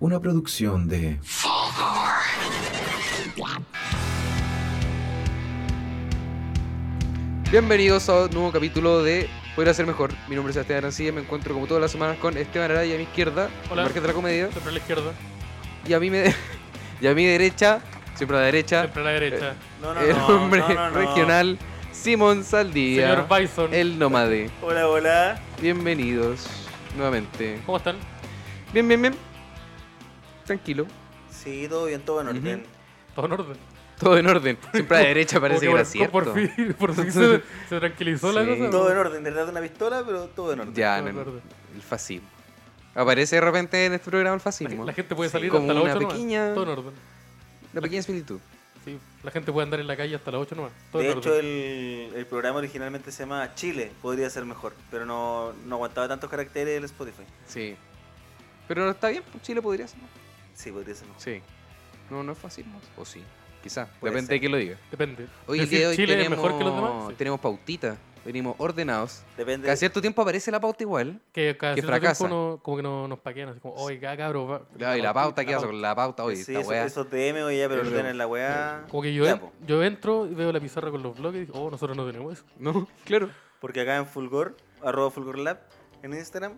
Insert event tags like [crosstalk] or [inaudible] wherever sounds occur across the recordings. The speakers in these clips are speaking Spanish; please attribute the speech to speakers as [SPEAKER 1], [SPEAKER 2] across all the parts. [SPEAKER 1] Una producción de...
[SPEAKER 2] Bienvenidos a un nuevo capítulo de Podría ser mejor. Mi nombre es Sebastián Arancilla y me encuentro como todas las semanas con Esteban Araya a mi izquierda,
[SPEAKER 3] Hola.
[SPEAKER 2] Marqués de la Comedia,
[SPEAKER 3] Siempre a la izquierda,
[SPEAKER 2] y a mí me [laughs] y a mi derecha, siempre a la derecha,
[SPEAKER 3] siempre a la derecha.
[SPEAKER 4] No,
[SPEAKER 2] el hombre
[SPEAKER 4] no, no.
[SPEAKER 2] regional Simón Saldía,
[SPEAKER 3] Señor Bison,
[SPEAKER 2] Eh, el nómade.
[SPEAKER 4] Hola, hola.
[SPEAKER 2] Bienvenidos nuevamente.
[SPEAKER 3] ¿cómo están?
[SPEAKER 2] Bien, bien, bien. Tranquilo,
[SPEAKER 4] Sí, todo bien, todo en
[SPEAKER 2] Ujú.
[SPEAKER 4] orden.
[SPEAKER 3] Todo en orden.
[SPEAKER 2] todo en orden. Siempre a la derecha parece que
[SPEAKER 3] Como
[SPEAKER 2] era
[SPEAKER 3] por-
[SPEAKER 2] cierto.
[SPEAKER 3] Por fin,
[SPEAKER 2] [laughs]
[SPEAKER 3] por fin se, se tranquilizó la
[SPEAKER 2] Sí.
[SPEAKER 3] cosa.
[SPEAKER 4] Todo en orden, de verdad una pistola, pero todo en orden.
[SPEAKER 2] Ya,
[SPEAKER 3] Todo
[SPEAKER 2] no,
[SPEAKER 3] en
[SPEAKER 2] no.
[SPEAKER 3] orden.
[SPEAKER 2] el fascismo. Aparece de repente en este programa el
[SPEAKER 3] La,
[SPEAKER 2] fascismo.
[SPEAKER 3] la gente puede
[SPEAKER 4] Sí,
[SPEAKER 3] salir
[SPEAKER 2] como
[SPEAKER 3] hasta las
[SPEAKER 2] una
[SPEAKER 3] 8
[SPEAKER 2] pequeña-
[SPEAKER 3] nomás. Todo en orden.
[SPEAKER 2] Una pequeña similitud.
[SPEAKER 3] Sí, la gente puede andar en la calle hasta las 8 nomás. Todo
[SPEAKER 4] De
[SPEAKER 3] en
[SPEAKER 4] hecho,
[SPEAKER 3] orden.
[SPEAKER 4] el, el programa originalmente se llama Chile, podría ser mejor, pero no, no aguantaba tantos caracteres el Spotify.
[SPEAKER 2] Sí. Pero no está bien, pues, Chile podría ser. ¿no?
[SPEAKER 4] Sí, podría ser mejor.
[SPEAKER 2] Sí. No, no es fascismo. O sí. Quizás.
[SPEAKER 4] Puede
[SPEAKER 2] Depende de
[SPEAKER 4] ser.
[SPEAKER 2] quién lo diga.
[SPEAKER 3] Depende.
[SPEAKER 2] Hoy, el
[SPEAKER 3] Decir
[SPEAKER 2] día de hoy
[SPEAKER 3] Chile
[SPEAKER 2] tenemos,
[SPEAKER 3] es mejor que los demás. sí.
[SPEAKER 2] tenemos pautita. Venimos ordenados.
[SPEAKER 4] Depende.
[SPEAKER 2] Cada cierto tiempo aparece la pauta igual.
[SPEAKER 3] Que cada
[SPEAKER 2] que
[SPEAKER 3] cierto
[SPEAKER 2] fracasa.
[SPEAKER 3] tiempo no- como que no, nos paquean. Así como, oye, cada cabro. va-
[SPEAKER 2] Ah, y la pauta, ¿qué pasa
[SPEAKER 3] pauta".
[SPEAKER 2] con la pauta hoy?
[SPEAKER 4] sí,
[SPEAKER 2] esta
[SPEAKER 4] eso-
[SPEAKER 2] weá.
[SPEAKER 4] esos DM hoy ya, pero
[SPEAKER 2] Pero-
[SPEAKER 4] no tienen la weá.
[SPEAKER 3] Como que yo,
[SPEAKER 4] Ya,
[SPEAKER 3] en-
[SPEAKER 4] po.
[SPEAKER 3] yo entro y veo la pizarra con los blogs y digo, oh, nosotros no tenemos eso.
[SPEAKER 2] [laughs] No, claro.
[SPEAKER 3] Eh,
[SPEAKER 4] Porque acá en Fulgor, arroba Fulgor Lab, en Instagram,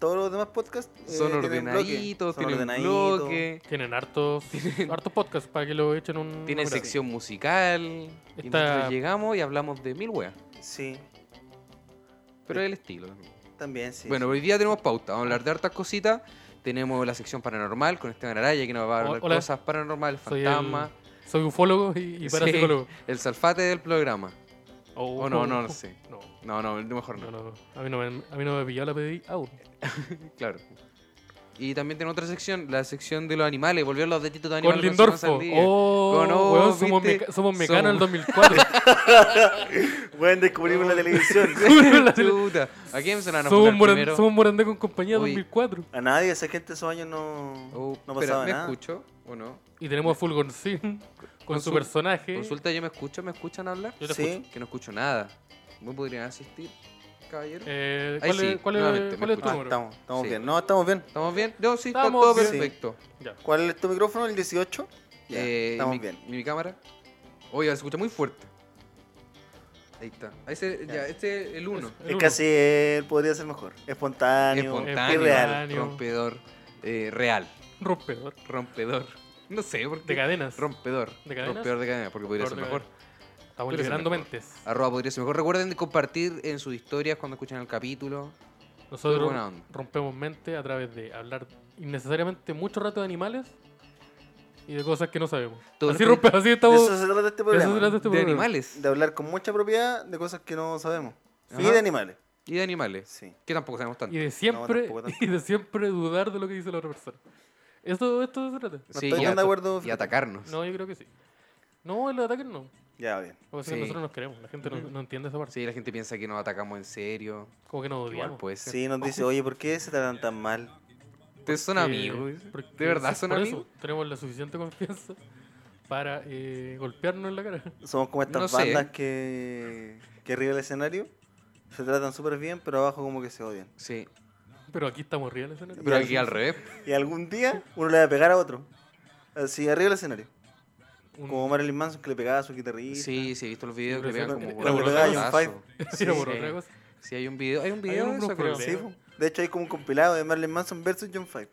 [SPEAKER 4] todos los demás podcasts eh,
[SPEAKER 2] Son
[SPEAKER 4] tienen bloque,
[SPEAKER 2] ordenaditos,
[SPEAKER 4] son
[SPEAKER 2] tienen
[SPEAKER 4] ordenaditos.
[SPEAKER 2] bloque, [laughs]
[SPEAKER 3] Tienen hartos, hartos podcasts para que lo echen un.
[SPEAKER 2] tienen
[SPEAKER 3] una mirada.
[SPEAKER 2] sección musical. Y
[SPEAKER 3] Mm, Está-
[SPEAKER 2] nosotros llegamos y hablamos de mil weas.
[SPEAKER 4] Sí,
[SPEAKER 2] Pero es el estilo.
[SPEAKER 4] también sí.
[SPEAKER 2] Bueno, hoy día tenemos pauta. Vamos a hablar de hartas cositas. Tenemos la sección paranormal con Esteban Araya que nos va a hablar
[SPEAKER 3] Oh, Hola.
[SPEAKER 2] cosas paranormales,
[SPEAKER 3] Soy el-
[SPEAKER 2] fantasmas.
[SPEAKER 3] Soy ufólogo y,
[SPEAKER 2] Sí,
[SPEAKER 3] y parapsicólogo.
[SPEAKER 2] el salfate del programa.
[SPEAKER 3] Oh,
[SPEAKER 2] Oh, no, no, no sé.
[SPEAKER 3] No,
[SPEAKER 2] No, no, mejor no,
[SPEAKER 3] no, no. A mí no me, a mí no me pilló la pedí aún.
[SPEAKER 2] Este claro. Y también tenemos otra sección, la sección de los animales, volver los detitos de
[SPEAKER 3] Con
[SPEAKER 2] animales.
[SPEAKER 3] Lindorfo.
[SPEAKER 2] [laughs]
[SPEAKER 3] Oh,
[SPEAKER 2] Con- oh,
[SPEAKER 3] weón, somos,
[SPEAKER 2] ¿viste?
[SPEAKER 3] meca- somos Mecano en el
[SPEAKER 2] Somos-
[SPEAKER 3] 2004.
[SPEAKER 4] Pueden descubrirme
[SPEAKER 2] [laughs]
[SPEAKER 4] en la televisión.
[SPEAKER 3] [laughs]
[SPEAKER 2] Puta. [laughs] ¿A quién se la nos
[SPEAKER 3] somos,
[SPEAKER 2] poner
[SPEAKER 3] Morandé,
[SPEAKER 2] primero?
[SPEAKER 3] somos Morandé con compañía
[SPEAKER 2] Uy.
[SPEAKER 3] 2004.
[SPEAKER 4] A nadie, esa gente esos años no,
[SPEAKER 2] Oh,
[SPEAKER 4] no
[SPEAKER 2] espera,
[SPEAKER 4] pasaba
[SPEAKER 2] ¿me
[SPEAKER 4] nada.
[SPEAKER 2] escucho o no?
[SPEAKER 3] Y tenemos a Fulgoncín con
[SPEAKER 2] Consul-
[SPEAKER 3] su personaje.
[SPEAKER 2] Consulta, ¿yo me escucho? ¿Me escuchan hablar?
[SPEAKER 3] Yo te
[SPEAKER 4] Sí. ah,
[SPEAKER 2] Que no escucho nada. ¿Vos podrían asistir, caballero?
[SPEAKER 3] Eh,
[SPEAKER 2] Ahí
[SPEAKER 3] ¿Cuál,
[SPEAKER 2] sí,
[SPEAKER 3] es, cuál,
[SPEAKER 2] nuevamente,
[SPEAKER 3] es, cuál
[SPEAKER 2] me
[SPEAKER 3] es tu
[SPEAKER 4] Ah,
[SPEAKER 3] número?
[SPEAKER 4] estamos, estamos
[SPEAKER 2] Sí.
[SPEAKER 4] bien. No, estamos bien.
[SPEAKER 2] ¿Estamos bien? No, sí, está
[SPEAKER 3] Estamos
[SPEAKER 2] todo
[SPEAKER 3] bien.
[SPEAKER 2] perfecto.
[SPEAKER 3] Ya.
[SPEAKER 4] ¿Cuál es tu micrófono? ¿El 18? Ya,
[SPEAKER 2] Eh,
[SPEAKER 4] estamos
[SPEAKER 2] mi,
[SPEAKER 4] bien.
[SPEAKER 2] ¿Y mi cámara? Oye, se escucha muy fuerte. Ahí está. Ahí se- ya,
[SPEAKER 4] Ya.
[SPEAKER 2] este es el 1.
[SPEAKER 3] Es-
[SPEAKER 4] Es que así él podría ser mejor. Espontáneo,
[SPEAKER 2] Espontáneo,
[SPEAKER 4] irreal.
[SPEAKER 3] Espontáneo.
[SPEAKER 2] rompedor, eh, real,
[SPEAKER 3] Rompedor.
[SPEAKER 2] rompedor. No sé por
[SPEAKER 3] De
[SPEAKER 2] qué.
[SPEAKER 3] cadenas.
[SPEAKER 2] rompedor.
[SPEAKER 3] ¿De cadenas?
[SPEAKER 2] Rompedor de cadenas, porque podría ser
[SPEAKER 3] Rompedor de
[SPEAKER 2] mejor.
[SPEAKER 3] Estamos
[SPEAKER 2] Podría ser
[SPEAKER 3] liberando
[SPEAKER 2] mejor.
[SPEAKER 3] mentes.
[SPEAKER 2] Arroba podría ser mejor. Recuerden de compartir en sus historias cuando escuchen el capítulo. Muy buena
[SPEAKER 3] Nosotros
[SPEAKER 2] onda.
[SPEAKER 3] rompemos mente a través de hablar innecesariamente mucho rato de animales y de cosas que no sabemos.
[SPEAKER 2] Todo
[SPEAKER 3] así
[SPEAKER 2] el-
[SPEAKER 3] rompemos, así
[SPEAKER 4] De
[SPEAKER 3] estamos.
[SPEAKER 4] eso se trata este
[SPEAKER 3] se trata
[SPEAKER 4] programa.
[SPEAKER 3] este
[SPEAKER 2] de
[SPEAKER 3] programa.
[SPEAKER 2] animales.
[SPEAKER 4] De hablar con mucha propiedad de cosas que no sabemos. Y
[SPEAKER 2] Ajá.
[SPEAKER 4] de animales.
[SPEAKER 2] Y de animales.
[SPEAKER 4] Sí.
[SPEAKER 2] Que tampoco sabemos tanto.
[SPEAKER 3] Y de siempre,
[SPEAKER 4] tampoco tanto.
[SPEAKER 3] [laughs] y de siempre dudar de lo que dice la otra persona. ¿Esto, esto se trata?
[SPEAKER 4] No
[SPEAKER 2] Sí,
[SPEAKER 4] estoy
[SPEAKER 2] y,
[SPEAKER 4] tan de
[SPEAKER 2] ata-
[SPEAKER 4] acuerdo.
[SPEAKER 2] y atacarnos.
[SPEAKER 3] No, yo creo que sí. No, el ataque no.
[SPEAKER 4] Ya, bien.
[SPEAKER 3] Lo que pasa es que
[SPEAKER 2] Sí.
[SPEAKER 3] nosotros nos queremos, la gente no, no entiende esa parte.
[SPEAKER 2] Sí, la gente piensa que nos atacamos en serio.
[SPEAKER 3] Como que nos
[SPEAKER 2] Igual pues,
[SPEAKER 3] odiamos.
[SPEAKER 2] puede ser.
[SPEAKER 4] Sí, nos dice, oye, ¿por qué se tratan tan mal?
[SPEAKER 2] Ustedes son
[SPEAKER 3] Eh,
[SPEAKER 2] amigos.
[SPEAKER 3] porque-
[SPEAKER 2] De verdad
[SPEAKER 3] sí,
[SPEAKER 2] son
[SPEAKER 3] por eso,
[SPEAKER 2] amigos.
[SPEAKER 3] tenemos la suficiente confianza para eh, golpearnos en la cara. [laughs]
[SPEAKER 4] Somos como estas
[SPEAKER 2] No sé.
[SPEAKER 4] bandas que, que arriba del escenario se tratan súper bien, pero abajo como que se odian.
[SPEAKER 2] Sí.
[SPEAKER 3] Pero aquí estamos reales en el
[SPEAKER 2] Pero
[SPEAKER 4] al-
[SPEAKER 2] aquí al revés.
[SPEAKER 4] Y algún día uno le va a pegar a otro. Así, arriba del escenario.
[SPEAKER 3] Un- [laughs]
[SPEAKER 4] Como Marilyn Manson que le pegaba a su guitarrista.
[SPEAKER 2] Sí, sí, he visto los videos que
[SPEAKER 3] Pero
[SPEAKER 2] vean
[SPEAKER 3] eso
[SPEAKER 2] como
[SPEAKER 4] era
[SPEAKER 2] bueno,
[SPEAKER 4] por
[SPEAKER 2] un
[SPEAKER 4] otra cosa.
[SPEAKER 2] abrazo. Sí,
[SPEAKER 3] era por
[SPEAKER 2] sí.
[SPEAKER 3] otra cosa.
[SPEAKER 2] Sí, hay un video, hay un video de
[SPEAKER 3] unos
[SPEAKER 2] eso, creo.
[SPEAKER 3] problemas.
[SPEAKER 4] Sí, po. de hecho hay como un compilado de Marilyn Manson versus John Five.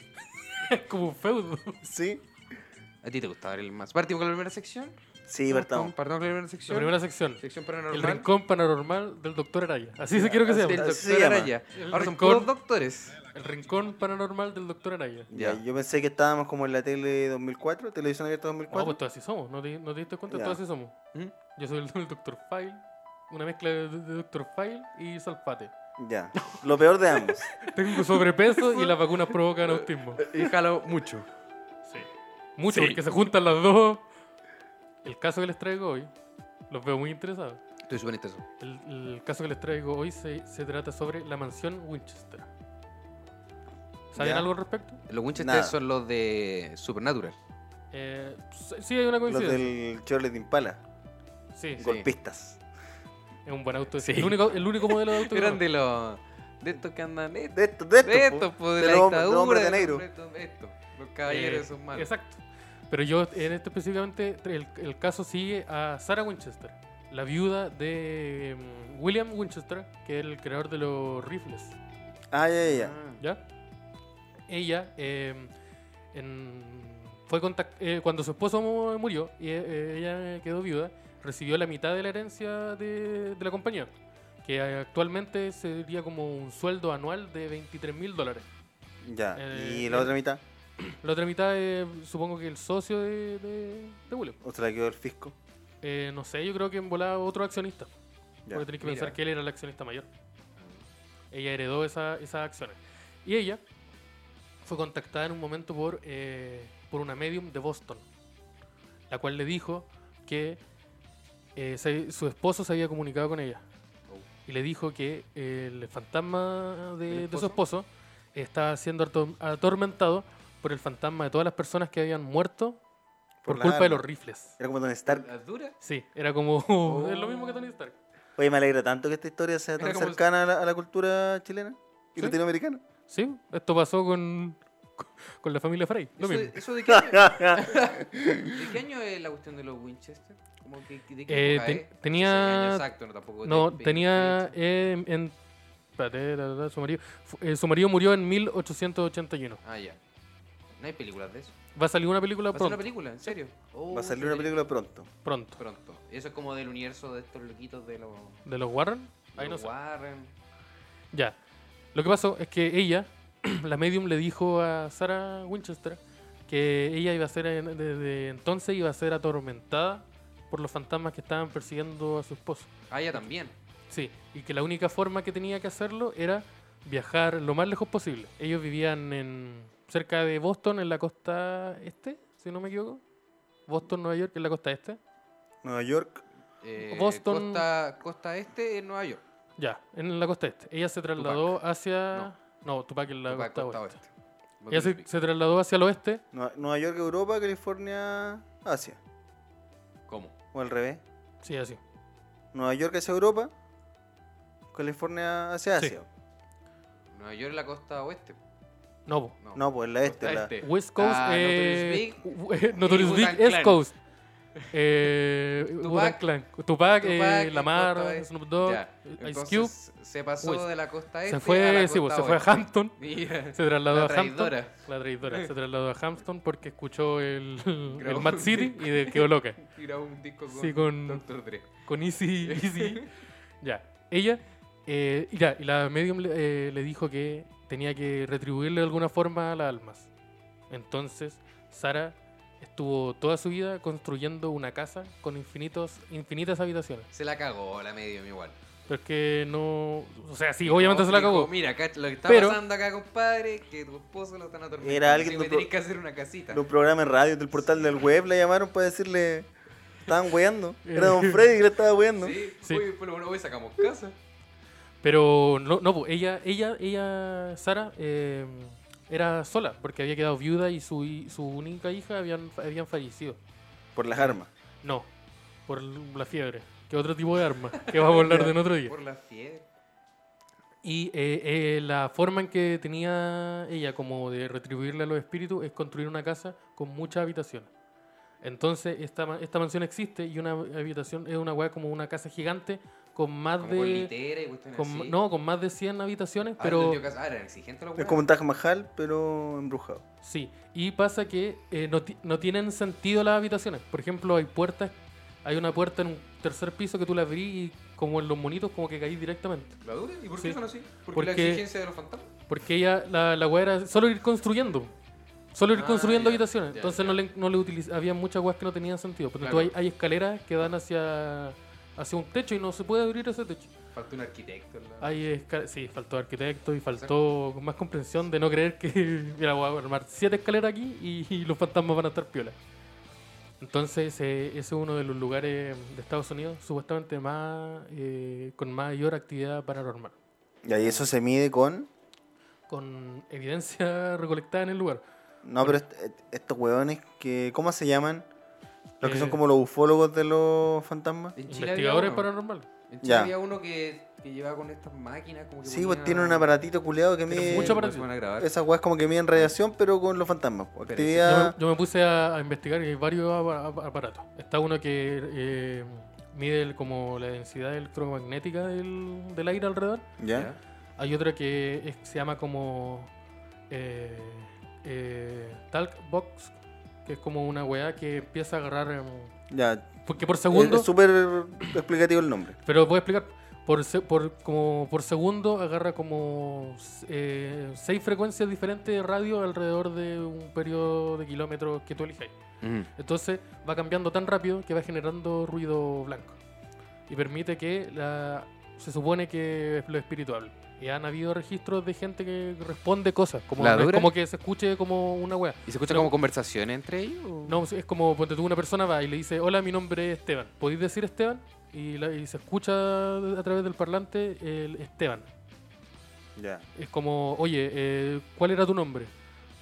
[SPEAKER 3] Como un feudo.
[SPEAKER 4] Sí.
[SPEAKER 2] ¿A ti te gustaba el más? ¿Partimos con la primera sección?
[SPEAKER 4] Sí, partamos.
[SPEAKER 2] Partimos con la primera
[SPEAKER 3] La
[SPEAKER 2] sección.
[SPEAKER 3] primera sección.
[SPEAKER 2] Sección
[SPEAKER 3] El
[SPEAKER 2] paranormal.
[SPEAKER 3] rincón paranormal del doctor Araya. Así se quiero que
[SPEAKER 2] Así
[SPEAKER 3] sea.
[SPEAKER 2] El
[SPEAKER 4] Así se
[SPEAKER 2] doctor
[SPEAKER 4] llama.
[SPEAKER 2] Araya.
[SPEAKER 3] El
[SPEAKER 2] Ahora son
[SPEAKER 3] rincón.
[SPEAKER 2] puros doctores.
[SPEAKER 3] El rincón paranormal del doctor Araya.
[SPEAKER 4] Ya,
[SPEAKER 2] Ya.
[SPEAKER 4] yo pensé que estábamos como en la tele 2004, televisión abierta
[SPEAKER 3] No,
[SPEAKER 4] 2004.
[SPEAKER 3] pues todos así somos, ¿no te, no te diste cuenta?
[SPEAKER 4] Ya.
[SPEAKER 3] Todos así somos.
[SPEAKER 2] ¿Mm?
[SPEAKER 3] Yo soy el, [laughs] Doctor File, una mezcla de, Doctor File y Salpate.
[SPEAKER 4] Ya, lo peor de ambos.
[SPEAKER 2] [laughs]
[SPEAKER 3] Tengo sobrepeso y las vacunas provocan autismo.
[SPEAKER 2] Y jalo mucho.
[SPEAKER 3] Sí. Mucho,
[SPEAKER 2] Sí.
[SPEAKER 3] porque se juntan las dos. El caso que les traigo hoy, los veo muy interesados.
[SPEAKER 2] Estoy súper intenso.
[SPEAKER 3] El, el caso que les traigo hoy se, se trata sobre la mansión Winchester. ¿Saben
[SPEAKER 4] Ya.
[SPEAKER 3] algo al respecto?
[SPEAKER 2] Los Winchester
[SPEAKER 4] Nada.
[SPEAKER 2] son los de Supernatural.
[SPEAKER 3] Eh, s- sí, hay una
[SPEAKER 4] Los
[SPEAKER 3] coincidencia.
[SPEAKER 4] del Chevrolet Impala,
[SPEAKER 3] Sí,
[SPEAKER 2] Pues Sí.
[SPEAKER 4] golpistas.
[SPEAKER 3] es un buen auto. ese.
[SPEAKER 2] Sí.
[SPEAKER 3] El, único, el único modelo de auto. que
[SPEAKER 2] Eran
[SPEAKER 3] conozco.
[SPEAKER 2] de los. De estos que andan. De estos,
[SPEAKER 4] De estos, de estos.
[SPEAKER 2] de,
[SPEAKER 4] po.
[SPEAKER 2] estos, po, de
[SPEAKER 4] De
[SPEAKER 2] la
[SPEAKER 4] los hombres- de los
[SPEAKER 2] dictadura.
[SPEAKER 4] hombres de negro.
[SPEAKER 2] de estos, de estos. Los caballeros
[SPEAKER 3] Eh,
[SPEAKER 2] son malos.
[SPEAKER 3] Exacto. Pero yo, en este específicamente, el, el caso sigue a Sarah Winchester, la viuda de mm, William Winchester, que es el creador de los rifles.
[SPEAKER 5] Ah, ya, ya, ya.
[SPEAKER 3] ¿Ya? Ella eh, en- fue contact- eh, cuando su esposo mu- murió y eh, ella quedó viuda, recibió la mitad de la herencia de, de la compañía, que actualmente sería como un sueldo anual de 23 mil dólares.
[SPEAKER 5] Ya.
[SPEAKER 3] Eh,
[SPEAKER 5] y la
[SPEAKER 3] eh.
[SPEAKER 5] otra mitad,
[SPEAKER 3] La otra mitad, eh, supongo que el socio de, de, de William.
[SPEAKER 5] ¿o se la quedó el fisco?
[SPEAKER 3] Eh, no sé, yo creo que envolaba otro accionista.
[SPEAKER 5] Ya.
[SPEAKER 3] Porque tenés que
[SPEAKER 2] Mira.
[SPEAKER 3] pensar que él era el accionista mayor. Ella heredó esa- esas acciones. Y ella fue contactada en un momento por, eh, por una medium de Boston, la cual le dijo que eh, se- su esposo se había comunicado con ella. Y le dijo que eh, el fantasma de,
[SPEAKER 2] ¿El
[SPEAKER 3] de su esposo estaba siendo ator- atormentado por el fantasma de todas las personas que habían muerto por,
[SPEAKER 5] la
[SPEAKER 3] culpa de
[SPEAKER 5] arma.
[SPEAKER 3] los rifles.
[SPEAKER 5] Era como Don Stark.
[SPEAKER 2] ¿Las duras?
[SPEAKER 3] Sí, era como... [laughs] es lo mismo que Tony Stark.
[SPEAKER 5] Oye, me alegra tanto que esta historia sea
[SPEAKER 2] Era
[SPEAKER 5] tan
[SPEAKER 2] como-
[SPEAKER 5] cercana a la, a la cultura chilena y
[SPEAKER 3] ¿Sí?
[SPEAKER 5] latinoamericana.
[SPEAKER 3] Sí, esto pasó con, con la familia Frey. Lo
[SPEAKER 2] ¿Eso,
[SPEAKER 3] mismo.
[SPEAKER 2] eso de, qué
[SPEAKER 4] [laughs]
[SPEAKER 2] año, de qué año es la cuestión de los Winchester? Como que, ¿De qué
[SPEAKER 3] Eh,
[SPEAKER 2] época
[SPEAKER 3] ten-
[SPEAKER 2] es? No
[SPEAKER 3] tenía-
[SPEAKER 2] sé qué año exacto, no, tampoco
[SPEAKER 3] No,
[SPEAKER 2] te-
[SPEAKER 3] tenía
[SPEAKER 2] te- te-
[SPEAKER 3] eh, en... en- espérate, la, la, la, su, marido, fu- eh, su marido murió en 1881.
[SPEAKER 2] Ah, ya. No hay películas de eso.
[SPEAKER 3] Va a salir una película
[SPEAKER 2] ¿Va a ser
[SPEAKER 3] pronto.
[SPEAKER 2] una película? ¿En serio? Oh,
[SPEAKER 5] Va a salir una
[SPEAKER 2] tendría-
[SPEAKER 5] película pronto.
[SPEAKER 3] pronto.
[SPEAKER 2] Pronto. Eso es como del universo de estos loquitos de los,
[SPEAKER 3] ¿De los Warren? Ahí
[SPEAKER 2] los
[SPEAKER 3] no sé.
[SPEAKER 2] Warren.
[SPEAKER 3] Ya. Lo que pasó es que ella, [clears throat] la medium, le dijo a Sarah Winchester que ella iba a ser, en- desde entonces, iba a ser atormentada por los fantasmas que estaban persiguiendo a su esposo.
[SPEAKER 2] Ah, ya también.
[SPEAKER 3] Sí, y que la única forma que tenía que hacerlo era viajar lo más lejos posible. Ellos vivían en cerca de Boston, en la costa este, si no me equivoco. Boston, Nueva York, en la costa este.
[SPEAKER 5] Nueva York.
[SPEAKER 2] Eh,
[SPEAKER 3] Boston-
[SPEAKER 2] Costa, costa Este en Nueva York.
[SPEAKER 3] Ya, en la costa este. Ella se trasladó hacia... No. Tupac en la
[SPEAKER 2] Tupac,
[SPEAKER 3] costa,
[SPEAKER 2] costa
[SPEAKER 3] oeste.
[SPEAKER 2] oeste.
[SPEAKER 3] Ella se, se trasladó hacia el oeste.
[SPEAKER 5] Nueva, Nueva York, Europa, California, Asia.
[SPEAKER 2] ¿Cómo?
[SPEAKER 5] O al revés.
[SPEAKER 3] Sí, así.
[SPEAKER 5] Nueva York hacia Europa, California hacia
[SPEAKER 3] Sí.
[SPEAKER 5] Asia.
[SPEAKER 2] Nueva York es la costa oeste.
[SPEAKER 3] No, po.
[SPEAKER 2] No,
[SPEAKER 5] No, pues la este.
[SPEAKER 2] costa
[SPEAKER 5] La...
[SPEAKER 2] este.
[SPEAKER 3] West Coast...
[SPEAKER 2] Ah,
[SPEAKER 3] eh,
[SPEAKER 2] Notorious Big,
[SPEAKER 3] eh, [laughs] Notorious
[SPEAKER 2] y
[SPEAKER 3] Big,
[SPEAKER 2] Wu-Tang
[SPEAKER 3] East
[SPEAKER 2] Clan.
[SPEAKER 3] Coast.
[SPEAKER 2] [laughs]
[SPEAKER 3] Eh,
[SPEAKER 2] Tupac.
[SPEAKER 3] Wu-Tang Clan. Tupac,
[SPEAKER 2] Tupac
[SPEAKER 3] eh,
[SPEAKER 2] y Costa
[SPEAKER 3] Lamar,
[SPEAKER 2] Oeste.
[SPEAKER 3] Snoop Dogg,
[SPEAKER 2] Ya.
[SPEAKER 3] Ice
[SPEAKER 2] Entonces,
[SPEAKER 3] Cube.
[SPEAKER 2] Se pasó
[SPEAKER 3] West.
[SPEAKER 2] de la costa este.
[SPEAKER 3] Se
[SPEAKER 2] a la
[SPEAKER 3] fue, sí,
[SPEAKER 2] costa
[SPEAKER 3] pues, se fue a
[SPEAKER 2] oeste.
[SPEAKER 3] Hampton.
[SPEAKER 2] Mira.
[SPEAKER 3] Se trasladó
[SPEAKER 2] La
[SPEAKER 3] a Hampton.
[SPEAKER 2] traidora.
[SPEAKER 3] La traidora. Se trasladó a Hampton porque
[SPEAKER 2] [laughs]
[SPEAKER 3] escuchó el, el
[SPEAKER 2] Grabó.
[SPEAKER 3] Mad City y de- quedó loca.
[SPEAKER 2] Tiró un disco con,
[SPEAKER 3] Sí, con-
[SPEAKER 2] Doctor Dre.
[SPEAKER 3] Con
[SPEAKER 2] [laughs]
[SPEAKER 3] Easy, Easy. Ya. Ella, eh, y ya, y la medium le, eh, le dijo que tenía que retribuirle de alguna forma a las almas. Entonces, Sara estuvo toda su vida construyendo una casa con infinitos, infinitas habitaciones.
[SPEAKER 2] Se la cagó la medium igual.
[SPEAKER 3] Pero es que no. O sea, sí, obviamente se la
[SPEAKER 2] Dijo,
[SPEAKER 3] acabó.
[SPEAKER 2] Mira, acá, lo que está
[SPEAKER 3] Pero-
[SPEAKER 2] pasando acá, compadre, que tu esposo lo están atormentando.
[SPEAKER 5] Era alguien
[SPEAKER 2] así
[SPEAKER 5] de
[SPEAKER 2] que
[SPEAKER 5] un
[SPEAKER 2] tenés que hacer una casita.
[SPEAKER 5] De un programa en radio, del portal del web, la llamaron para decirle. Estaban weando. Era Don Freddy que la estaba weando.
[SPEAKER 2] Sí,
[SPEAKER 3] Sí.
[SPEAKER 2] Uy, por lo menos hoy sacamos casa.
[SPEAKER 3] Pero no, no, po, ella, ella, ella, Sara, eh, era sola, porque había quedado viuda y su, hi- su única hija habían, habían fallecido.
[SPEAKER 5] Por las armas.
[SPEAKER 3] No, por l- la fiebre, que otro tipo de arma, que vamos a hablar de en otro día.
[SPEAKER 2] Por la fiebre.
[SPEAKER 3] Y eh, eh, la forma en que tenía ella como de retribuirle a los espíritus es construir una casa con muchas habitaciones. Entonces, esta, ma- esta mansión existe y una habitación es una weá como una casa gigante con más
[SPEAKER 2] Como con
[SPEAKER 3] de...
[SPEAKER 2] litera y cuestiones
[SPEAKER 3] con-
[SPEAKER 2] así.
[SPEAKER 3] no, con más de 100 habitaciones,
[SPEAKER 2] Ah,
[SPEAKER 3] pero...
[SPEAKER 2] yo cas- Ah, eran exigentes los
[SPEAKER 5] Es
[SPEAKER 2] weones.
[SPEAKER 5] como un Taj Mahal, pero embrujado.
[SPEAKER 3] Sí, y pasa que eh, no, ti- no tienen sentido las habitaciones. Por ejemplo, hay puertas, hay una puerta en un tercer piso que tú la abrís y como en los monitos como que caís directamente.
[SPEAKER 2] ¿La dura? ¿Y por qué
[SPEAKER 3] Sí.
[SPEAKER 2] son así? Porque, la
[SPEAKER 3] Porque-
[SPEAKER 2] exigencia de los fantasmas.
[SPEAKER 3] Porque ella, la, la weá era solo ir construyendo. Solo ir
[SPEAKER 2] Ah,
[SPEAKER 3] construyendo
[SPEAKER 2] ya,
[SPEAKER 3] habitaciones.
[SPEAKER 2] ya,
[SPEAKER 3] Entonces
[SPEAKER 2] ya.
[SPEAKER 3] no le, no le utiliz- había muchas weas que no tenían sentido. Porque tú
[SPEAKER 2] Claro.
[SPEAKER 3] hay, hay escaleras que dan hacia, hacia un techo y no se puede abrir ese techo.
[SPEAKER 2] Falta un arquitecto. en la-
[SPEAKER 3] Hay esca- sí, faltó arquitecto y faltó más comprensión de no creer que [laughs] mira, voy a armar siete escaleras aquí y, y los fantasmas van a estar piola. Entonces, eh, ese es uno de los lugares de Estados Unidos supuestamente más eh, con mayor actividad paranormal,
[SPEAKER 5] Y ahí eso se mide con.
[SPEAKER 3] con evidencia [laughs] recolectada en el lugar.
[SPEAKER 5] No, pero est- est- estos weones que. ¿Cómo se llaman? Los que
[SPEAKER 3] Eh.
[SPEAKER 5] son como los ufólogos de los fantasmas.
[SPEAKER 2] En Chile había
[SPEAKER 3] Investigadores
[SPEAKER 2] uno.
[SPEAKER 3] paranormales.
[SPEAKER 2] En Chile
[SPEAKER 4] Ya.
[SPEAKER 2] había uno que, que llevaba con estas máquinas. Como que
[SPEAKER 4] Sí,
[SPEAKER 2] ponía-
[SPEAKER 4] pues tiene un aparatito culeado que
[SPEAKER 3] Pero
[SPEAKER 4] mide.
[SPEAKER 3] mucho
[SPEAKER 2] Cuando
[SPEAKER 3] aparato.
[SPEAKER 2] se van a grabar.
[SPEAKER 4] Esas weas como que miden radiación, pero con los fantasmas. po.
[SPEAKER 2] Pero
[SPEAKER 3] Yo
[SPEAKER 4] Actividad.
[SPEAKER 3] me, yo me puse a, a investigar y hay varios apa- apa- aparatos. Está uno que eh, mide el- como la densidad electromagnética del, del aire alrededor.
[SPEAKER 4] ¿Ya?
[SPEAKER 3] Hay otra que es- se llama como eh, eh, Talk Box, que es como una weá que empieza a agarrar. em,
[SPEAKER 4] Ya.
[SPEAKER 3] Porque por
[SPEAKER 4] Es
[SPEAKER 3] segundo.
[SPEAKER 4] es súper explicativo el nombre.
[SPEAKER 3] Pero voy a explicar. Por, se- por, como por segundo agarra como eh, seis frecuencias diferentes de radio alrededor de un periodo de kilómetros que tú elijáis.
[SPEAKER 2] Ujú.
[SPEAKER 3] Entonces va cambiando tan rápido que va generando ruido blanco. Y permite que la, se supone que es lo espiritual. Y han habido registros de gente que responde cosas. Como,
[SPEAKER 2] ¿La
[SPEAKER 3] no es
[SPEAKER 2] dura?
[SPEAKER 3] como que se escuche como una wea.
[SPEAKER 2] ¿Y se escucha
[SPEAKER 3] No.
[SPEAKER 2] como conversaciones entre ellos? o?
[SPEAKER 3] No, es como cuando tú una persona va y le dice, hola, mi nombre es Esteban. ¿Podéis decir Esteban? Y, la- y se escucha a través del parlante el Esteban.
[SPEAKER 4] Ya.
[SPEAKER 3] Es como, oye, eh, ¿cuál era tu nombre?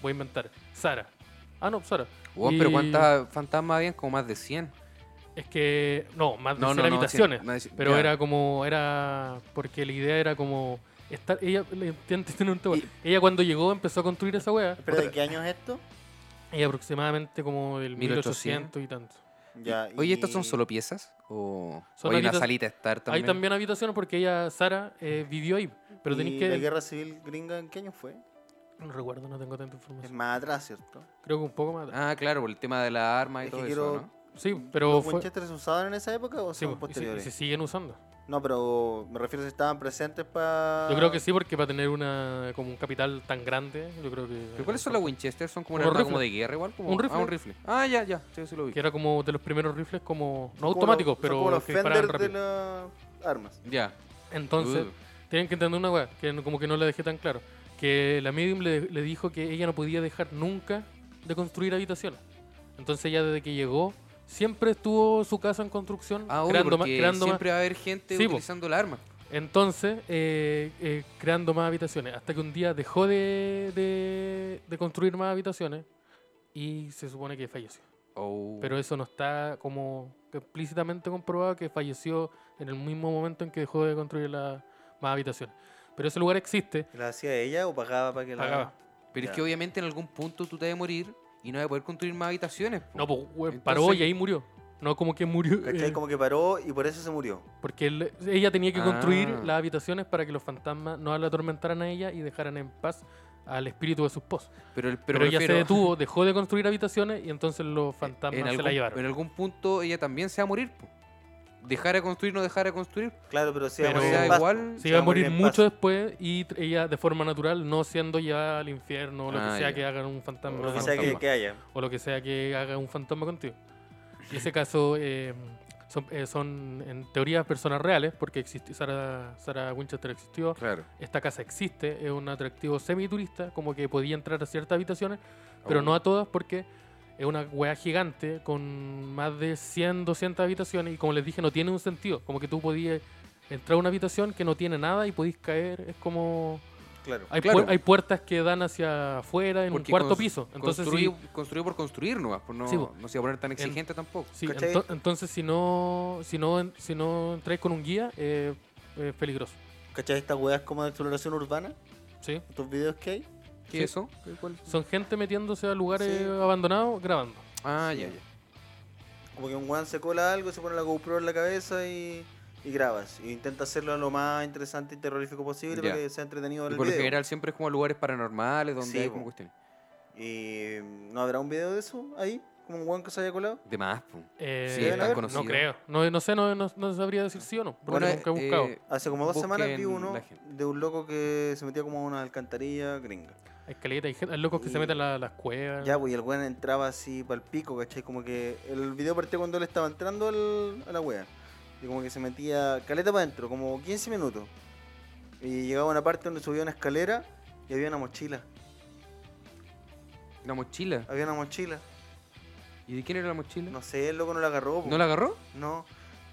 [SPEAKER 3] Voy a inventar. Sara. Ah, no, Sara.
[SPEAKER 2] Weón, pero
[SPEAKER 3] Y-
[SPEAKER 2] ¿cuántas fantasmas habían? Como más de 100.
[SPEAKER 3] Es que, no, más de
[SPEAKER 2] No,
[SPEAKER 3] cien
[SPEAKER 2] no, no,
[SPEAKER 3] habitaciones.
[SPEAKER 2] cien, más de cien,
[SPEAKER 3] pero
[SPEAKER 2] ya.
[SPEAKER 3] era como, era, porque la idea era como, estar, ella, le- tiene- [laughs] tiene un tema. ella cuando llegó empezó a construir esa wea.
[SPEAKER 4] ¿Pero de qué año es esto?
[SPEAKER 3] Ella aproximadamente como del
[SPEAKER 2] 1800.
[SPEAKER 3] 1800 y tanto.
[SPEAKER 4] Ya.
[SPEAKER 2] Oye,
[SPEAKER 4] y-
[SPEAKER 2] ¿estas son solo piezas? ¿O o
[SPEAKER 3] Son
[SPEAKER 2] hay una
[SPEAKER 3] habitas-
[SPEAKER 2] salita estar también?
[SPEAKER 3] Hay también habitaciones porque ella, Sara, eh, vivió ahí. Pero
[SPEAKER 4] ¿Y
[SPEAKER 3] tenéis
[SPEAKER 4] ¿La
[SPEAKER 3] que...
[SPEAKER 4] guerra civil gringa en qué año fue?
[SPEAKER 3] No recuerdo, no tengo tanta
[SPEAKER 4] Es
[SPEAKER 3] información.
[SPEAKER 4] más atrás, ¿cierto?
[SPEAKER 3] Creo que un poco más.
[SPEAKER 2] Ah, claro, por el tema de la arma y
[SPEAKER 4] Es que
[SPEAKER 2] todo
[SPEAKER 4] quiero-
[SPEAKER 2] eso, ¿no?
[SPEAKER 3] sí, pero
[SPEAKER 4] ¿Los
[SPEAKER 3] fue.
[SPEAKER 4] Winchester se usaban en esa época o
[SPEAKER 3] sí, pues, y
[SPEAKER 4] son
[SPEAKER 3] se, y
[SPEAKER 4] posteriores?
[SPEAKER 3] se siguen usando.
[SPEAKER 4] No, pero me refiero si estaban presentes para.
[SPEAKER 3] Yo creo que sí, porque para tener una como un capital tan grande, yo creo que.
[SPEAKER 2] ¿Pero cuáles son las Winchester? ¿Son como una
[SPEAKER 3] Unos
[SPEAKER 2] arma como de
[SPEAKER 3] rifles.
[SPEAKER 2] guerra igual? Como...
[SPEAKER 3] Un rifle.
[SPEAKER 2] Ah, un rifle. Ah, ya, ya. Sí, sí lo vi.
[SPEAKER 3] Que era como de los primeros rifles, como. No
[SPEAKER 4] Son como
[SPEAKER 3] automáticos,
[SPEAKER 4] los- son
[SPEAKER 3] pero
[SPEAKER 4] Como los
[SPEAKER 3] que disparaban
[SPEAKER 4] Fender de
[SPEAKER 3] rápido.
[SPEAKER 4] las armas.
[SPEAKER 2] Ya.
[SPEAKER 3] Entonces,
[SPEAKER 2] Uh.
[SPEAKER 3] tienen que entender una weá, que no- como que no la dejé tan claro. Que la medium le, le dijo que ella no podía dejar nunca de construir habitaciones. Entonces, ella desde que llegó, siempre estuvo su casa en construcción,
[SPEAKER 2] Ah, obvio,
[SPEAKER 3] creando, más,
[SPEAKER 2] porque
[SPEAKER 3] creando más.
[SPEAKER 2] siempre va a haber gente
[SPEAKER 3] Sí, po.
[SPEAKER 2] utilizando la arma.
[SPEAKER 3] Entonces, eh, eh, creando más habitaciones. Hasta que un día dejó de, de- de construir más habitaciones y se supone que falleció.
[SPEAKER 2] Oh.
[SPEAKER 3] Pero eso no está como explícitamente comprobado que falleció en el mismo momento en que dejó de construir la- más habitaciones. Pero ese lugar existe.
[SPEAKER 5] ¿La hacía ella o pagaba para que la.?
[SPEAKER 3] Pagaba.
[SPEAKER 2] Pero es
[SPEAKER 5] Ya.
[SPEAKER 2] que obviamente en algún punto tú te vas a morir y no vas a poder construir más habitaciones. po.
[SPEAKER 3] No, pues we-
[SPEAKER 2] Entonces-
[SPEAKER 3] paró y ahí murió. No como que murió.
[SPEAKER 4] ¿Cachai?
[SPEAKER 3] eh,
[SPEAKER 4] Como que paró y por eso se murió.
[SPEAKER 3] porque él- ella tenía que construir
[SPEAKER 2] Ah.
[SPEAKER 3] las habitaciones para que los fantasmas no la atormentaran a ella y dejaran en paz al espíritu de su esposo.
[SPEAKER 2] pero, el-
[SPEAKER 3] Pero,
[SPEAKER 2] pero
[SPEAKER 3] ella se
[SPEAKER 2] prefiero-
[SPEAKER 3] detuvo, dejó de construir habitaciones y entonces los fantasmas
[SPEAKER 2] en
[SPEAKER 3] se
[SPEAKER 2] algún,
[SPEAKER 3] la llevaron.
[SPEAKER 2] en algún punto ella también se va a morir. po. Dejar a construir, no dejar a construir.
[SPEAKER 5] Claro, pero sí, iba a
[SPEAKER 3] Pero-
[SPEAKER 5] morir en
[SPEAKER 3] Sea
[SPEAKER 5] paz,
[SPEAKER 2] igual-
[SPEAKER 5] po.
[SPEAKER 3] se iba a morir
[SPEAKER 5] en
[SPEAKER 3] mucho
[SPEAKER 5] paz.
[SPEAKER 3] después y tr- ella de forma natural, no siendo ya al infierno o lo
[SPEAKER 2] Ah,
[SPEAKER 3] que sea
[SPEAKER 2] ya.
[SPEAKER 3] que haga un fantasma.
[SPEAKER 2] O
[SPEAKER 5] Lo que
[SPEAKER 3] con-
[SPEAKER 5] sea que,
[SPEAKER 2] Fantasma.
[SPEAKER 5] que haya.
[SPEAKER 3] O lo que sea que haga un fantasma contigo. En ese caso, eh, son, eh, son en teoría personas reales, porque existi- Sarah, Sarah Winchester existió,
[SPEAKER 2] Claro.
[SPEAKER 3] esta casa existe, es un atractivo semi-turista, como que podía entrar a ciertas habitaciones, pero
[SPEAKER 2] Oh.
[SPEAKER 3] no a todas porque es una weá gigante con más de 100, 200 habitaciones y como les dije no tiene un sentido, como que tú podías entrar a una habitación que no tiene nada y podís caer, es como...
[SPEAKER 5] Claro.
[SPEAKER 3] Hay,
[SPEAKER 2] Claro.
[SPEAKER 3] puer- hay puertas que dan hacia afuera en
[SPEAKER 2] Porque
[SPEAKER 3] un cuarto
[SPEAKER 2] cons-
[SPEAKER 3] piso, entonces si-
[SPEAKER 2] construido, construido por construir nomás, pues no,
[SPEAKER 3] Sí, po.
[SPEAKER 2] no se va a poner tan exigente tampoco.
[SPEAKER 3] sí,
[SPEAKER 5] ¿cachai?
[SPEAKER 3] ento- entonces si no, si no, en- si no entráis con un guía eh, es peligroso,
[SPEAKER 4] ¿Cachai? Estas weas como de exploración urbana,
[SPEAKER 3] ¿sí?
[SPEAKER 4] estos videos que hay.
[SPEAKER 2] ¿Qué
[SPEAKER 3] Sí.
[SPEAKER 2] es eso? ¿Qué- cuál?
[SPEAKER 3] Son gente metiéndose a lugares
[SPEAKER 4] Sí.
[SPEAKER 3] abandonados grabando.
[SPEAKER 2] Ah,
[SPEAKER 4] Sí.
[SPEAKER 2] ya, ya.
[SPEAKER 4] Como que un weón se cola algo, se pone la GoPro en la cabeza y, y grabas. Y intenta hacerlo lo más interesante y terrorífico posible
[SPEAKER 2] Ya.
[SPEAKER 4] para que sea entretenido
[SPEAKER 2] Y
[SPEAKER 4] el
[SPEAKER 2] por lo
[SPEAKER 4] video.
[SPEAKER 2] general siempre es como lugares paranormales donde
[SPEAKER 4] Sí,
[SPEAKER 2] hay
[SPEAKER 4] po.
[SPEAKER 2] como cuestiones.
[SPEAKER 4] ¿Y no habrá un video de eso ahí? ¿Como un weón que se haya colado?
[SPEAKER 2] De más, po.
[SPEAKER 3] Eh,
[SPEAKER 2] Sí,
[SPEAKER 4] es tan
[SPEAKER 2] conocido.
[SPEAKER 3] No creo. No, no sé, no, no, no sabría decir sí o no. Porque
[SPEAKER 2] Bueno,
[SPEAKER 3] nunca he
[SPEAKER 2] eh,
[SPEAKER 3] buscado.
[SPEAKER 4] Hace como dos
[SPEAKER 2] Busquen
[SPEAKER 4] semanas vi uno
[SPEAKER 2] la gente.
[SPEAKER 4] de un loco que se metía como a una alcantarilla gringa.
[SPEAKER 3] hay caleta, hay, gente- hay locos que
[SPEAKER 2] eh,
[SPEAKER 3] se
[SPEAKER 4] y-
[SPEAKER 3] meten a la- las cuevas.
[SPEAKER 4] Ya, pues, y el weón entraba así para el pico, ¿cachai? Como que el video partió cuando él estaba entrando al- a la wea. Y como que se metía caleta para adentro, como 15 minutos. Y llegaba a una parte donde subía una escalera y había una mochila.
[SPEAKER 2] Una mochila.
[SPEAKER 4] Había una mochila.
[SPEAKER 2] ¿Y de quién era la mochila?
[SPEAKER 4] No sé, el loco no la agarró. po.
[SPEAKER 2] ¿No la agarró?
[SPEAKER 4] No.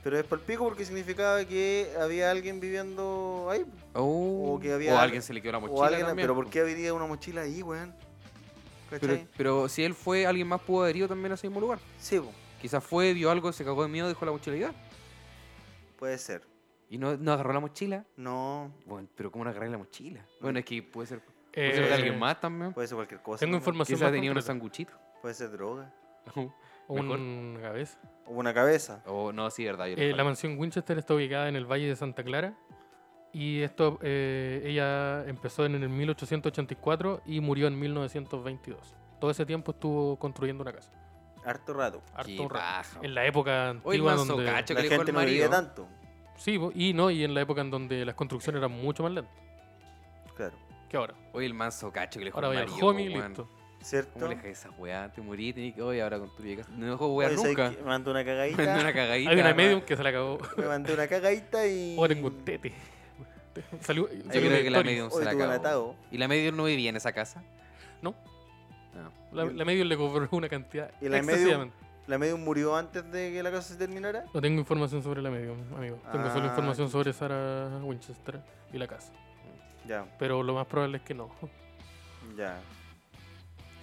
[SPEAKER 4] Pero es por el pico porque significaba que había alguien viviendo ahí. po.
[SPEAKER 2] Oh.
[SPEAKER 4] O que había
[SPEAKER 2] a
[SPEAKER 4] al-
[SPEAKER 2] alguien se le quedó la mochila.
[SPEAKER 4] o alguien,
[SPEAKER 2] también,
[SPEAKER 4] pero
[SPEAKER 2] po.
[SPEAKER 4] ¿por qué habría una mochila ahí, weón?
[SPEAKER 2] Pero,
[SPEAKER 4] ¿Cachai?
[SPEAKER 2] pero si él fue, alguien más pudo haber ido también a ese mismo lugar.
[SPEAKER 4] Sí, po,
[SPEAKER 2] Quizás fue, vio algo, se cagó de miedo, dejó la mochila y ya.
[SPEAKER 4] puede ser.
[SPEAKER 2] Y Y no, no agarró la mochila.
[SPEAKER 4] No,
[SPEAKER 2] Bueno, pero ¿cómo no agarré la mochila? Bueno, es que puede ser, puede ser de
[SPEAKER 3] Eh,
[SPEAKER 2] alguien más también.
[SPEAKER 4] puede ser cualquier cosa.
[SPEAKER 3] Tengo
[SPEAKER 4] también.
[SPEAKER 3] información
[SPEAKER 2] Quizás
[SPEAKER 3] más
[SPEAKER 2] tenía unos
[SPEAKER 3] concreta.
[SPEAKER 2] sanguchitos.
[SPEAKER 4] Puede ser droga.
[SPEAKER 3] O una cabeza.
[SPEAKER 4] O una cabeza.
[SPEAKER 2] O Oh, no, sí, verdad. yo le
[SPEAKER 3] Eh, la
[SPEAKER 2] fallé.
[SPEAKER 3] mansión Winchester está ubicada en el Valle de Santa Clara y esto eh, ella empezó en el 1884 y murió en 1922. Todo ese tiempo estuvo construyendo una casa.
[SPEAKER 4] Harto rato.
[SPEAKER 2] Qué
[SPEAKER 3] Harto rato.
[SPEAKER 2] paja,
[SPEAKER 3] En la época
[SPEAKER 2] Oye, el
[SPEAKER 3] antigua
[SPEAKER 2] manso
[SPEAKER 3] donde
[SPEAKER 2] cacho que
[SPEAKER 4] la
[SPEAKER 2] le dejó el
[SPEAKER 4] gente no vivía
[SPEAKER 2] marido.
[SPEAKER 4] tanto.
[SPEAKER 3] sí, po, y no, y en la época en donde las construcciones eran mucho más lentas
[SPEAKER 4] Claro.
[SPEAKER 3] que ahora.
[SPEAKER 2] Oye, el manso cacho que le dejó
[SPEAKER 3] Ahora
[SPEAKER 2] el
[SPEAKER 3] voy al
[SPEAKER 2] marido. po,
[SPEAKER 3] homie y
[SPEAKER 2] weón.
[SPEAKER 3] listo.
[SPEAKER 4] ¿Cierto?
[SPEAKER 2] ¿Cómo le dejas esa weá? Te morí, tení que. Oye, ahora construye casa. No dejo weá
[SPEAKER 4] Oye, ¿sabes
[SPEAKER 2] nunca.
[SPEAKER 4] qué? Me mandó
[SPEAKER 2] [laughs]
[SPEAKER 4] una
[SPEAKER 2] Me mandó una
[SPEAKER 4] cagadita.
[SPEAKER 2] cagadita.
[SPEAKER 3] Hay una
[SPEAKER 2] weón.
[SPEAKER 3] medium que se la cagó.
[SPEAKER 4] me mandó una
[SPEAKER 2] [laughs]
[SPEAKER 4] cagadita y.
[SPEAKER 3] Ahora tengo un tete. [laughs] Salió, salió
[SPEAKER 2] Yo
[SPEAKER 3] una
[SPEAKER 2] creo que la
[SPEAKER 3] historia.
[SPEAKER 2] medium se
[SPEAKER 4] Oye,
[SPEAKER 2] la
[SPEAKER 4] tuve un
[SPEAKER 2] cagó.
[SPEAKER 4] atado.
[SPEAKER 2] ¿Y la medium no vivía en esa casa? Ah,
[SPEAKER 3] No,
[SPEAKER 2] No.
[SPEAKER 3] la, la medium le cobró una cantidad
[SPEAKER 4] ¿Y la medium?
[SPEAKER 3] excesivamente.
[SPEAKER 4] La medium murió antes de que la cosa se terminara.
[SPEAKER 3] No tengo información sobre la medium, amigo. Tengo solo
[SPEAKER 4] Ah,
[SPEAKER 3] información sobre Sarah Winchester y la casa.
[SPEAKER 4] Ya,
[SPEAKER 3] Pero lo más probable es que no.
[SPEAKER 4] ya.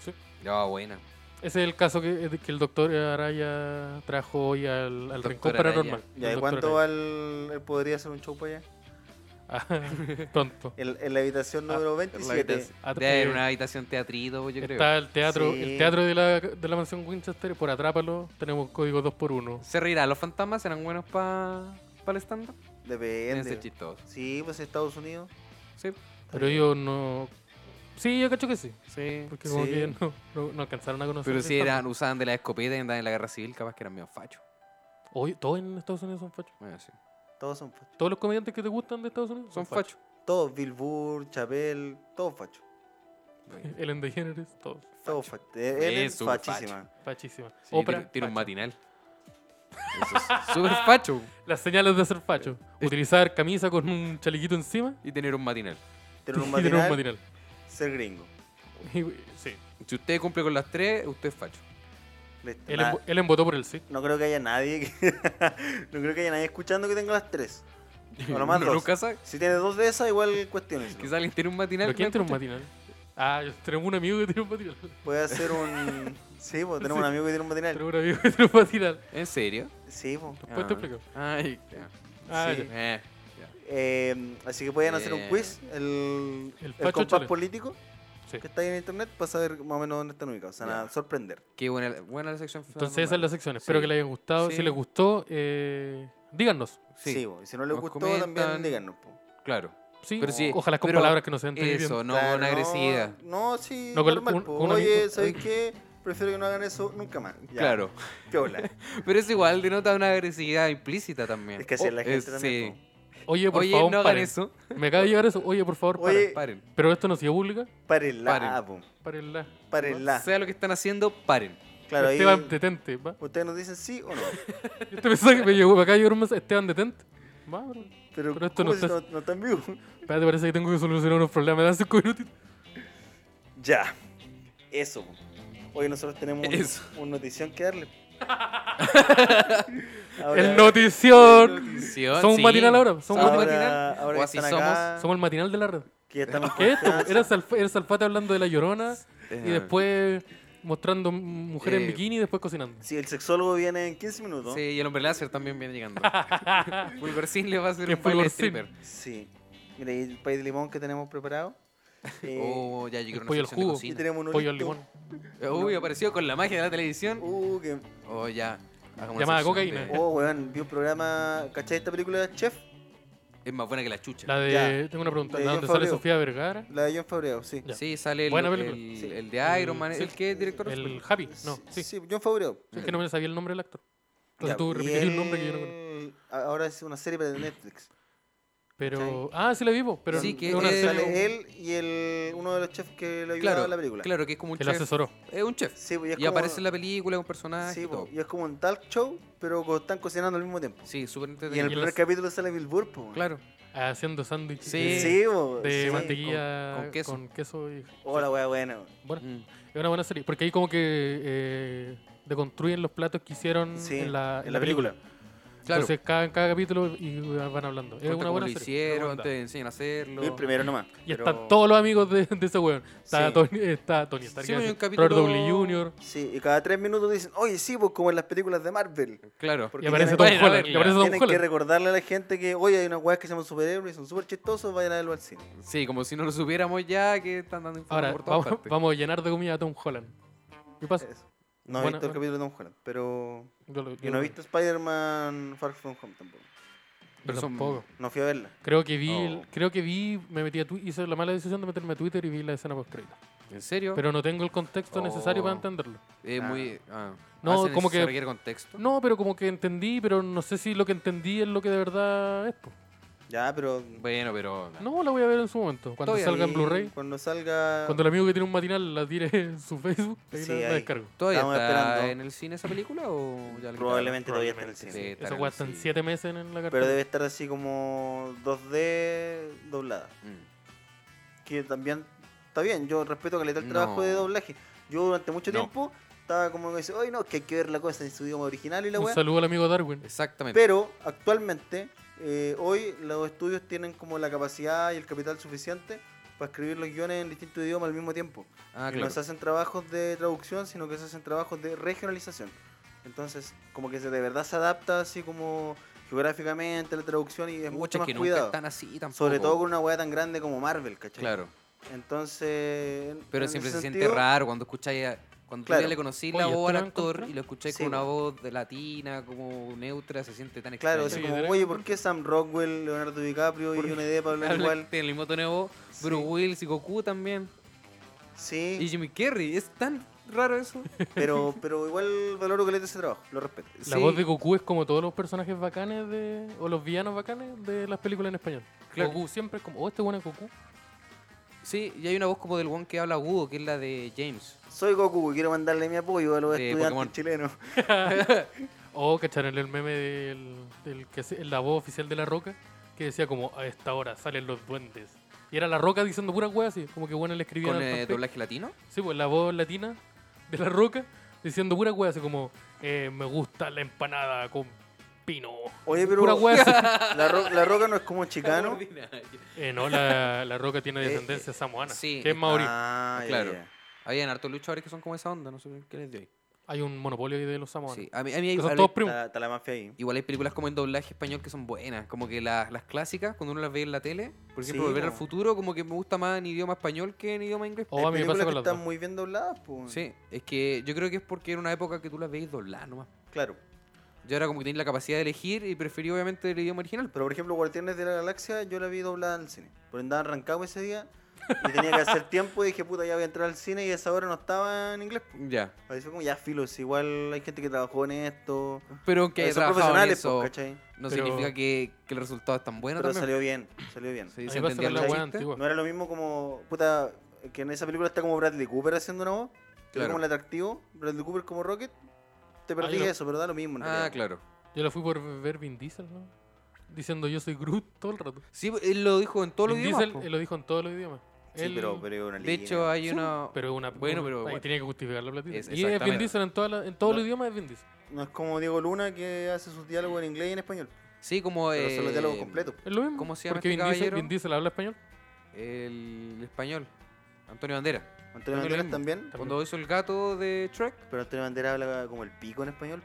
[SPEAKER 3] Sí.
[SPEAKER 2] No, buena.
[SPEAKER 3] Ese es el caso que, que el doctor Araya trajo hoy al, al
[SPEAKER 2] Doctor
[SPEAKER 3] Rincón
[SPEAKER 2] Araya.
[SPEAKER 3] Paranormal.
[SPEAKER 4] Ya,
[SPEAKER 3] El
[SPEAKER 4] ¿y
[SPEAKER 3] doctor
[SPEAKER 4] cuánto va
[SPEAKER 3] Araya.
[SPEAKER 4] el, el podría hacer un show para allá?
[SPEAKER 3] Ah, [laughs] Pronto.
[SPEAKER 4] En, en la habitación
[SPEAKER 3] Ah,
[SPEAKER 4] número
[SPEAKER 2] Es la
[SPEAKER 4] 27.
[SPEAKER 2] habitación-
[SPEAKER 3] At-
[SPEAKER 2] Debe haber
[SPEAKER 3] eh,
[SPEAKER 2] una habitación teatrito, yo creo.
[SPEAKER 3] Está el teatro,
[SPEAKER 4] Sí.
[SPEAKER 3] el teatro de la, de la mansión Winchester, por Atrápalo, tenemos código 2x1.
[SPEAKER 2] Se reirá, los fantasmas eran buenos para el stand-up. Deben ser
[SPEAKER 4] Depende.
[SPEAKER 2] chistosos.
[SPEAKER 4] Sí, pues Estados Unidos.
[SPEAKER 2] Sí.
[SPEAKER 3] Pero ellos no... Sí, yo cacho que sí.
[SPEAKER 2] Sí.
[SPEAKER 3] Porque como
[SPEAKER 4] Sí.
[SPEAKER 3] que no, no- no alcanzaron a conocer.
[SPEAKER 2] Pero
[SPEAKER 3] el
[SPEAKER 2] si eran,
[SPEAKER 3] stand-up.
[SPEAKER 2] usaban de la escopeta y andaban en la guerra civil, capaz que eran medio fachos.
[SPEAKER 3] Oye, todos en Estados Unidos son fachos.
[SPEAKER 2] Bueno, sí.
[SPEAKER 4] Todos son fachos.
[SPEAKER 3] Todos los comediantes que te gustan de Estados Unidos
[SPEAKER 2] Son fachos.
[SPEAKER 4] Todos, Bill Burr, Chapel, todos fachos.
[SPEAKER 2] Bueno,
[SPEAKER 3] Ellen DeGeneres, todos.
[SPEAKER 4] Todos fachos. Él
[SPEAKER 2] Eh,
[SPEAKER 4] es
[SPEAKER 2] súper
[SPEAKER 4] fachísima.
[SPEAKER 3] Fachísima.
[SPEAKER 2] sí,
[SPEAKER 3] Oprah,
[SPEAKER 2] tiene, tiene un
[SPEAKER 3] facha.
[SPEAKER 2] matinal. Eso es [laughs] súper facho.
[SPEAKER 3] Las señales de ser facho. Utilizar camisa con un chalequito encima
[SPEAKER 4] [laughs]
[SPEAKER 2] Y tener un matinal. [laughs]
[SPEAKER 4] Tener un
[SPEAKER 3] y tener un
[SPEAKER 4] matinal,
[SPEAKER 3] matinal.
[SPEAKER 4] ser gringo.
[SPEAKER 3] Y- sí.
[SPEAKER 2] Si usted cumple con las tres, usted es
[SPEAKER 4] [laughs]
[SPEAKER 2] facho.
[SPEAKER 4] Listo.
[SPEAKER 3] Él,
[SPEAKER 4] Na-
[SPEAKER 3] embo- él embotó por el sí.
[SPEAKER 4] No creo que haya nadie que- [laughs] No creo que haya nadie escuchando que tenga las
[SPEAKER 2] [laughs]
[SPEAKER 4] tres. O lo más
[SPEAKER 2] Uno
[SPEAKER 4] dos.
[SPEAKER 2] nunca sabe.
[SPEAKER 4] Si tiene dos de esas, igual cuestiones.
[SPEAKER 2] Quizá alguien tiene un matinal.
[SPEAKER 3] ¿Pero
[SPEAKER 2] que
[SPEAKER 3] quién
[SPEAKER 2] no
[SPEAKER 3] tiene un
[SPEAKER 2] escucha.
[SPEAKER 3] matinal? Ah, yo- tenemos un amigo que tiene un matinal.
[SPEAKER 4] Puede
[SPEAKER 2] [laughs]
[SPEAKER 4] hacer un. Sí, pues tenemos un amigo que tiene un matinal.
[SPEAKER 3] Tenemos un amigo que tiene un matinal.
[SPEAKER 4] Ah,
[SPEAKER 2] ¿En serio?
[SPEAKER 4] Sí, pues.
[SPEAKER 3] Después te explico.
[SPEAKER 2] Ay, ya.
[SPEAKER 3] Ah,
[SPEAKER 4] Sí.
[SPEAKER 3] ya.
[SPEAKER 2] Eh,
[SPEAKER 4] Eh, así que pueden hacer un
[SPEAKER 2] Bien.
[SPEAKER 4] quiz, el, el,
[SPEAKER 3] Pacho
[SPEAKER 4] compás
[SPEAKER 3] Chole.
[SPEAKER 4] político
[SPEAKER 3] Sí.
[SPEAKER 4] que está ahí en internet para saber más o menos dónde están ubicados. Se van a
[SPEAKER 2] Ya.
[SPEAKER 4] sorprender.
[SPEAKER 2] qué buena, buena la sección.
[SPEAKER 3] Entonces esas son las secciones. Espero
[SPEAKER 2] Sí.
[SPEAKER 3] que les haya gustado.
[SPEAKER 2] Sí.
[SPEAKER 3] Si les gustó, eh, díganos.
[SPEAKER 4] Sí,
[SPEAKER 2] Sí.
[SPEAKER 4] po, y si no les
[SPEAKER 2] Nos
[SPEAKER 4] gustó
[SPEAKER 2] comentan.
[SPEAKER 4] también díganos. pues. po.
[SPEAKER 2] Claro.
[SPEAKER 3] Sí,
[SPEAKER 2] Pero sí,
[SPEAKER 3] ojalá con
[SPEAKER 2] pero
[SPEAKER 3] palabras que no sean tan
[SPEAKER 2] Eso, no
[SPEAKER 4] Claro,
[SPEAKER 2] una agresiva.
[SPEAKER 4] No, sí,
[SPEAKER 3] No, con-
[SPEAKER 4] normal,
[SPEAKER 3] un-
[SPEAKER 4] po.
[SPEAKER 3] con un
[SPEAKER 4] Oye,
[SPEAKER 3] amigo-
[SPEAKER 4] ¿sabes qué? Prefiero que no hagan eso nunca más. Ya,
[SPEAKER 2] Claro. [laughs]
[SPEAKER 4] Qué hola.
[SPEAKER 2] Pero es igual, denota una agresividad implícita también.
[SPEAKER 4] Es que así es la
[SPEAKER 2] Oh,
[SPEAKER 4] gente
[SPEAKER 2] es-
[SPEAKER 4] también.
[SPEAKER 2] sí.
[SPEAKER 3] Oye, por
[SPEAKER 2] Oye,
[SPEAKER 3] favor,
[SPEAKER 2] no hagan
[SPEAKER 3] paren.
[SPEAKER 2] eso.
[SPEAKER 3] Me acaba de llegar eso. Oye, por favor,
[SPEAKER 4] Oye,
[SPEAKER 3] paren.
[SPEAKER 2] Paren.
[SPEAKER 3] Pero esto no se pública.
[SPEAKER 4] po. Párenla,
[SPEAKER 2] Paren.
[SPEAKER 4] po.
[SPEAKER 3] Párenla.
[SPEAKER 4] Párenla.
[SPEAKER 2] Sea lo que están haciendo, paren.
[SPEAKER 4] Claro, ahí
[SPEAKER 3] Esteban, detente. Va.
[SPEAKER 4] ustedes nos dicen sí o no.
[SPEAKER 3] Este mensaje me llegó. Me acaba de llegar un mensaje. Esteban, detente. Va, bro.
[SPEAKER 4] Pero,
[SPEAKER 3] Pero esto
[SPEAKER 4] ¿cómo
[SPEAKER 3] no
[SPEAKER 4] si
[SPEAKER 3] está-
[SPEAKER 4] no, no están vivos?
[SPEAKER 3] Espérate, parece que tengo que solucionar unos problemas. Me dan cinco minutos.
[SPEAKER 4] [laughs] Ya. Eso. po. Hoy nosotros tenemos un-
[SPEAKER 2] Eso.
[SPEAKER 4] un, notición
[SPEAKER 2] [laughs]
[SPEAKER 4] que darle. Ahora-
[SPEAKER 3] El notición. Somos
[SPEAKER 2] Somos
[SPEAKER 3] un matinal ahora, somos un
[SPEAKER 2] Somos un
[SPEAKER 4] ahora-
[SPEAKER 2] matinal.
[SPEAKER 4] ahora
[SPEAKER 2] o
[SPEAKER 4] que
[SPEAKER 2] así
[SPEAKER 4] están
[SPEAKER 2] somos.
[SPEAKER 4] acá,
[SPEAKER 3] Somos el matinal de la red.
[SPEAKER 4] que ya estamos
[SPEAKER 3] ¿Qué es esto?
[SPEAKER 4] confiados.
[SPEAKER 3] Era, Salf- era Salfate hablando de la llorona
[SPEAKER 2] Eh,
[SPEAKER 3] y después mostrando m- mujeres en
[SPEAKER 2] Eh.
[SPEAKER 3] bikini y después cocinando.
[SPEAKER 4] Sí, el sexólogo viene en 15 minutos.
[SPEAKER 2] Sí, y el hombre láser también viene llegando.
[SPEAKER 3] [laughs]
[SPEAKER 2] Fulgor Sin le va a hacer
[SPEAKER 3] ¿Qué
[SPEAKER 2] un baile de
[SPEAKER 3] Fulgor Sin?
[SPEAKER 2] stripper.
[SPEAKER 4] Sí. Mira, y el pay de limón que
[SPEAKER 3] [laughs]
[SPEAKER 4] tenemos preparado. Eh,
[SPEAKER 2] Oh, ya llegó
[SPEAKER 3] El
[SPEAKER 2] una
[SPEAKER 3] pollo al
[SPEAKER 2] sección de
[SPEAKER 3] jugo.
[SPEAKER 4] y
[SPEAKER 2] cocina.
[SPEAKER 4] tenemos un
[SPEAKER 3] Pollo al
[SPEAKER 4] horito.
[SPEAKER 3] limón.
[SPEAKER 2] Uy, apareció con la magia de la televisión.
[SPEAKER 4] Uh, que...
[SPEAKER 2] Oh, ya. Hagamos una
[SPEAKER 3] Llamada
[SPEAKER 2] sección
[SPEAKER 3] cocaína.
[SPEAKER 2] de-
[SPEAKER 4] Oh, weón, vi un programa... ¿Cachai esta película de Chef?
[SPEAKER 2] Es más buena que la chucha.
[SPEAKER 3] La de. Tengo una pregunta.
[SPEAKER 4] De
[SPEAKER 3] ¿La
[SPEAKER 4] John
[SPEAKER 3] donde sale
[SPEAKER 4] Favreau.
[SPEAKER 3] Sofía Vergara?
[SPEAKER 4] La de John Favreau, sí.
[SPEAKER 3] Ya.
[SPEAKER 2] Sí, sale el,
[SPEAKER 3] Buena
[SPEAKER 2] el,
[SPEAKER 3] película.
[SPEAKER 2] el-
[SPEAKER 4] Sí.
[SPEAKER 2] el de Iron
[SPEAKER 3] El-
[SPEAKER 2] Man.
[SPEAKER 3] sí.
[SPEAKER 2] ¿El qué director?
[SPEAKER 3] El Happy. No, sí.
[SPEAKER 4] Sí, John Favreau.
[SPEAKER 3] Es que no me sabía el nombre del actor. Entonces
[SPEAKER 4] Ya,
[SPEAKER 3] tuve
[SPEAKER 4] y
[SPEAKER 3] que repetir el nombre que yo no conozco.
[SPEAKER 4] él- Ahora es una serie de Netflix.
[SPEAKER 3] Pero. Ah, sí la vivo. Pero
[SPEAKER 2] Sí, que
[SPEAKER 3] es una
[SPEAKER 2] él-
[SPEAKER 3] serie
[SPEAKER 4] Sale él y el, uno de los chefs que le ayudaba
[SPEAKER 2] Claro,
[SPEAKER 4] a la película.
[SPEAKER 2] claro, que es como un
[SPEAKER 3] que lo
[SPEAKER 2] chef.
[SPEAKER 3] asesoró.
[SPEAKER 2] Es un chef.
[SPEAKER 4] Sí, pues, y es
[SPEAKER 2] Y
[SPEAKER 4] como-
[SPEAKER 2] aparece en la película, es un personaje.
[SPEAKER 4] Sí,
[SPEAKER 2] y
[SPEAKER 4] po,
[SPEAKER 2] todo.
[SPEAKER 4] y es como un talk show, pero co- están cocinando al mismo tiempo.
[SPEAKER 2] Sí, súper
[SPEAKER 4] Y en el
[SPEAKER 2] entretenido.
[SPEAKER 3] Y en
[SPEAKER 4] primer
[SPEAKER 3] las-
[SPEAKER 4] capítulo sale Bill Burr, po, weón.
[SPEAKER 2] Claro.
[SPEAKER 3] Haciendo sándwiches
[SPEAKER 2] Sí.
[SPEAKER 3] de,
[SPEAKER 4] Sí, po,
[SPEAKER 3] eh, de
[SPEAKER 4] sí.
[SPEAKER 3] mantequilla
[SPEAKER 2] Con-
[SPEAKER 3] con,
[SPEAKER 2] con
[SPEAKER 3] queso.
[SPEAKER 2] queso.
[SPEAKER 3] y.
[SPEAKER 4] Hola, wea, bueno.
[SPEAKER 3] Bueno,
[SPEAKER 2] Mm.
[SPEAKER 3] es una buena serie. Porque ahí como que. eh, deconstruyen los platos que hicieron
[SPEAKER 4] Sí,
[SPEAKER 3] en la, en la película.
[SPEAKER 2] Claro.
[SPEAKER 3] Entonces, cada, en cada capítulo y van hablando. Es
[SPEAKER 2] Cuenta
[SPEAKER 3] una
[SPEAKER 2] cómo
[SPEAKER 3] buena
[SPEAKER 2] lo
[SPEAKER 3] serie,
[SPEAKER 2] hicieron,
[SPEAKER 3] recomendada.
[SPEAKER 2] te enseñan a hacerlo.
[SPEAKER 5] Ir primero nomás.
[SPEAKER 3] Y
[SPEAKER 5] pero-
[SPEAKER 3] están todos los amigos de, de ese weón. Está,
[SPEAKER 4] Sí.
[SPEAKER 3] Tony, está Tony Stark,
[SPEAKER 2] Sí,
[SPEAKER 3] iba a
[SPEAKER 2] hay
[SPEAKER 3] decir,
[SPEAKER 2] un capítulo-
[SPEAKER 3] Robert Downey Jr.
[SPEAKER 4] Sí, y cada tres minutos dicen, oye, sí, pues como en las películas de Marvel.
[SPEAKER 2] Claro.
[SPEAKER 4] Porque
[SPEAKER 3] Y aparece
[SPEAKER 4] tienen-
[SPEAKER 3] Tom
[SPEAKER 2] Vayan a
[SPEAKER 3] Holland. Y
[SPEAKER 2] verla.
[SPEAKER 3] aparece Tom
[SPEAKER 4] Tienen que
[SPEAKER 3] Holland.
[SPEAKER 4] recordarle a la gente que, oye, hay unas weas que se llaman superhéroes y son súper chistosos, vayan a verlo al cine.
[SPEAKER 2] Sí, como si no lo supiéramos ya que están dando informes
[SPEAKER 3] Ahora,
[SPEAKER 2] por todas
[SPEAKER 3] vamos,
[SPEAKER 2] partes.
[SPEAKER 3] vamos a llenar de comida a Tom Holland. ¿Qué pasa?
[SPEAKER 4] Eso. No he
[SPEAKER 3] Bueno,
[SPEAKER 4] visto el
[SPEAKER 3] bueno.
[SPEAKER 4] capítulo de Tom Holland, pero...
[SPEAKER 3] Yo lo- yo
[SPEAKER 4] Yo no
[SPEAKER 3] lo-
[SPEAKER 4] he visto Spider-Man Far From Home tampoco.
[SPEAKER 3] Pero
[SPEAKER 2] Pero son-
[SPEAKER 3] tampoco.
[SPEAKER 4] No fui a verla.
[SPEAKER 3] Creo que vi, el-
[SPEAKER 2] Oh.
[SPEAKER 3] creo que vi, me metí a Twitter, hice la mala decisión de meterme a Twitter y vi la escena post
[SPEAKER 2] ¿En serio?
[SPEAKER 3] Pero no tengo el contexto necesario
[SPEAKER 2] Oh.
[SPEAKER 3] para entenderlo.
[SPEAKER 2] Eh,
[SPEAKER 4] Ah.
[SPEAKER 2] muy. ah.
[SPEAKER 3] No,
[SPEAKER 2] Ah, se
[SPEAKER 3] como
[SPEAKER 2] neces- se
[SPEAKER 3] que-
[SPEAKER 2] requiere contexto.
[SPEAKER 3] No, pero como que entendí, pero no sé si lo que entendí es lo que de verdad es. po.
[SPEAKER 4] Ya, pero...
[SPEAKER 2] Bueno, pero.
[SPEAKER 3] No, la voy a ver en su momento. Cuando
[SPEAKER 2] Estoy
[SPEAKER 3] salga en
[SPEAKER 4] ahí,
[SPEAKER 3] Blu-ray.
[SPEAKER 4] Cuando salga...
[SPEAKER 3] Cuando el amigo que tiene un matinal la tire en su Facebook, ahí
[SPEAKER 4] Sí,
[SPEAKER 3] la, la
[SPEAKER 4] ahí.
[SPEAKER 3] descargo.
[SPEAKER 2] ¿Todavía
[SPEAKER 4] Estamos
[SPEAKER 2] está
[SPEAKER 4] esperando.
[SPEAKER 2] en el cine esa película o ya la
[SPEAKER 5] Probablemente todavía está en el
[SPEAKER 4] probablemente,
[SPEAKER 5] cine.
[SPEAKER 2] Sí, estar
[SPEAKER 3] Esa
[SPEAKER 2] en
[SPEAKER 3] weá
[SPEAKER 2] el
[SPEAKER 3] está en
[SPEAKER 2] cine.
[SPEAKER 3] 7 meses en la
[SPEAKER 4] Pero
[SPEAKER 3] cartera.
[SPEAKER 4] debe estar así como 2D doblada.
[SPEAKER 2] quitaron? Mm.
[SPEAKER 4] Que también está bien, yo respeto que le da el
[SPEAKER 2] No.
[SPEAKER 4] trabajo de doblaje. Yo durante mucho
[SPEAKER 2] No.
[SPEAKER 4] tiempo estaba como que dice, oye no, que hay que ver la cosa en su idioma original y la
[SPEAKER 3] Un
[SPEAKER 4] weá.
[SPEAKER 3] saludo al amigo Darwin.
[SPEAKER 2] Exactamente.
[SPEAKER 4] Pero actualmente, eh, hoy los estudios tienen como la capacidad y el capital suficiente para escribir los guiones en distintos idiomas al mismo tiempo.
[SPEAKER 2] Ah,
[SPEAKER 4] Y no
[SPEAKER 2] claro.
[SPEAKER 4] se hacen trabajos de traducción, sino que se hacen trabajos de regionalización. Entonces, como que se- de verdad se adapta así como geográficamente la traducción y es mucho
[SPEAKER 2] Muchas
[SPEAKER 4] más
[SPEAKER 2] que nunca
[SPEAKER 4] cuidado.
[SPEAKER 2] están así tampoco.
[SPEAKER 4] Sobre todo con una weá tan grande como Marvel, ¿cachai?
[SPEAKER 2] Claro.
[SPEAKER 4] Entonces.
[SPEAKER 2] Pero
[SPEAKER 4] en
[SPEAKER 2] siempre
[SPEAKER 4] ese
[SPEAKER 2] se siente
[SPEAKER 4] sentido,
[SPEAKER 2] raro cuando escucháis. a- Cuando tú
[SPEAKER 4] Claro.
[SPEAKER 2] ya le conocís
[SPEAKER 3] Oye,
[SPEAKER 2] la voz al
[SPEAKER 3] ¿este lo
[SPEAKER 2] actor
[SPEAKER 3] encontré?
[SPEAKER 2] y lo escucháis
[SPEAKER 4] Sí,
[SPEAKER 2] con una
[SPEAKER 4] po.
[SPEAKER 2] voz de latina, como neutra, se siente tan
[SPEAKER 4] Claro,
[SPEAKER 2] extraño.
[SPEAKER 4] así
[SPEAKER 3] Sí,
[SPEAKER 4] como,
[SPEAKER 3] direct-
[SPEAKER 4] oye, ¿por qué Sam Rockwell, Leonardo DiCaprio y Johnny Depp hablan
[SPEAKER 2] [laughs] Habla-
[SPEAKER 4] igual?
[SPEAKER 2] Tiene el mismo tono de voz.
[SPEAKER 4] Sí.
[SPEAKER 2] Bruce Willis y Goku también. Y
[SPEAKER 4] Sí,
[SPEAKER 2] Jimmy Carrey. Es tan raro eso.
[SPEAKER 4] [laughs] pero, pero igual valoro que le dé ese trabajo, lo respeto.
[SPEAKER 3] La
[SPEAKER 2] Sí.
[SPEAKER 3] voz de Goku es como todos los personajes bacanes de, o los villanos bacanes de las películas en español.
[SPEAKER 2] Claro.
[SPEAKER 3] Goku siempre es como, oh, este bueno es Goku.
[SPEAKER 2] Sí, y hay una voz como del one que habla agudo, que es la de James.
[SPEAKER 4] Soy Goku, quiero mandarle mi apoyo a los
[SPEAKER 2] De
[SPEAKER 4] estudiantes
[SPEAKER 2] Pokémon.
[SPEAKER 4] chilenos.
[SPEAKER 3] O cacharon el meme del, del que hace- la voz oficial de La Roca, que decía como, a esta hora salen los duendes. Y era La Roca diciendo pura weas así, como que bueno le escribían
[SPEAKER 2] Con
[SPEAKER 3] al
[SPEAKER 2] eh,
[SPEAKER 3] papel.
[SPEAKER 2] doblaje latino.
[SPEAKER 3] Sí, pues la voz latina de La Roca diciendo pura wea así como, eh, me gusta la empanada con pino.
[SPEAKER 4] Oye, pero
[SPEAKER 3] Pura wea así.
[SPEAKER 4] [laughs] la, Ro- La Roca no
[SPEAKER 3] [laughs]
[SPEAKER 4] es como chicano.
[SPEAKER 3] Eh, no,
[SPEAKER 2] [laughs]
[SPEAKER 3] la, la Roca tiene
[SPEAKER 2] Eh,
[SPEAKER 3] descendencia samoana,
[SPEAKER 2] sí,
[SPEAKER 3] que es maorí.
[SPEAKER 4] Ah, ya,
[SPEAKER 2] Claro.
[SPEAKER 4] ya.
[SPEAKER 2] Habían hartos luchadores que son como esa onda, no sé qué les doy.
[SPEAKER 3] Hay un monopolio ahí de los samoanos.
[SPEAKER 2] Sí, a mí, a mí hay,
[SPEAKER 3] que son
[SPEAKER 2] hay-
[SPEAKER 3] todos primos.
[SPEAKER 4] Está, está la mafia ahí.
[SPEAKER 2] igual hay películas como en doblaje español que son buenas, como que las- las clásicas, cuando uno las ve en la tele, por ejemplo,
[SPEAKER 4] Sí,
[SPEAKER 2] Volver al
[SPEAKER 4] po.
[SPEAKER 2] Futuro, como que me gusta más en idioma español que en idioma inglés.
[SPEAKER 3] Oh,
[SPEAKER 4] Hay
[SPEAKER 3] a mí me
[SPEAKER 4] películas
[SPEAKER 3] pasa con
[SPEAKER 4] que
[SPEAKER 3] las
[SPEAKER 4] están
[SPEAKER 3] dos.
[SPEAKER 4] muy bien dobladas, pues.
[SPEAKER 2] Sí, es que yo creo que es porque era una época que tú las veis dobladas nomás.
[SPEAKER 4] Claro.
[SPEAKER 2] Yo ahora como que tenía la capacidad de elegir y preferí obviamente el idioma original.
[SPEAKER 4] Pero por ejemplo, Guardianes de la Galaxia, yo la vi doblada en el cine. Porque andaba arrancado ese día y tenía que hacer tiempo y dije, puta, ya voy a entrar al cine y a esa hora no estaba en inglés. po.
[SPEAKER 2] Ya.
[SPEAKER 4] Ahí fue como, ya filos, igual hay gente que trabajó en esto.
[SPEAKER 2] Pero que
[SPEAKER 4] Eh,
[SPEAKER 2] haya
[SPEAKER 4] son
[SPEAKER 2] trabajado en
[SPEAKER 4] profesionales,
[SPEAKER 2] eso
[SPEAKER 4] po, ¿cachai?
[SPEAKER 2] no
[SPEAKER 3] Pero-
[SPEAKER 2] significa que, que el resultado es tan bueno
[SPEAKER 4] Pero
[SPEAKER 2] también.
[SPEAKER 4] salió bien, salió bien.
[SPEAKER 2] Sí, pues.
[SPEAKER 3] A
[SPEAKER 2] se
[SPEAKER 3] mí me pasa
[SPEAKER 2] entendía
[SPEAKER 3] con la
[SPEAKER 2] el
[SPEAKER 3] wea
[SPEAKER 2] chiste.
[SPEAKER 3] antigua.
[SPEAKER 4] No era lo mismo como, puta, que en esa película está como Bradley Cooper haciendo una voz. que era
[SPEAKER 2] Claro.
[SPEAKER 4] como el atractivo, Bradley Cooper como Rocket. Te
[SPEAKER 3] Ah,
[SPEAKER 4] perdí
[SPEAKER 3] yo no-
[SPEAKER 4] eso, pero da lo mismo. en
[SPEAKER 2] Ah,
[SPEAKER 4] realidad.
[SPEAKER 2] claro.
[SPEAKER 3] Yo la fui por ver Vin Diesel, ¿no? Diciendo yo soy Groot todo el rato.
[SPEAKER 2] Sí, él lo dijo en todos los
[SPEAKER 3] Vin
[SPEAKER 2] idiomas.
[SPEAKER 3] Diesel
[SPEAKER 2] po.
[SPEAKER 3] eh, lo dijo en todos los idiomas.
[SPEAKER 4] Sí,
[SPEAKER 3] Él-
[SPEAKER 4] pero, pero es una
[SPEAKER 2] De
[SPEAKER 4] línea.
[SPEAKER 2] hecho, hay una...
[SPEAKER 3] pero una
[SPEAKER 2] Bueno, pero
[SPEAKER 3] ahí
[SPEAKER 2] bueno.
[SPEAKER 3] tenía que justificar la platita.
[SPEAKER 2] Es-
[SPEAKER 3] y es Vin
[SPEAKER 2] exactamente.
[SPEAKER 3] Diesel en, toda la- en todos
[SPEAKER 4] No.
[SPEAKER 3] los idiomas es Vin Diesel.
[SPEAKER 4] No es como Diego Luna que hace sus diálogos en inglés y en español.
[SPEAKER 2] Sí, como...
[SPEAKER 4] Pero son los diálogos
[SPEAKER 2] eh,
[SPEAKER 4] completos.
[SPEAKER 3] Es lo mismo.
[SPEAKER 2] ¿Cómo se llama
[SPEAKER 3] Porque
[SPEAKER 2] este
[SPEAKER 3] Vin Diesel,
[SPEAKER 2] caballero?
[SPEAKER 3] Vin Diesel habla español.
[SPEAKER 2] El español. Antonio Bandera.
[SPEAKER 4] Antonio
[SPEAKER 2] no es lo
[SPEAKER 4] Banderas
[SPEAKER 2] mismo.
[SPEAKER 4] también.
[SPEAKER 2] Cuando hizo el gato de Trek.
[SPEAKER 4] Pero Antonio Banderas habla como el pico en español.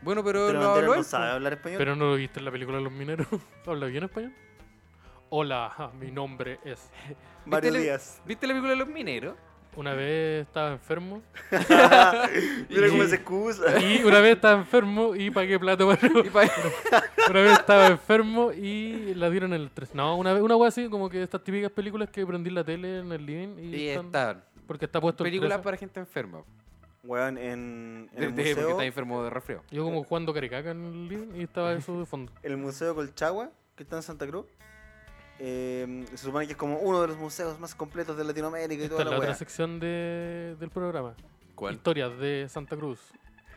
[SPEAKER 2] Bueno, pero
[SPEAKER 4] Antonio
[SPEAKER 2] lo
[SPEAKER 4] Banderas
[SPEAKER 2] habló
[SPEAKER 4] no
[SPEAKER 2] él.
[SPEAKER 4] sabe hablar español.
[SPEAKER 3] Pero no lo viste en la película Los Mineros. [laughs] ¿Habla bien español? Hola, [laughs] ajá, mi nombre es.
[SPEAKER 4] Varios
[SPEAKER 2] Viste la- [laughs]
[SPEAKER 4] días.
[SPEAKER 2] ¿Viste la película de los
[SPEAKER 3] [laughs]
[SPEAKER 2] mineros?
[SPEAKER 3] Una vez estaba enfermo.
[SPEAKER 4] Mira cómo
[SPEAKER 3] Y-
[SPEAKER 4] se excusa.
[SPEAKER 3] Y una vez estaba enfermo y pagué plato para.
[SPEAKER 2] Y pa-
[SPEAKER 3] Una vez estaba enfermo y la dieron en el 3. No, una vez, una wea así, como que estas típicas películas que prendí la tele en el living y,
[SPEAKER 2] [laughs] y
[SPEAKER 3] están-
[SPEAKER 2] está.
[SPEAKER 3] porque está puesto el
[SPEAKER 2] Películas
[SPEAKER 3] 13.
[SPEAKER 2] para gente enferma.
[SPEAKER 4] Weón, en, en el,
[SPEAKER 2] Desde- porque
[SPEAKER 4] museo,
[SPEAKER 2] está enfermo de resfriado.
[SPEAKER 3] Yo como jugando caricaca en el living y estaba eso de fondo.
[SPEAKER 4] el museo Colchagua, que está en Santa Cruz, eh, se supone que es como uno de los museos más completos de Latinoamérica [laughs] y
[SPEAKER 3] Esta
[SPEAKER 4] toda
[SPEAKER 3] es la
[SPEAKER 4] la
[SPEAKER 3] otra
[SPEAKER 4] weá.
[SPEAKER 3] sección de, del programa.
[SPEAKER 2] ¿Cuál?
[SPEAKER 3] Historias de Santa Cruz.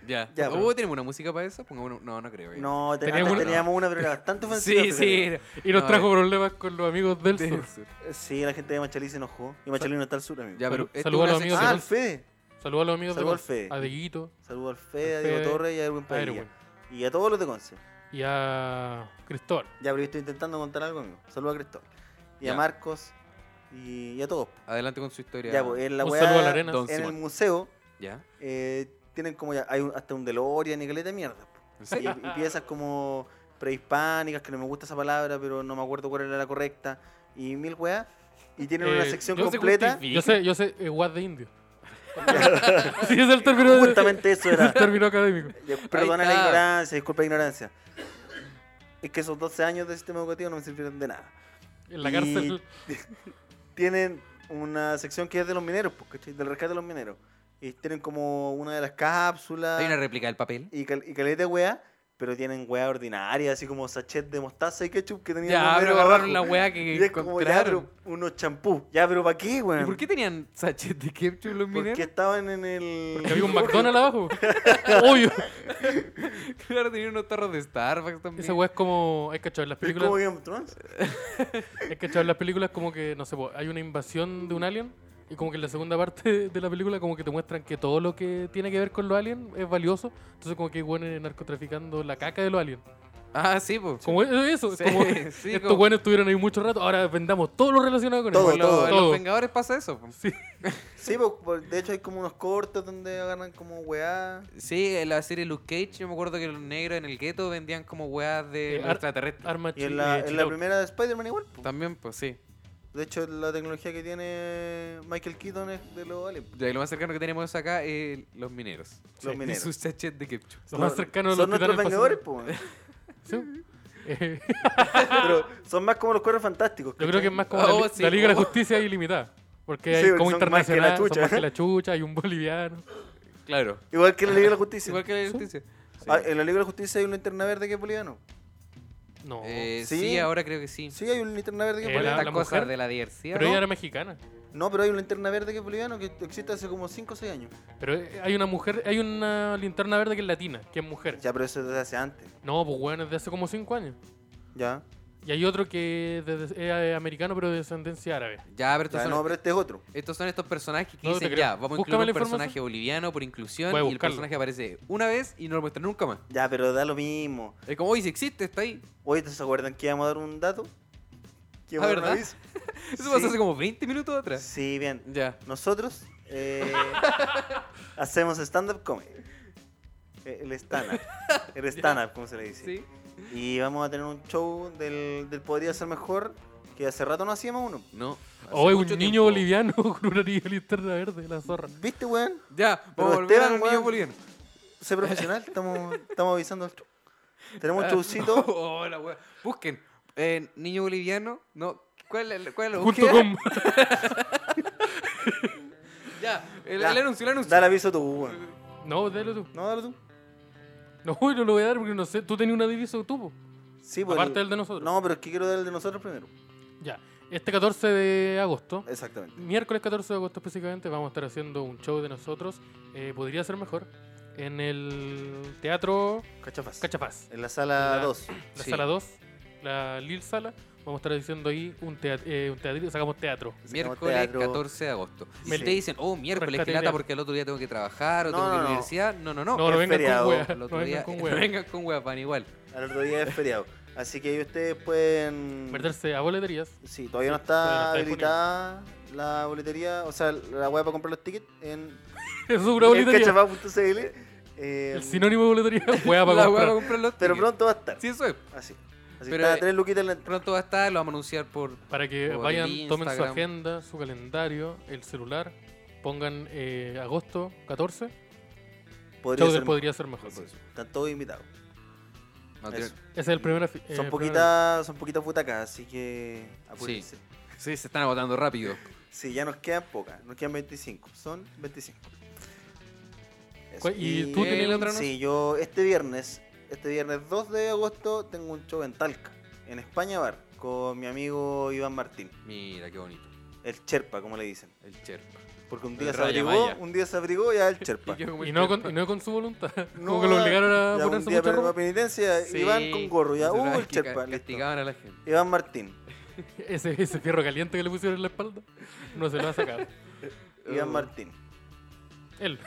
[SPEAKER 2] Ya.
[SPEAKER 4] Ya,
[SPEAKER 2] ¿Oh,
[SPEAKER 4] pero-
[SPEAKER 2] ¿Tenemos una música para eso? Pongamos una- No, no creo. ya.
[SPEAKER 4] No, te- antes
[SPEAKER 3] Teníamos
[SPEAKER 4] teníamos,
[SPEAKER 3] una-
[SPEAKER 4] una, pero era bastante ofensiva.
[SPEAKER 2] Sí, sí.
[SPEAKER 4] fíjate.
[SPEAKER 2] era-
[SPEAKER 3] Y nos
[SPEAKER 2] No,
[SPEAKER 3] trajo
[SPEAKER 2] eh.
[SPEAKER 3] problemas con los amigos [laughs] del
[SPEAKER 2] del
[SPEAKER 3] sur.
[SPEAKER 2] sur.
[SPEAKER 4] Sí, la gente de Machalí se enojó. Y Machalí no está al sur, amigo.
[SPEAKER 2] Ya, pero.
[SPEAKER 3] Salud-
[SPEAKER 2] esta es
[SPEAKER 3] saluda a
[SPEAKER 2] una
[SPEAKER 3] los amigos
[SPEAKER 4] ah,
[SPEAKER 2] sección-
[SPEAKER 4] al Fede.
[SPEAKER 3] Saludos a los amigos
[SPEAKER 4] Saludos al
[SPEAKER 3] de Conce,
[SPEAKER 4] Fede.
[SPEAKER 3] A Deguito.
[SPEAKER 4] Saludos al Fede, a
[SPEAKER 3] Al
[SPEAKER 4] Diego
[SPEAKER 3] Fede,
[SPEAKER 4] Torres y a Erwin
[SPEAKER 3] A
[SPEAKER 4] Padilla.
[SPEAKER 3] Erwin.
[SPEAKER 4] Y a todos los de Conce.
[SPEAKER 3] y a Cristóbal.
[SPEAKER 4] Ya, pero yo estoy intentando contar algo, amigo. Saludos a Cristóbal. Y
[SPEAKER 2] Ya.
[SPEAKER 4] a Marcos. Y, y a todos.
[SPEAKER 2] Adelante con su historia.
[SPEAKER 4] Ya, pues, en la
[SPEAKER 3] Un
[SPEAKER 4] weá-
[SPEAKER 3] saludo a la arena.
[SPEAKER 2] Don
[SPEAKER 4] En el
[SPEAKER 2] Simón.
[SPEAKER 4] museo
[SPEAKER 2] Ya.
[SPEAKER 4] eh, tienen como ya. Hay un- hasta un DeLorean y caleta de mierda. po.
[SPEAKER 2] ¿En
[SPEAKER 4] Y,
[SPEAKER 2] serio?
[SPEAKER 4] y piezas como prehispánicas, que no me gusta esa palabra, pero no me acuerdo cuál era la correcta. Y mil weas. Y tienen una
[SPEAKER 3] Eh,
[SPEAKER 4] sección
[SPEAKER 2] yo sé que
[SPEAKER 4] completa.
[SPEAKER 2] usted vi-
[SPEAKER 3] Yo sé, yo sé, eh, Guas de
[SPEAKER 4] [laughs]
[SPEAKER 3] Indio. sí, es el término,
[SPEAKER 4] Justamente eso
[SPEAKER 3] es [laughs] el
[SPEAKER 4] era.
[SPEAKER 3] término académico.
[SPEAKER 4] Perdona la
[SPEAKER 2] está.
[SPEAKER 4] ignorancia, disculpa la ignorancia. Es que esos 12 años de sistema educativo no me sirvieron de nada.
[SPEAKER 3] En la
[SPEAKER 4] Y-
[SPEAKER 3] cárcel.
[SPEAKER 4] tienen una sección que es de los mineros, pues, ¿cachai? Del rescate de los mineros. Y tienen como una de las cápsulas
[SPEAKER 2] Hay una réplica del papel.
[SPEAKER 4] y, cal- y caleta de weá, pero tienen weá ordinaria, así como sachet de mostaza y ketchup que tenían
[SPEAKER 2] Ya,
[SPEAKER 4] los
[SPEAKER 2] pero
[SPEAKER 4] mineros
[SPEAKER 2] agarraron la
[SPEAKER 4] abajo.
[SPEAKER 2] weá
[SPEAKER 4] [laughs] Y
[SPEAKER 2] que
[SPEAKER 4] es como, ya, pero
[SPEAKER 2] encontraron.
[SPEAKER 4] unos champús. Ya, pero ¿para qué,
[SPEAKER 2] ¿Y
[SPEAKER 4] weón?
[SPEAKER 2] por qué tenían sachet de ketchup los
[SPEAKER 4] Porque
[SPEAKER 2] mineros? [laughs]
[SPEAKER 4] estaban en el...
[SPEAKER 3] Porque
[SPEAKER 4] [laughs]
[SPEAKER 3] había un McDonald's abajo. Obvio.
[SPEAKER 2] Claro, tenían unos tarros de Starbucks también.
[SPEAKER 3] Esa weá es como. Hay que echar las
[SPEAKER 4] Es como
[SPEAKER 3] películas.
[SPEAKER 4] Game of Thrones.
[SPEAKER 3] Hay que echar las películas como que, no sé, po, hay una invasión de un alien. Y como que en la segunda parte de la película, como que te muestran que todo lo que tiene que ver con los aliens es valioso. Entonces, como que hay weones narcotraficando la caca de los aliens.
[SPEAKER 2] Ah, sí, pues.
[SPEAKER 3] Como eso,
[SPEAKER 2] Sí,
[SPEAKER 3] como [laughs]
[SPEAKER 4] [laughs]
[SPEAKER 2] sí,
[SPEAKER 3] estos
[SPEAKER 2] como-
[SPEAKER 3] buenos estuvieron ahí mucho rato, ahora vendamos todo lo relacionado con
[SPEAKER 4] Todo,
[SPEAKER 2] Como
[SPEAKER 3] eso.
[SPEAKER 2] en los- en
[SPEAKER 3] Todo.
[SPEAKER 2] los Vengadores pasa eso. po.
[SPEAKER 3] Sí.
[SPEAKER 4] Sí, pues, por- de hecho hay como unos cortos donde agarran como weá.
[SPEAKER 2] Sí, en la serie Luke Cage, yo me acuerdo que los negros en el gueto vendían como weas de
[SPEAKER 3] Eh,
[SPEAKER 2] los
[SPEAKER 3] ar-
[SPEAKER 2] extraterrestres.
[SPEAKER 3] Arma
[SPEAKER 4] Y en
[SPEAKER 3] chi-
[SPEAKER 4] la,
[SPEAKER 3] eh,
[SPEAKER 4] en la
[SPEAKER 3] chilao.
[SPEAKER 4] primera de Spider-Man igual. pues.
[SPEAKER 2] También, pues sí.
[SPEAKER 4] De hecho, la tecnología que tiene Michael Keaton es de los aliens.
[SPEAKER 2] Ya, y lo más cercano que tenemos acá es los mineros.
[SPEAKER 4] Los
[SPEAKER 2] Y
[SPEAKER 4] mineros.
[SPEAKER 2] sus sachet de ketchup.
[SPEAKER 3] Lo más
[SPEAKER 4] Son-
[SPEAKER 3] cercano de
[SPEAKER 4] Son
[SPEAKER 3] los
[SPEAKER 4] nuestros
[SPEAKER 3] titanes
[SPEAKER 4] vengadores, po.
[SPEAKER 3] Sí. [laughs] Eh,
[SPEAKER 4] [laughs] Pero son más como los cuerpos fantásticos.
[SPEAKER 3] yo creo
[SPEAKER 4] ¿cachai?
[SPEAKER 3] que es más como
[SPEAKER 2] Oh,
[SPEAKER 3] la, li-
[SPEAKER 2] sí,
[SPEAKER 3] la Liga de
[SPEAKER 2] oh.
[SPEAKER 3] la Justicia es ilimitada. Porque
[SPEAKER 4] Sí,
[SPEAKER 3] hay
[SPEAKER 4] porque
[SPEAKER 3] como
[SPEAKER 4] son más que la
[SPEAKER 3] internacional, son más,
[SPEAKER 4] chucha.
[SPEAKER 3] que la chucha, hay un boliviano.
[SPEAKER 2] Claro.
[SPEAKER 4] Igual que en la Liga de la Justicia.
[SPEAKER 2] Igual que la justicia. Sí.
[SPEAKER 4] Ah, en la Liga de la Justicia hay un linterna verde que es boliviano.
[SPEAKER 3] No.
[SPEAKER 2] Eh,
[SPEAKER 4] Sí.
[SPEAKER 2] sí. ahora creo que sí.
[SPEAKER 4] Sí, hay un linterna verde que es
[SPEAKER 3] Eh, la-
[SPEAKER 4] boliviano.
[SPEAKER 2] Estas
[SPEAKER 3] la
[SPEAKER 2] cosas
[SPEAKER 3] mujer,
[SPEAKER 2] de la diversidad.
[SPEAKER 3] pero ella
[SPEAKER 2] ¿no?
[SPEAKER 3] era mexicana.
[SPEAKER 4] No, pero hay un linterna verde que es boliviano que existe hace como 5 o 6 años.
[SPEAKER 3] Pero eh, hay una mujer, hay una linterna verde que es latina, que es mujer.
[SPEAKER 4] Ya, pero eso es desde hace antes.
[SPEAKER 3] No, pues bueno, es de hace como 5 años.
[SPEAKER 4] Ya.
[SPEAKER 3] Y hay otro que es, de- es americano pero de descendencia árabe.
[SPEAKER 2] Ya, pero estos
[SPEAKER 4] Ya,
[SPEAKER 2] son,
[SPEAKER 4] no, pero este es otro.
[SPEAKER 2] estos son estos personajes que
[SPEAKER 3] No, no te
[SPEAKER 2] dicen
[SPEAKER 3] creo.
[SPEAKER 2] ya, vamos a
[SPEAKER 3] Búscame
[SPEAKER 2] incluir
[SPEAKER 3] la
[SPEAKER 2] un personaje
[SPEAKER 3] información.
[SPEAKER 2] boliviano por inclusión
[SPEAKER 3] Voy a
[SPEAKER 2] y el
[SPEAKER 3] buscarlo.
[SPEAKER 2] personaje aparece una vez y no lo muestran nunca más.
[SPEAKER 4] Ya, pero da lo mismo.
[SPEAKER 2] Es como, hoy si existe, está ahí.
[SPEAKER 4] Hoy se acuerdan que íbamos a dar un dato. Que
[SPEAKER 2] Ah,
[SPEAKER 4] íbamos a dar un
[SPEAKER 2] ¿verdad?
[SPEAKER 4] aviso.
[SPEAKER 2] Eso
[SPEAKER 4] Sí.
[SPEAKER 2] pasó hace como 20 minutos atrás.
[SPEAKER 4] Sí, bien.
[SPEAKER 2] Ya.
[SPEAKER 4] Nosotros
[SPEAKER 3] [laughs]
[SPEAKER 4] eh, hacemos stand-up comedy. Eh, El stand-up.
[SPEAKER 3] [laughs]
[SPEAKER 4] El stand-up, como se le dice.
[SPEAKER 2] Sí.
[SPEAKER 4] Y vamos a tener un show del, del Podría Ser Mejor, que hace rato no hacíamos uno.
[SPEAKER 2] No. hace
[SPEAKER 3] O hay Oh, un
[SPEAKER 2] mucho
[SPEAKER 3] niño
[SPEAKER 2] tiempo.
[SPEAKER 3] boliviano [laughs] con una niña linterna verde, la zorra.
[SPEAKER 4] ¿Viste, weón?
[SPEAKER 2] Ya,
[SPEAKER 4] Pero
[SPEAKER 2] vamos a volver a
[SPEAKER 4] Esteban,
[SPEAKER 2] los niños
[SPEAKER 4] weón.
[SPEAKER 2] bolivianos. [laughs]
[SPEAKER 4] Sé profesional, estamos, estamos avisando esto. Tenemos un
[SPEAKER 2] Ah,
[SPEAKER 4] showcito.
[SPEAKER 2] oh, la wea. Busquen. eh, niño boliviano. No. ¿Cuál es la, cuál es la [laughs]
[SPEAKER 3] Junto
[SPEAKER 2] búsqueda?
[SPEAKER 3] con
[SPEAKER 2] Ya, el,
[SPEAKER 4] Ya.
[SPEAKER 2] el anuncio, el anuncio.
[SPEAKER 4] Dale aviso tú, weón.
[SPEAKER 3] [laughs] No, dale tú.
[SPEAKER 4] No, dale tú.
[SPEAKER 3] No, yo no lo voy a dar porque no sé. Tú tenías una divisa tú, po.
[SPEAKER 4] Sí, pues,
[SPEAKER 3] aparte del
[SPEAKER 4] el-
[SPEAKER 3] de nosotros.
[SPEAKER 4] No, pero es que quiero dar el de nosotros primero.
[SPEAKER 3] Ya. Este 14 de agosto,
[SPEAKER 4] Exactamente.
[SPEAKER 3] miércoles 14 de agosto específicamente, vamos a estar haciendo un show de nosotros. eh, podría ser mejor. En el Teatro
[SPEAKER 4] Cachafaz.
[SPEAKER 3] Cachapaz,
[SPEAKER 4] En la sala
[SPEAKER 3] La-
[SPEAKER 4] 2.
[SPEAKER 3] la
[SPEAKER 2] Sí.
[SPEAKER 3] sala 2, la Lil Sala. Vamos a estar haciendo ahí un teatro, un teatrito, sacamos teatro.
[SPEAKER 2] Miércoles
[SPEAKER 4] teatro.
[SPEAKER 2] 14 de agosto. Y
[SPEAKER 3] Me-
[SPEAKER 2] ustedes dicen, oh, miércoles,
[SPEAKER 3] Rescate
[SPEAKER 2] que lata
[SPEAKER 3] ideal.
[SPEAKER 2] porque el otro día tengo que trabajar o
[SPEAKER 4] No,
[SPEAKER 2] tengo que ir a
[SPEAKER 4] no,
[SPEAKER 2] la
[SPEAKER 4] no.
[SPEAKER 2] universidad. No, no, no.
[SPEAKER 3] No, no
[SPEAKER 4] es
[SPEAKER 3] vengan
[SPEAKER 4] feriado.
[SPEAKER 3] con
[SPEAKER 2] [laughs]
[SPEAKER 3] weas.
[SPEAKER 2] El
[SPEAKER 3] No
[SPEAKER 2] otro día,
[SPEAKER 3] vengan
[SPEAKER 2] [laughs]
[SPEAKER 3] con
[SPEAKER 2] no
[SPEAKER 3] weas.
[SPEAKER 2] vengan con weas, van igual.
[SPEAKER 4] Al otro día es feriado. Así que ahí ustedes pueden.
[SPEAKER 3] Meterse a boleterías. [laughs]
[SPEAKER 4] Sí, todavía
[SPEAKER 3] Todavía no
[SPEAKER 4] no está
[SPEAKER 3] está
[SPEAKER 4] habilitada la boletería, o sea, la web para comprar los tickets en
[SPEAKER 3] Eso es una boletería.
[SPEAKER 4] cachapaz.cl. eh,
[SPEAKER 3] El sinónimo de boletería,
[SPEAKER 2] la wea
[SPEAKER 3] wea para
[SPEAKER 2] va a
[SPEAKER 3] comprar.
[SPEAKER 2] comprar los
[SPEAKER 4] pero
[SPEAKER 2] tickets.
[SPEAKER 4] pronto va a estar.
[SPEAKER 2] Sí, eso es.
[SPEAKER 4] Así. Así
[SPEAKER 2] Pero,
[SPEAKER 4] está,
[SPEAKER 2] eh,
[SPEAKER 4] tres luquitas en la entrada.
[SPEAKER 2] Pronto va a estar, lo vamos a anunciar por.
[SPEAKER 3] Para que
[SPEAKER 2] Por
[SPEAKER 3] vayan,
[SPEAKER 2] el
[SPEAKER 3] tomen su
[SPEAKER 2] Instagram.
[SPEAKER 3] agenda, su calendario, el celular, pongan eh, agosto 14,
[SPEAKER 4] Podría
[SPEAKER 3] show
[SPEAKER 4] ser
[SPEAKER 3] del
[SPEAKER 4] mejor.
[SPEAKER 3] podría ser mejor.
[SPEAKER 2] Eso.
[SPEAKER 4] Están todos invitados.
[SPEAKER 2] No,
[SPEAKER 4] Eso.
[SPEAKER 2] tiene-
[SPEAKER 3] Ese es el primer afi- eh,
[SPEAKER 4] Son
[SPEAKER 3] primer-
[SPEAKER 4] poquitas, son poquitas butacas, así que apúrense. Sí.
[SPEAKER 2] Sí, se están agotando rápido.
[SPEAKER 4] ya nos quedan pocas, nos quedan 25, son 25. Eso.
[SPEAKER 3] ¿Cuál- y tú
[SPEAKER 2] tenías el otro
[SPEAKER 4] Sí, yo este viernes, este viernes 2 de agosto tengo un show en Talca, en España Bar, con mi amigo Iván Martín,
[SPEAKER 2] Mira, qué bonito.
[SPEAKER 4] el Cherpa, como le dicen.
[SPEAKER 2] El Cherpa.
[SPEAKER 4] Porque un
[SPEAKER 2] El
[SPEAKER 4] día se
[SPEAKER 2] Raya
[SPEAKER 4] abrigó,
[SPEAKER 2] Maya.
[SPEAKER 4] un día se abrigó y ya el Cherpa.
[SPEAKER 3] Y no, con, y no con su voluntad. Como que lo
[SPEAKER 4] ya-
[SPEAKER 3] obligaron a
[SPEAKER 4] ya un
[SPEAKER 3] ponerse
[SPEAKER 4] día
[SPEAKER 3] mucha
[SPEAKER 4] perdió la
[SPEAKER 3] ropa.
[SPEAKER 4] penitencia, Eh, Iván con gorro, ya, uh, el Cherpa, listo.
[SPEAKER 2] Castigaban a la gente.
[SPEAKER 4] Iván Martín,
[SPEAKER 3] Ese, ese fierro caliente que le pusieron en la espalda, no se lo va a sacar.
[SPEAKER 4] Iván
[SPEAKER 2] Uh.
[SPEAKER 4] Martín.
[SPEAKER 3] Él.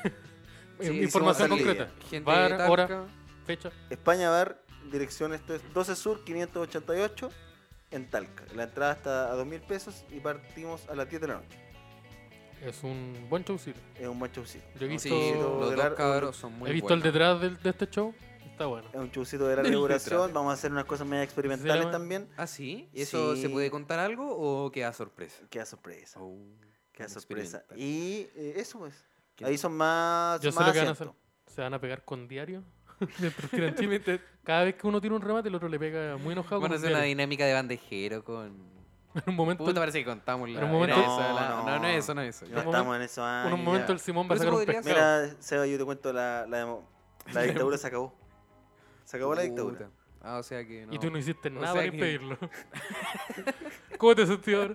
[SPEAKER 2] Sí,
[SPEAKER 3] Información Eh,
[SPEAKER 4] hicimos
[SPEAKER 3] concreta.
[SPEAKER 2] Gente de
[SPEAKER 3] Bar,
[SPEAKER 2] Talca.
[SPEAKER 3] hora, fecha.
[SPEAKER 4] España Bar, dirección esto es 12 Sur 588 en Talca. La entrada está a 2 mil pesos y partimos a las 10 de la noche.
[SPEAKER 3] Es un buen showcito.
[SPEAKER 4] Es un buen showcito.
[SPEAKER 3] Yo he
[SPEAKER 4] Es
[SPEAKER 3] visto,
[SPEAKER 2] Sí,
[SPEAKER 4] Esto-
[SPEAKER 2] los
[SPEAKER 4] de
[SPEAKER 2] dos
[SPEAKER 4] la-
[SPEAKER 2] cabros son muy
[SPEAKER 3] he visto el
[SPEAKER 2] buenos.
[SPEAKER 3] detrás del- de, este show. Está bueno.
[SPEAKER 4] Es un showcito
[SPEAKER 3] [laughs]
[SPEAKER 4] de larga duración. Vamos a hacer unas cosas medio
[SPEAKER 3] Se
[SPEAKER 4] experimentales
[SPEAKER 3] llama-
[SPEAKER 4] también.
[SPEAKER 2] ¿Ah, sí? ¿Y eso se
[SPEAKER 4] Sí. Oh.
[SPEAKER 2] puede contar algo o queda sorpresa?
[SPEAKER 4] Queda sorpresa.
[SPEAKER 3] Oh,
[SPEAKER 4] Queda sorpresa.
[SPEAKER 2] experimental.
[SPEAKER 4] Y eh, eso pues.
[SPEAKER 2] Qué
[SPEAKER 4] Ahí son más.
[SPEAKER 3] Yo
[SPEAKER 4] son
[SPEAKER 3] sé lo
[SPEAKER 4] más
[SPEAKER 3] que van a hacer.
[SPEAKER 4] asientos.
[SPEAKER 3] Se van a pegar con diario. [laughs] Mientras tiran chisme. Cada vez que uno tira un remate, el otro le pega muy enojado.
[SPEAKER 2] Van
[SPEAKER 3] con
[SPEAKER 2] a
[SPEAKER 3] un
[SPEAKER 2] hacer una
[SPEAKER 3] diario.
[SPEAKER 2] dinámica de bandejero con...
[SPEAKER 3] En un momento,
[SPEAKER 2] Puta, parece que contamos la...
[SPEAKER 3] en un momento-
[SPEAKER 2] era esa, la-
[SPEAKER 4] No,
[SPEAKER 2] No, no,
[SPEAKER 4] no.
[SPEAKER 2] es eso, no es eso.
[SPEAKER 4] Ya
[SPEAKER 3] un
[SPEAKER 4] estamos
[SPEAKER 3] momento-
[SPEAKER 4] en eso. ah,
[SPEAKER 3] en un momento el Simón va
[SPEAKER 2] Pero
[SPEAKER 3] a sacar
[SPEAKER 2] eso
[SPEAKER 3] un
[SPEAKER 2] podría
[SPEAKER 3] pescado.
[SPEAKER 4] Mira, Seba, yo te cuento la, la, demo-
[SPEAKER 3] [laughs]
[SPEAKER 4] la dictadura se acabó. Se acabó la dictadura.
[SPEAKER 2] Puta. Ah, o sea que no.
[SPEAKER 3] Y tú no hiciste
[SPEAKER 2] O sea
[SPEAKER 3] nada para
[SPEAKER 2] que-
[SPEAKER 3] impedirlo. [laughs] ¿Cómo te sentís ahora?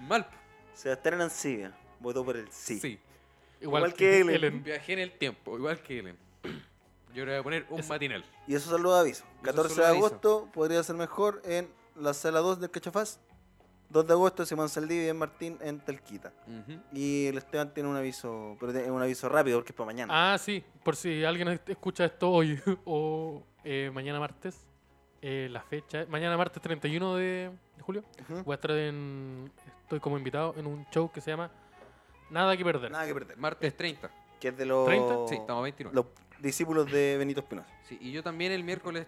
[SPEAKER 2] Mal.
[SPEAKER 4] Sebastián Arancibia votó por el sí.
[SPEAKER 2] Sí.
[SPEAKER 3] Igual,
[SPEAKER 4] Igual
[SPEAKER 3] que
[SPEAKER 4] que
[SPEAKER 3] Ellen.
[SPEAKER 4] Ellen.
[SPEAKER 2] Viajé en el tiempo, igual que Ellen. Yo le voy a poner un matinal.
[SPEAKER 4] Y eso son los avisos.
[SPEAKER 2] Eso
[SPEAKER 4] 14
[SPEAKER 2] son
[SPEAKER 4] de
[SPEAKER 2] los avisos.
[SPEAKER 4] agosto podría ser mejor en la sala 2 del Cachafaz. 2 de agosto, Simón Saldivia y Ben Martín en Talquita. Y el Esteban tiene un aviso, pero es un aviso rápido porque es para mañana.
[SPEAKER 3] Ah, sí. Por si alguien est- escucha esto hoy [laughs] o eh, mañana martes. eh, la fecha. Mañana martes 31 de, de julio.
[SPEAKER 4] Ujú.
[SPEAKER 3] Voy a estar en... Estoy como invitado en un show que se llama Nada que perder.
[SPEAKER 4] Nada que perder.
[SPEAKER 2] Martes 30.
[SPEAKER 4] Que es de los,
[SPEAKER 3] 30,
[SPEAKER 2] Sí, estamos a 29.
[SPEAKER 4] los discípulos de Benito Espinosa.
[SPEAKER 2] Sí, y yo también el miércoles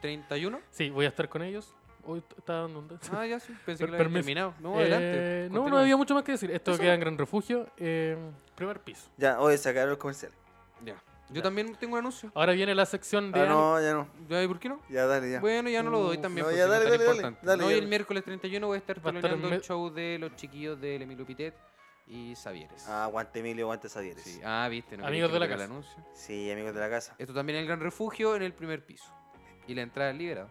[SPEAKER 2] 31.
[SPEAKER 3] Sí, voy a estar con ellos. Hoy t- está dando un...
[SPEAKER 2] Ah, ya sí, pensé
[SPEAKER 3] Per-
[SPEAKER 2] que lo había
[SPEAKER 3] permiso.
[SPEAKER 2] terminado. No,
[SPEAKER 3] Eh,
[SPEAKER 2] adelante.
[SPEAKER 3] no, no
[SPEAKER 2] continúa.
[SPEAKER 3] había mucho más que decir. Esto
[SPEAKER 2] Eso.
[SPEAKER 3] queda en Gran Refugio. eh, primer piso.
[SPEAKER 4] Ya, hoy se acabaron los comerciales.
[SPEAKER 2] Ya. Yo también tengo un anuncio.
[SPEAKER 3] Ahora viene la sección de...
[SPEAKER 4] Ah, no, ya no.
[SPEAKER 2] Ya, ¿y por qué no?
[SPEAKER 4] Ya, dale, ya.
[SPEAKER 2] Bueno, ya no lo doy
[SPEAKER 4] Uh,
[SPEAKER 2] también.
[SPEAKER 4] no,
[SPEAKER 2] porque
[SPEAKER 4] ya
[SPEAKER 2] no es tan
[SPEAKER 4] dale, dale, dale,
[SPEAKER 2] importante.
[SPEAKER 4] dale,
[SPEAKER 2] no, y
[SPEAKER 4] ya.
[SPEAKER 2] el miércoles 31 voy a estar
[SPEAKER 3] Va a estar en
[SPEAKER 2] peleando el
[SPEAKER 3] med-
[SPEAKER 2] show de los chiquillos del Emilio Pitet y Savieres.
[SPEAKER 4] Ah, aguante Emilio, aguante Savieres.
[SPEAKER 2] Sí. Eh.
[SPEAKER 4] Sí.
[SPEAKER 2] Ah, viste, no
[SPEAKER 3] Amigos
[SPEAKER 2] quería que
[SPEAKER 3] de la
[SPEAKER 2] me diera el
[SPEAKER 3] casa.
[SPEAKER 2] anuncio.
[SPEAKER 4] amigos de la casa.
[SPEAKER 2] Esto también en el Gran Refugio, en el primer piso. Y la entrada es liberada.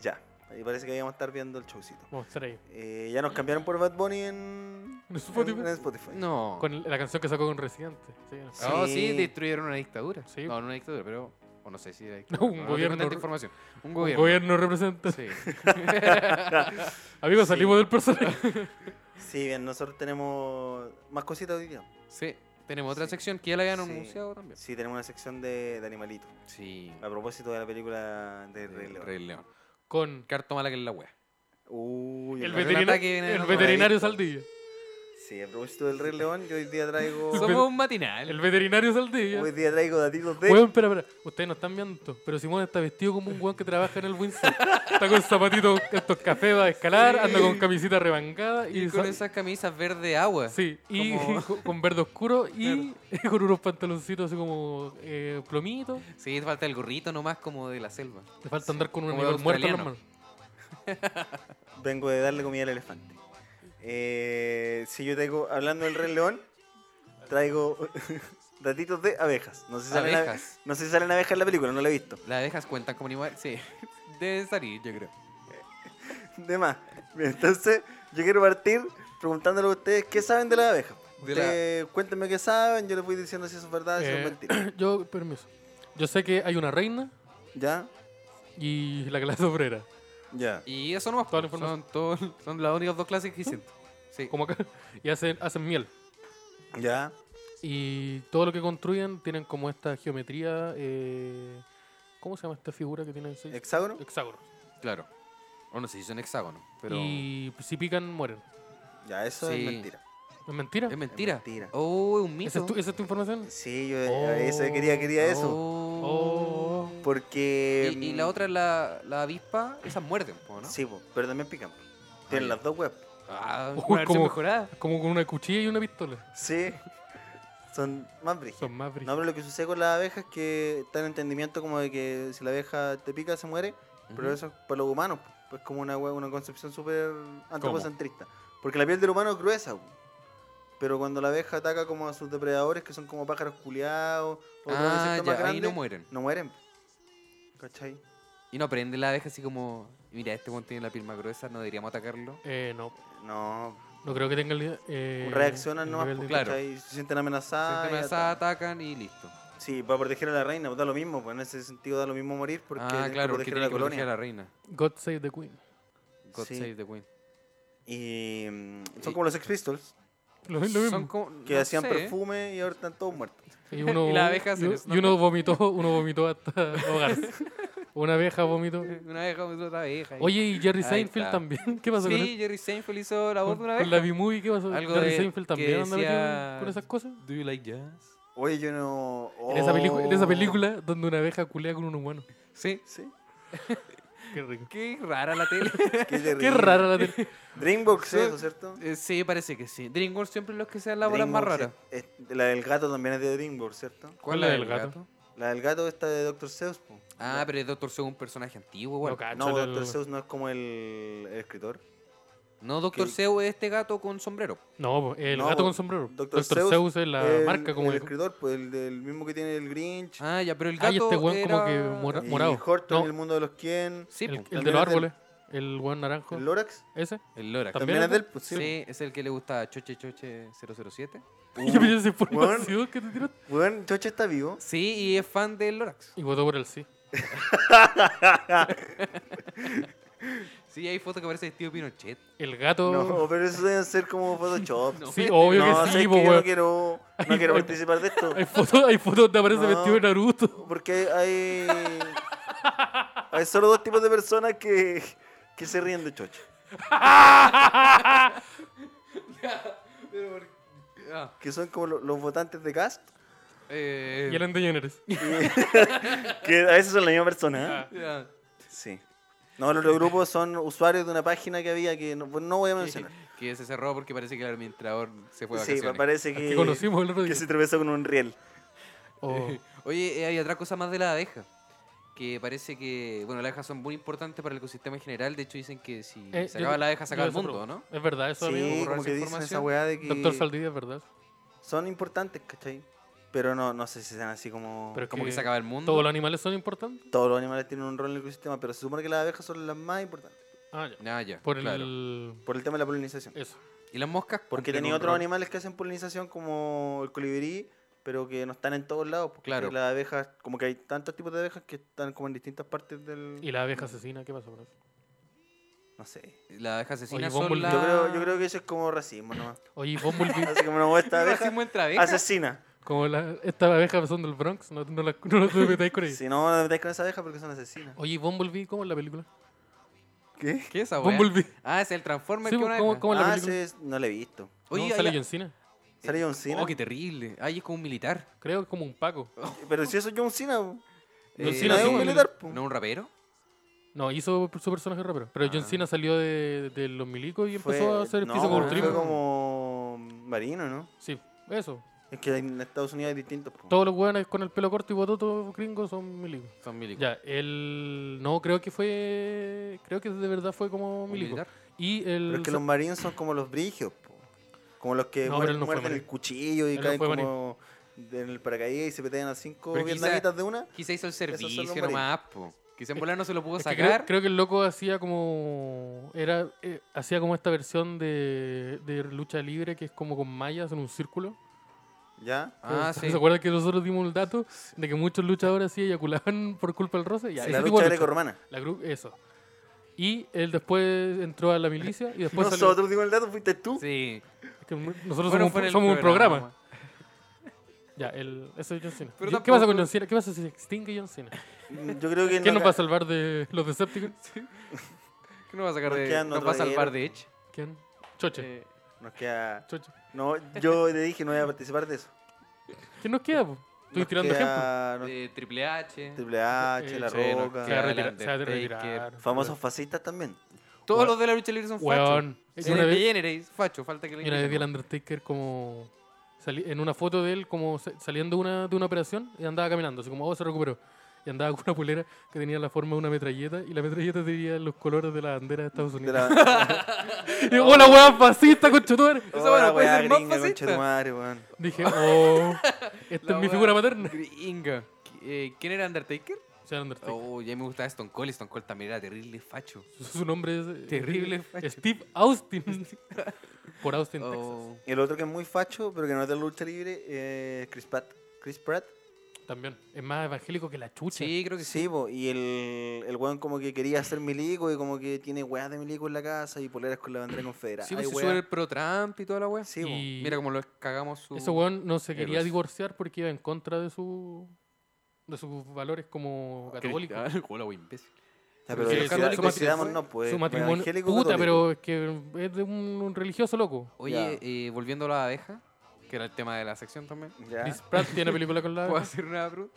[SPEAKER 4] Ya. Y parece que íbamos a estar viendo el showcito.
[SPEAKER 3] Vamos a estar ahí.
[SPEAKER 4] Eh, ya nos cambiaron por Bad Bunny en,
[SPEAKER 3] En Spotify.
[SPEAKER 4] en- en Spotify.
[SPEAKER 2] No.
[SPEAKER 3] Con el- la canción que sacó con Residente. Sí, no.
[SPEAKER 4] Sí.
[SPEAKER 2] Ah, sí, destruyeron una dictadura.
[SPEAKER 3] Sí.
[SPEAKER 2] No, no una dictadura, pero. O no sé si era
[SPEAKER 3] No,
[SPEAKER 2] dictadura.
[SPEAKER 3] un
[SPEAKER 2] no
[SPEAKER 3] gobierno-
[SPEAKER 2] Tengo tanta información. Un
[SPEAKER 3] Un
[SPEAKER 2] gobierno.
[SPEAKER 3] gobierno representa.
[SPEAKER 2] Sí.
[SPEAKER 3] Amigos,
[SPEAKER 4] Sí.
[SPEAKER 3] salimos del personaje. [laughs]
[SPEAKER 4] Sí, bien, nosotros tenemos más cositas hoy día.
[SPEAKER 2] sí. Tenemos otra
[SPEAKER 4] Sí.
[SPEAKER 2] sección que ya la habían
[SPEAKER 4] Sí.
[SPEAKER 2] anunciado también.
[SPEAKER 4] Sí, tenemos una sección de, de animalitos.
[SPEAKER 2] Sí.
[SPEAKER 4] A propósito de la película de
[SPEAKER 2] del
[SPEAKER 4] Rey León.
[SPEAKER 2] Rey León.
[SPEAKER 3] Con
[SPEAKER 2] Carto mala que es la wea.
[SPEAKER 4] Uy,
[SPEAKER 3] el,
[SPEAKER 4] la-
[SPEAKER 2] veterinario-
[SPEAKER 3] veterina-
[SPEAKER 2] ataque viene
[SPEAKER 3] el
[SPEAKER 2] de
[SPEAKER 3] veterinario
[SPEAKER 4] otro lado.
[SPEAKER 3] Saldivia.
[SPEAKER 4] Sí, a propósito del Rey León, yo hoy día
[SPEAKER 3] [laughs]
[SPEAKER 4] traigo.
[SPEAKER 2] Somos un matinal.
[SPEAKER 3] El veterinario Saldivia.
[SPEAKER 4] hoy día traigo datitos de.
[SPEAKER 3] Weón, espera, espera. Ustedes no están viendo esto, pero Simón está vestido como un weón que trabaja en el Windsor. está con zapatitos, estos cafés va a escalar,
[SPEAKER 2] Sí.
[SPEAKER 3] anda con camisita rebangada y,
[SPEAKER 2] y con
[SPEAKER 3] sa-
[SPEAKER 2] esas camisas verde agua.
[SPEAKER 3] Sí, y
[SPEAKER 2] como-
[SPEAKER 3] [laughs] con- con verde oscuro y [laughs] con unos pantaloncitos así como eh, plomitos.
[SPEAKER 2] Sí, te falta el gorrito nomás como de la selva.
[SPEAKER 3] Te falta andar con un
[SPEAKER 2] como de
[SPEAKER 3] animal muerto en las
[SPEAKER 2] australiano.
[SPEAKER 3] manos.
[SPEAKER 4] Vengo de darle comida al elefante. Eh, si yo traigo, hablando del Rey León, traigo [laughs] datitos de abejas. No sé si salen, abe-
[SPEAKER 2] Abejas.
[SPEAKER 4] no sé si salen abejas en la película, no la he visto.
[SPEAKER 2] Las abejas cuentan como animal. Sí. [laughs] Deben salir, yo creo.
[SPEAKER 4] De más. Entonces, yo quiero partir preguntándole a ustedes qué saben de las abejas.
[SPEAKER 2] De la-
[SPEAKER 4] Ustedes Cuéntenme qué saben, yo les voy diciendo si eso es verdad, si
[SPEAKER 3] Eh,
[SPEAKER 4] es mentira.
[SPEAKER 3] [clears throat] Yo, permiso. Yo sé que hay una reina
[SPEAKER 4] ¿Ya?
[SPEAKER 3] y la clase [laughs] obrera.
[SPEAKER 4] Ya.
[SPEAKER 2] Y eso nomás.
[SPEAKER 3] Toda la
[SPEAKER 2] pues,
[SPEAKER 3] información.
[SPEAKER 2] son, todo- son las únicas dos clases que existen. Sí.
[SPEAKER 3] Como acá. Y hacen, hacen miel.
[SPEAKER 4] ¿Ya?
[SPEAKER 3] Y todo lo que construyen tienen como esta geometría. eh, ¿Cómo se llama esta figura que tienen seis?
[SPEAKER 4] ¿Hexágono?
[SPEAKER 3] Hexágonos.
[SPEAKER 2] Claro. O no sé si son hexágonos, pero.
[SPEAKER 3] Y si pican, mueren.
[SPEAKER 4] Ya, eso
[SPEAKER 2] Sí.
[SPEAKER 4] es mentira.
[SPEAKER 3] ¿Es mentira?
[SPEAKER 2] Es mentira.
[SPEAKER 4] mentira.
[SPEAKER 2] Oh, es un mito.
[SPEAKER 3] ¿Esa es, tu, esa es tu información?
[SPEAKER 4] Sí, yo
[SPEAKER 3] Oh.
[SPEAKER 4] eso quería, quería eso.
[SPEAKER 2] Oh.
[SPEAKER 3] Oh.
[SPEAKER 4] Porque. mm,
[SPEAKER 2] Y, y la otra es la, la avispa, esas muerden, po, ¿no?
[SPEAKER 4] Sí, po, pero también pican. Tienen
[SPEAKER 2] ya.
[SPEAKER 4] las dos web.
[SPEAKER 2] Ah,
[SPEAKER 3] Uy,
[SPEAKER 2] una versión
[SPEAKER 3] como-
[SPEAKER 2] mejorada.
[SPEAKER 3] Como con una cuchilla y una pistola.
[SPEAKER 4] Sí. Son más brígidas.
[SPEAKER 3] Son más
[SPEAKER 4] No,
[SPEAKER 3] brillantes.
[SPEAKER 4] pero lo que sucede con las abejas es que está el entendimiento como de que si la abeja te pica se muere, pero
[SPEAKER 2] Ujú.
[SPEAKER 4] eso es para los humanos, po. pues como una, hue- una concepción súper antropocentrista. Porque la piel del humano es gruesa, po. pero cuando la abeja ataca como a sus depredadores, que son como pájaros culiados, o otros
[SPEAKER 2] Ah,
[SPEAKER 4] insectos más
[SPEAKER 2] ya, ahí no
[SPEAKER 4] grandes,
[SPEAKER 2] mueren.
[SPEAKER 4] no mueren. pues. ¿Cachai?
[SPEAKER 2] Y no prende la abeja así como, mira, este monte tiene la piel más gruesa, no deberíamos atacarlo.
[SPEAKER 3] Eh, no.
[SPEAKER 4] No,
[SPEAKER 3] No creo que tenga el. Eh,
[SPEAKER 4] reaccionan
[SPEAKER 3] el
[SPEAKER 4] nomás, pues,
[SPEAKER 3] nivel
[SPEAKER 4] po,
[SPEAKER 3] de-
[SPEAKER 2] claro.
[SPEAKER 4] ¿cachai? Se sienten
[SPEAKER 2] Se
[SPEAKER 4] amenazadas. y
[SPEAKER 2] amenazadas,
[SPEAKER 4] atacan.
[SPEAKER 2] atacan y listo.
[SPEAKER 4] Sí, para proteger a la reina, pues da lo mismo, pues en ese sentido da lo mismo morir porque tienen
[SPEAKER 2] ah,
[SPEAKER 4] que
[SPEAKER 2] claro, porque
[SPEAKER 4] proteger
[SPEAKER 2] tiene
[SPEAKER 4] a la
[SPEAKER 2] que proteger
[SPEAKER 4] colonia.
[SPEAKER 2] a la reina.
[SPEAKER 3] God save the Queen.
[SPEAKER 2] God
[SPEAKER 4] Sí.
[SPEAKER 2] save the queen.
[SPEAKER 4] Y mm, son
[SPEAKER 2] Y-
[SPEAKER 4] como los Sex Pistols,
[SPEAKER 3] Lo, lo mismo.
[SPEAKER 2] Son como-
[SPEAKER 4] que
[SPEAKER 2] no
[SPEAKER 4] hacían
[SPEAKER 2] sé.
[SPEAKER 4] perfume y ahora están todos muertos.
[SPEAKER 3] Y, uno,
[SPEAKER 2] Y las abejas
[SPEAKER 3] y-
[SPEAKER 2] en eso
[SPEAKER 3] y uno vomitó, uno vomitó hasta [laughs] ahogarse. Una abeja
[SPEAKER 2] [laughs]
[SPEAKER 3] vómito.
[SPEAKER 2] Una abeja vomitó otra abeja. y-
[SPEAKER 3] Oye, y Jerry
[SPEAKER 2] Ahí
[SPEAKER 3] Seinfeld
[SPEAKER 2] está.
[SPEAKER 3] también. [laughs] ¿Qué pasó con
[SPEAKER 2] Sí,
[SPEAKER 3] él?
[SPEAKER 2] Jerry Seinfeld hizo la voz de
[SPEAKER 3] Con,
[SPEAKER 2] una
[SPEAKER 3] con la
[SPEAKER 2] abeja.
[SPEAKER 3] B-Movie, ¿qué pasó?
[SPEAKER 2] Algo
[SPEAKER 3] Jerry
[SPEAKER 2] de-
[SPEAKER 3] Seinfeld
[SPEAKER 2] que
[SPEAKER 3] también anda metido
[SPEAKER 2] decía-
[SPEAKER 3] con esas cosas.
[SPEAKER 6] Do you like jazz?
[SPEAKER 4] Oye, yo no.
[SPEAKER 3] En, esa pelicu- en esa
[SPEAKER 4] Oh.
[SPEAKER 3] película donde una abeja culea con un humano.
[SPEAKER 2] Sí.
[SPEAKER 4] Sí.
[SPEAKER 3] [laughs] Qué rico.
[SPEAKER 2] Qué rara la
[SPEAKER 4] [laughs]
[SPEAKER 2] tele.
[SPEAKER 4] oh,
[SPEAKER 3] [laughs]
[SPEAKER 4] Qué,
[SPEAKER 3] Qué
[SPEAKER 4] terrible.
[SPEAKER 3] rara la
[SPEAKER 4] [laughs]
[SPEAKER 3] tele.
[SPEAKER 4] Dreambox,
[SPEAKER 2] Sí.
[SPEAKER 4] eso, ¿cierto?
[SPEAKER 2] Eh, sí, parece que sí. DreamWorks siempre los que se elaboran más
[SPEAKER 4] Dreamworks
[SPEAKER 2] raras.
[SPEAKER 4] es- es- eh, la del gato también es de Dreamworks, ¿cierto?
[SPEAKER 3] ¿Cuál es la del gato?
[SPEAKER 4] La del gato está de Dr. Seuss. po.
[SPEAKER 2] Ah, pero el Doctor Seuss es un personaje antiguo,
[SPEAKER 3] ah, No,
[SPEAKER 2] weón.
[SPEAKER 3] cacho,
[SPEAKER 4] No,
[SPEAKER 3] el-
[SPEAKER 4] Dr. Seuss no es como el, el escritor.
[SPEAKER 2] No, Doctor
[SPEAKER 4] que-
[SPEAKER 2] Seuss es este gato con sombrero.
[SPEAKER 3] no, po, el
[SPEAKER 4] No,
[SPEAKER 3] gato
[SPEAKER 4] po,
[SPEAKER 3] con sombrero. Doctor,
[SPEAKER 4] Dr. Seuss,
[SPEAKER 3] Seuss es la
[SPEAKER 4] El-
[SPEAKER 3] marca como
[SPEAKER 4] el,
[SPEAKER 3] el,
[SPEAKER 4] escritor, pues el del mismo que tiene el Grinch.
[SPEAKER 2] Ah, ya, pero el gato
[SPEAKER 3] Ay, este weón como
[SPEAKER 2] era-
[SPEAKER 3] que mora-
[SPEAKER 4] y
[SPEAKER 3] morado.
[SPEAKER 4] Horton,
[SPEAKER 3] No.
[SPEAKER 4] el mundo de los quien.
[SPEAKER 2] Sí,
[SPEAKER 3] el,
[SPEAKER 2] po,
[SPEAKER 3] el
[SPEAKER 2] el,
[SPEAKER 3] de los
[SPEAKER 4] también es
[SPEAKER 3] árboles. El buen naranjo.
[SPEAKER 4] El Lorax.
[SPEAKER 3] Ese.
[SPEAKER 2] Lorax.
[SPEAKER 3] Tam-
[SPEAKER 4] También,
[SPEAKER 3] ¿También
[SPEAKER 4] es de él, pues
[SPEAKER 2] Sí,
[SPEAKER 4] sí.
[SPEAKER 2] es el que le gusta Choche Choche 007.
[SPEAKER 3] [laughs]
[SPEAKER 4] Uh.
[SPEAKER 3] [laughs] Yo pensé esa información
[SPEAKER 4] Weón.
[SPEAKER 3] que te tiraste.
[SPEAKER 4] Bueno, Chocha está vivo.
[SPEAKER 2] Sí, y es fan del Lorax.
[SPEAKER 3] Y votó por el sí.
[SPEAKER 2] Sí, hay fotos que parece el tío Pinochet.
[SPEAKER 3] El gato.
[SPEAKER 4] No, pero eso deben ser como
[SPEAKER 3] [laughs]
[SPEAKER 4] Photoshop.
[SPEAKER 2] No.
[SPEAKER 3] Sí, obvio
[SPEAKER 4] no,
[SPEAKER 3] que
[SPEAKER 4] ¿sabes
[SPEAKER 3] sí,
[SPEAKER 4] qué?
[SPEAKER 3] po,
[SPEAKER 4] yo no
[SPEAKER 3] weón.
[SPEAKER 4] quiero, no quiero participar de esto.
[SPEAKER 3] Hay fotos, hay fotos donde aparece
[SPEAKER 4] No.
[SPEAKER 3] vestido de
[SPEAKER 4] [laughs]
[SPEAKER 3] Naruto. [laughs]
[SPEAKER 4] Porque hay. Hay solo dos tipos de personas que, que se ríen de Chocha.
[SPEAKER 2] Ah,
[SPEAKER 4] Que son como lo- los, votantes de Cast.
[SPEAKER 2] eh,
[SPEAKER 3] Y Ellen DeGeneres.
[SPEAKER 4] Que a veces son la misma persona.
[SPEAKER 3] Ah.
[SPEAKER 4] ¿eh?
[SPEAKER 2] ya.
[SPEAKER 4] Sí. No, los otros grupos son usuarios de una página que había que no, pues, no voy a
[SPEAKER 2] [laughs]
[SPEAKER 4] mencionar.
[SPEAKER 2] que se cerró porque parece que el administrador se fue a
[SPEAKER 4] Sí,
[SPEAKER 2] vacaciones.
[SPEAKER 4] parece que,
[SPEAKER 3] Que conocimos el otro
[SPEAKER 4] que
[SPEAKER 3] día.
[SPEAKER 4] se tropezó con un riel. [laughs]
[SPEAKER 3] Oh,
[SPEAKER 2] Oye, eh, hay otra cosa más de la abeja. Que parece que, bueno, las abejas son muy importantes para el ecosistema en general. De hecho, dicen que si
[SPEAKER 3] Eh,
[SPEAKER 2] se
[SPEAKER 3] yo-
[SPEAKER 2] acaba la abeja, se
[SPEAKER 3] yo
[SPEAKER 2] acaba el
[SPEAKER 3] eso
[SPEAKER 2] mundo,
[SPEAKER 3] pregunto.
[SPEAKER 2] ¿no?
[SPEAKER 3] Es verdad, eso amigo.
[SPEAKER 4] Sí,
[SPEAKER 2] borrar
[SPEAKER 4] como
[SPEAKER 2] esa
[SPEAKER 4] que dicen esa
[SPEAKER 2] información.
[SPEAKER 4] weá de que
[SPEAKER 3] Doctor Saldivia, es verdad.
[SPEAKER 4] son importantes, ¿cachai? Pero no, no sé si sean así como...
[SPEAKER 3] Pero es
[SPEAKER 2] Como que
[SPEAKER 3] que
[SPEAKER 2] se acaba el mundo.
[SPEAKER 3] ¿Todos los animales son importantes?
[SPEAKER 4] Todos los animales tienen un rol en el ecosistema, pero se supone que las abejas son las más importantes.
[SPEAKER 3] Ah, ya.
[SPEAKER 2] Ah, ya,
[SPEAKER 3] Por
[SPEAKER 2] claro.
[SPEAKER 3] el.
[SPEAKER 4] Por el tema de la polinización.
[SPEAKER 3] Eso.
[SPEAKER 2] ¿Y las moscas?
[SPEAKER 4] Porque
[SPEAKER 2] cumplen
[SPEAKER 4] tenía
[SPEAKER 2] un
[SPEAKER 4] otros
[SPEAKER 2] rol.
[SPEAKER 4] animales que hacen polinización como el colibrí, pero que no están en todos lados. Porque
[SPEAKER 2] Claro.
[SPEAKER 4] las abejas, como que hay tantos tipos de abejas que están como en distintas partes del...
[SPEAKER 3] ¿Y la abeja asesina? ¿Qué pasó con eso?
[SPEAKER 4] No sé.
[SPEAKER 2] Las abejas asesinas
[SPEAKER 3] Oye,
[SPEAKER 2] son
[SPEAKER 3] Bumblebee.
[SPEAKER 2] las...
[SPEAKER 4] Yo creo, yo creo que eso es como racismo nomás.
[SPEAKER 3] Oye, Bumblebee.
[SPEAKER 4] Así como no, esta abeja
[SPEAKER 2] Racismo entre abejas.
[SPEAKER 4] asesina.
[SPEAKER 3] [laughs] como la, estas abejas son del Bronx, no, no, las- no las metáis con ellas.
[SPEAKER 4] Si no, no te metáis con esa abeja porque son asesinas.
[SPEAKER 3] Oye, Bumblebee, ¿cómo es la película?
[SPEAKER 4] ¿Qué?
[SPEAKER 2] ¿Qué es esa weá?
[SPEAKER 3] Bumblebee.
[SPEAKER 2] Ah, es el Transformer
[SPEAKER 3] Sí, pues,
[SPEAKER 2] que una
[SPEAKER 3] ¿cómo-
[SPEAKER 2] abeja.
[SPEAKER 3] cómo es la
[SPEAKER 4] Ah,
[SPEAKER 3] película?
[SPEAKER 4] sí, no la he visto.
[SPEAKER 2] Oye,
[SPEAKER 3] no,
[SPEAKER 2] hay-
[SPEAKER 3] sale John Cena.
[SPEAKER 4] Sale John Cena.
[SPEAKER 2] Oh, qué terrible. Ay, es como un militar.
[SPEAKER 3] Creo que es como un Paco.
[SPEAKER 4] Pero si eso es John Cena, po.
[SPEAKER 3] John
[SPEAKER 2] Eh,
[SPEAKER 3] Cena
[SPEAKER 4] no es
[SPEAKER 3] sí,
[SPEAKER 4] un
[SPEAKER 3] weón.
[SPEAKER 4] militar, po.
[SPEAKER 2] ¿No un rapero?
[SPEAKER 3] No, hizo su personaje rapero. Pero John
[SPEAKER 2] Ah.
[SPEAKER 3] Cena salió de, de los milicos y
[SPEAKER 4] Fue-
[SPEAKER 3] empezó a hacer
[SPEAKER 4] no,
[SPEAKER 3] piso con
[SPEAKER 4] pero
[SPEAKER 2] tribu.
[SPEAKER 4] Fue
[SPEAKER 3] triple.
[SPEAKER 4] como marino, ¿no?
[SPEAKER 3] Sí, eso.
[SPEAKER 4] Es pues. que en Estados Unidos hay distintos. po.
[SPEAKER 3] Todos los hueones con el pelo corto y bototo gringos son milicos.
[SPEAKER 2] Son milicos.
[SPEAKER 3] Ya, el... No, creo que fue... Creo que de verdad fue como
[SPEAKER 2] ¿Un
[SPEAKER 3] milico.
[SPEAKER 2] militar?
[SPEAKER 3] Y el...
[SPEAKER 4] Pero es que los marines son como los brigios, po. como los que
[SPEAKER 3] No,
[SPEAKER 4] muer-
[SPEAKER 3] pero él no fue
[SPEAKER 4] muerden el
[SPEAKER 3] marino.
[SPEAKER 4] cuchillo y
[SPEAKER 3] Él no
[SPEAKER 4] caen
[SPEAKER 3] fue
[SPEAKER 4] como en el paracaídas y se petean a cinco
[SPEAKER 2] Pero quizá-
[SPEAKER 4] vietnamitas de una.
[SPEAKER 2] Quizá hizo el
[SPEAKER 4] son los
[SPEAKER 2] servicio
[SPEAKER 4] marines.
[SPEAKER 2] nomás, po. Quizá en volar no se lo pudo
[SPEAKER 3] Es que creo-
[SPEAKER 2] sacar.
[SPEAKER 3] creo, que el loco hacía como... Era... eh, hacía como esta versión de, de lucha libre que es como con mallas en un círculo.
[SPEAKER 4] ¿Ya?
[SPEAKER 2] Ah,
[SPEAKER 3] ¿Se-
[SPEAKER 2] sí.
[SPEAKER 3] ¿Se acuerdan que nosotros dimos el dato de que muchos luchadores sí eyaculaban [laughs] por culpa del roce? Ya,
[SPEAKER 4] Sí,
[SPEAKER 3] ese
[SPEAKER 4] la
[SPEAKER 3] tipo
[SPEAKER 4] lucha
[SPEAKER 3] de lucha.
[SPEAKER 4] greco-romana.
[SPEAKER 3] La gru- eso. Y él después entró a la milicia y después salió-
[SPEAKER 4] Nosotros, digo el dato, fuiste tú.
[SPEAKER 2] Sí.
[SPEAKER 3] Es que nosotros
[SPEAKER 2] Bueno,
[SPEAKER 3] somos,
[SPEAKER 2] fue en
[SPEAKER 3] un,
[SPEAKER 2] el
[SPEAKER 3] somos un programa.
[SPEAKER 2] nomás.
[SPEAKER 3] Ya, el, eso es John Cena.
[SPEAKER 2] Pero
[SPEAKER 3] Yo- ¿Qué pasa
[SPEAKER 2] tampoco-
[SPEAKER 3] con John Cena? ¿Qué pasa si se extingue John Cena?
[SPEAKER 4] Yo creo que
[SPEAKER 3] ¿Quién
[SPEAKER 4] no
[SPEAKER 3] nos va a salvar de los Decepticons? [laughs]
[SPEAKER 2] ¿Qué nos va a sacar
[SPEAKER 4] Nos
[SPEAKER 2] de.?
[SPEAKER 4] quedan
[SPEAKER 2] Nos
[SPEAKER 4] otro
[SPEAKER 2] va a salvar
[SPEAKER 4] héroe.
[SPEAKER 2] de Edge.
[SPEAKER 3] ¿Quién? Choche.
[SPEAKER 2] Eh,
[SPEAKER 4] Nos queda.
[SPEAKER 3] Choche.
[SPEAKER 4] No, yo te dije, no voy a participar de eso.
[SPEAKER 3] ¿Quién nos queda? po? Estoy
[SPEAKER 4] Nos
[SPEAKER 3] tirando ejemplos.
[SPEAKER 4] queda, no-
[SPEAKER 2] de Triple H.
[SPEAKER 4] Triple H,
[SPEAKER 3] Eh,
[SPEAKER 4] La
[SPEAKER 2] sí, nos
[SPEAKER 4] Roca.
[SPEAKER 3] Se va
[SPEAKER 2] queda-
[SPEAKER 3] a retirar- se va a
[SPEAKER 2] Undertaker,
[SPEAKER 3] retirar.
[SPEAKER 4] Famosos fascistas también.
[SPEAKER 2] Todos
[SPEAKER 3] Weón.
[SPEAKER 2] los de la lucha libre son fachos.
[SPEAKER 3] Weón.
[SPEAKER 2] Es
[SPEAKER 3] Yo una vez-
[SPEAKER 2] facho. Falta que le
[SPEAKER 3] Y una vez vi
[SPEAKER 2] griten,
[SPEAKER 3] al Undertaker como... sali- en una foto de él como sa- saliendo una, de una operación y andaba caminando, así como, oh, se recuperó. Y andaba con una polera que tenía la forma de una metralleta y la metralleta tenía los colores de la bandera de Estados
[SPEAKER 4] De
[SPEAKER 3] Unidos.
[SPEAKER 2] [laughs]
[SPEAKER 4] la,
[SPEAKER 3] [laughs] Y yo, ¡Hola, weón, fascista, conchetumare!
[SPEAKER 2] Esa weá no puede
[SPEAKER 4] weá
[SPEAKER 2] ser más
[SPEAKER 4] gringa,
[SPEAKER 2] fascista.
[SPEAKER 4] conchetumare, weón. [laughs]
[SPEAKER 3] Dije, oh,
[SPEAKER 2] La
[SPEAKER 3] esta es mi
[SPEAKER 2] wea
[SPEAKER 3] figura materna. [laughs]
[SPEAKER 2] Gringa. Eh, ¿Quién era Undertaker?
[SPEAKER 3] O sea, Undertaker.
[SPEAKER 2] Oh, ya me gustaba Stone Cold. Stone Cold también era terrible facho.
[SPEAKER 3] Su nombre es eh,
[SPEAKER 2] Terrible facho.
[SPEAKER 3] Steve Austin. Por Austin,
[SPEAKER 2] Oh.
[SPEAKER 4] El otro que es muy facho, pero que no es de lucha libre, es Chris Pratt. Chris Pratt.
[SPEAKER 3] Texas. También. Es más evangélico que la chucha.
[SPEAKER 2] Sí, creo que sí.
[SPEAKER 4] Sí, po, y el, el weón como que quería ser milico y como que tiene weas de milico en la casa y poleras con la bandera confederada.
[SPEAKER 2] Sí,
[SPEAKER 4] Ay,
[SPEAKER 2] pues se
[SPEAKER 4] wea.
[SPEAKER 2] sube el pro Trump y toda la wea.
[SPEAKER 4] Sí, po.
[SPEAKER 3] Y
[SPEAKER 2] Mira cómo lo cagamos su.
[SPEAKER 3] ese weón no se quería
[SPEAKER 2] héroes.
[SPEAKER 3] divorciar porque iba en contra de su... de sus valores como católicos.
[SPEAKER 4] ah,
[SPEAKER 2] [laughs] Cristiano, como la wea, imbécil.
[SPEAKER 3] Porque
[SPEAKER 4] Ya, pero
[SPEAKER 3] los
[SPEAKER 4] si-
[SPEAKER 3] católicos
[SPEAKER 4] consideramos,
[SPEAKER 2] fue-
[SPEAKER 4] no, pues.
[SPEAKER 3] su matrimonio. Puta,
[SPEAKER 4] evangélico católico.
[SPEAKER 3] pero es que es de un, un religioso loco.
[SPEAKER 2] Oye, eh, volviendo a la abeja, que era el tema de la sección también.
[SPEAKER 4] Ya. Pues,
[SPEAKER 3] Chris Pratt tiene película
[SPEAKER 4] [laughs]
[SPEAKER 3] con la.
[SPEAKER 2] ¿Puedo hacer una pro?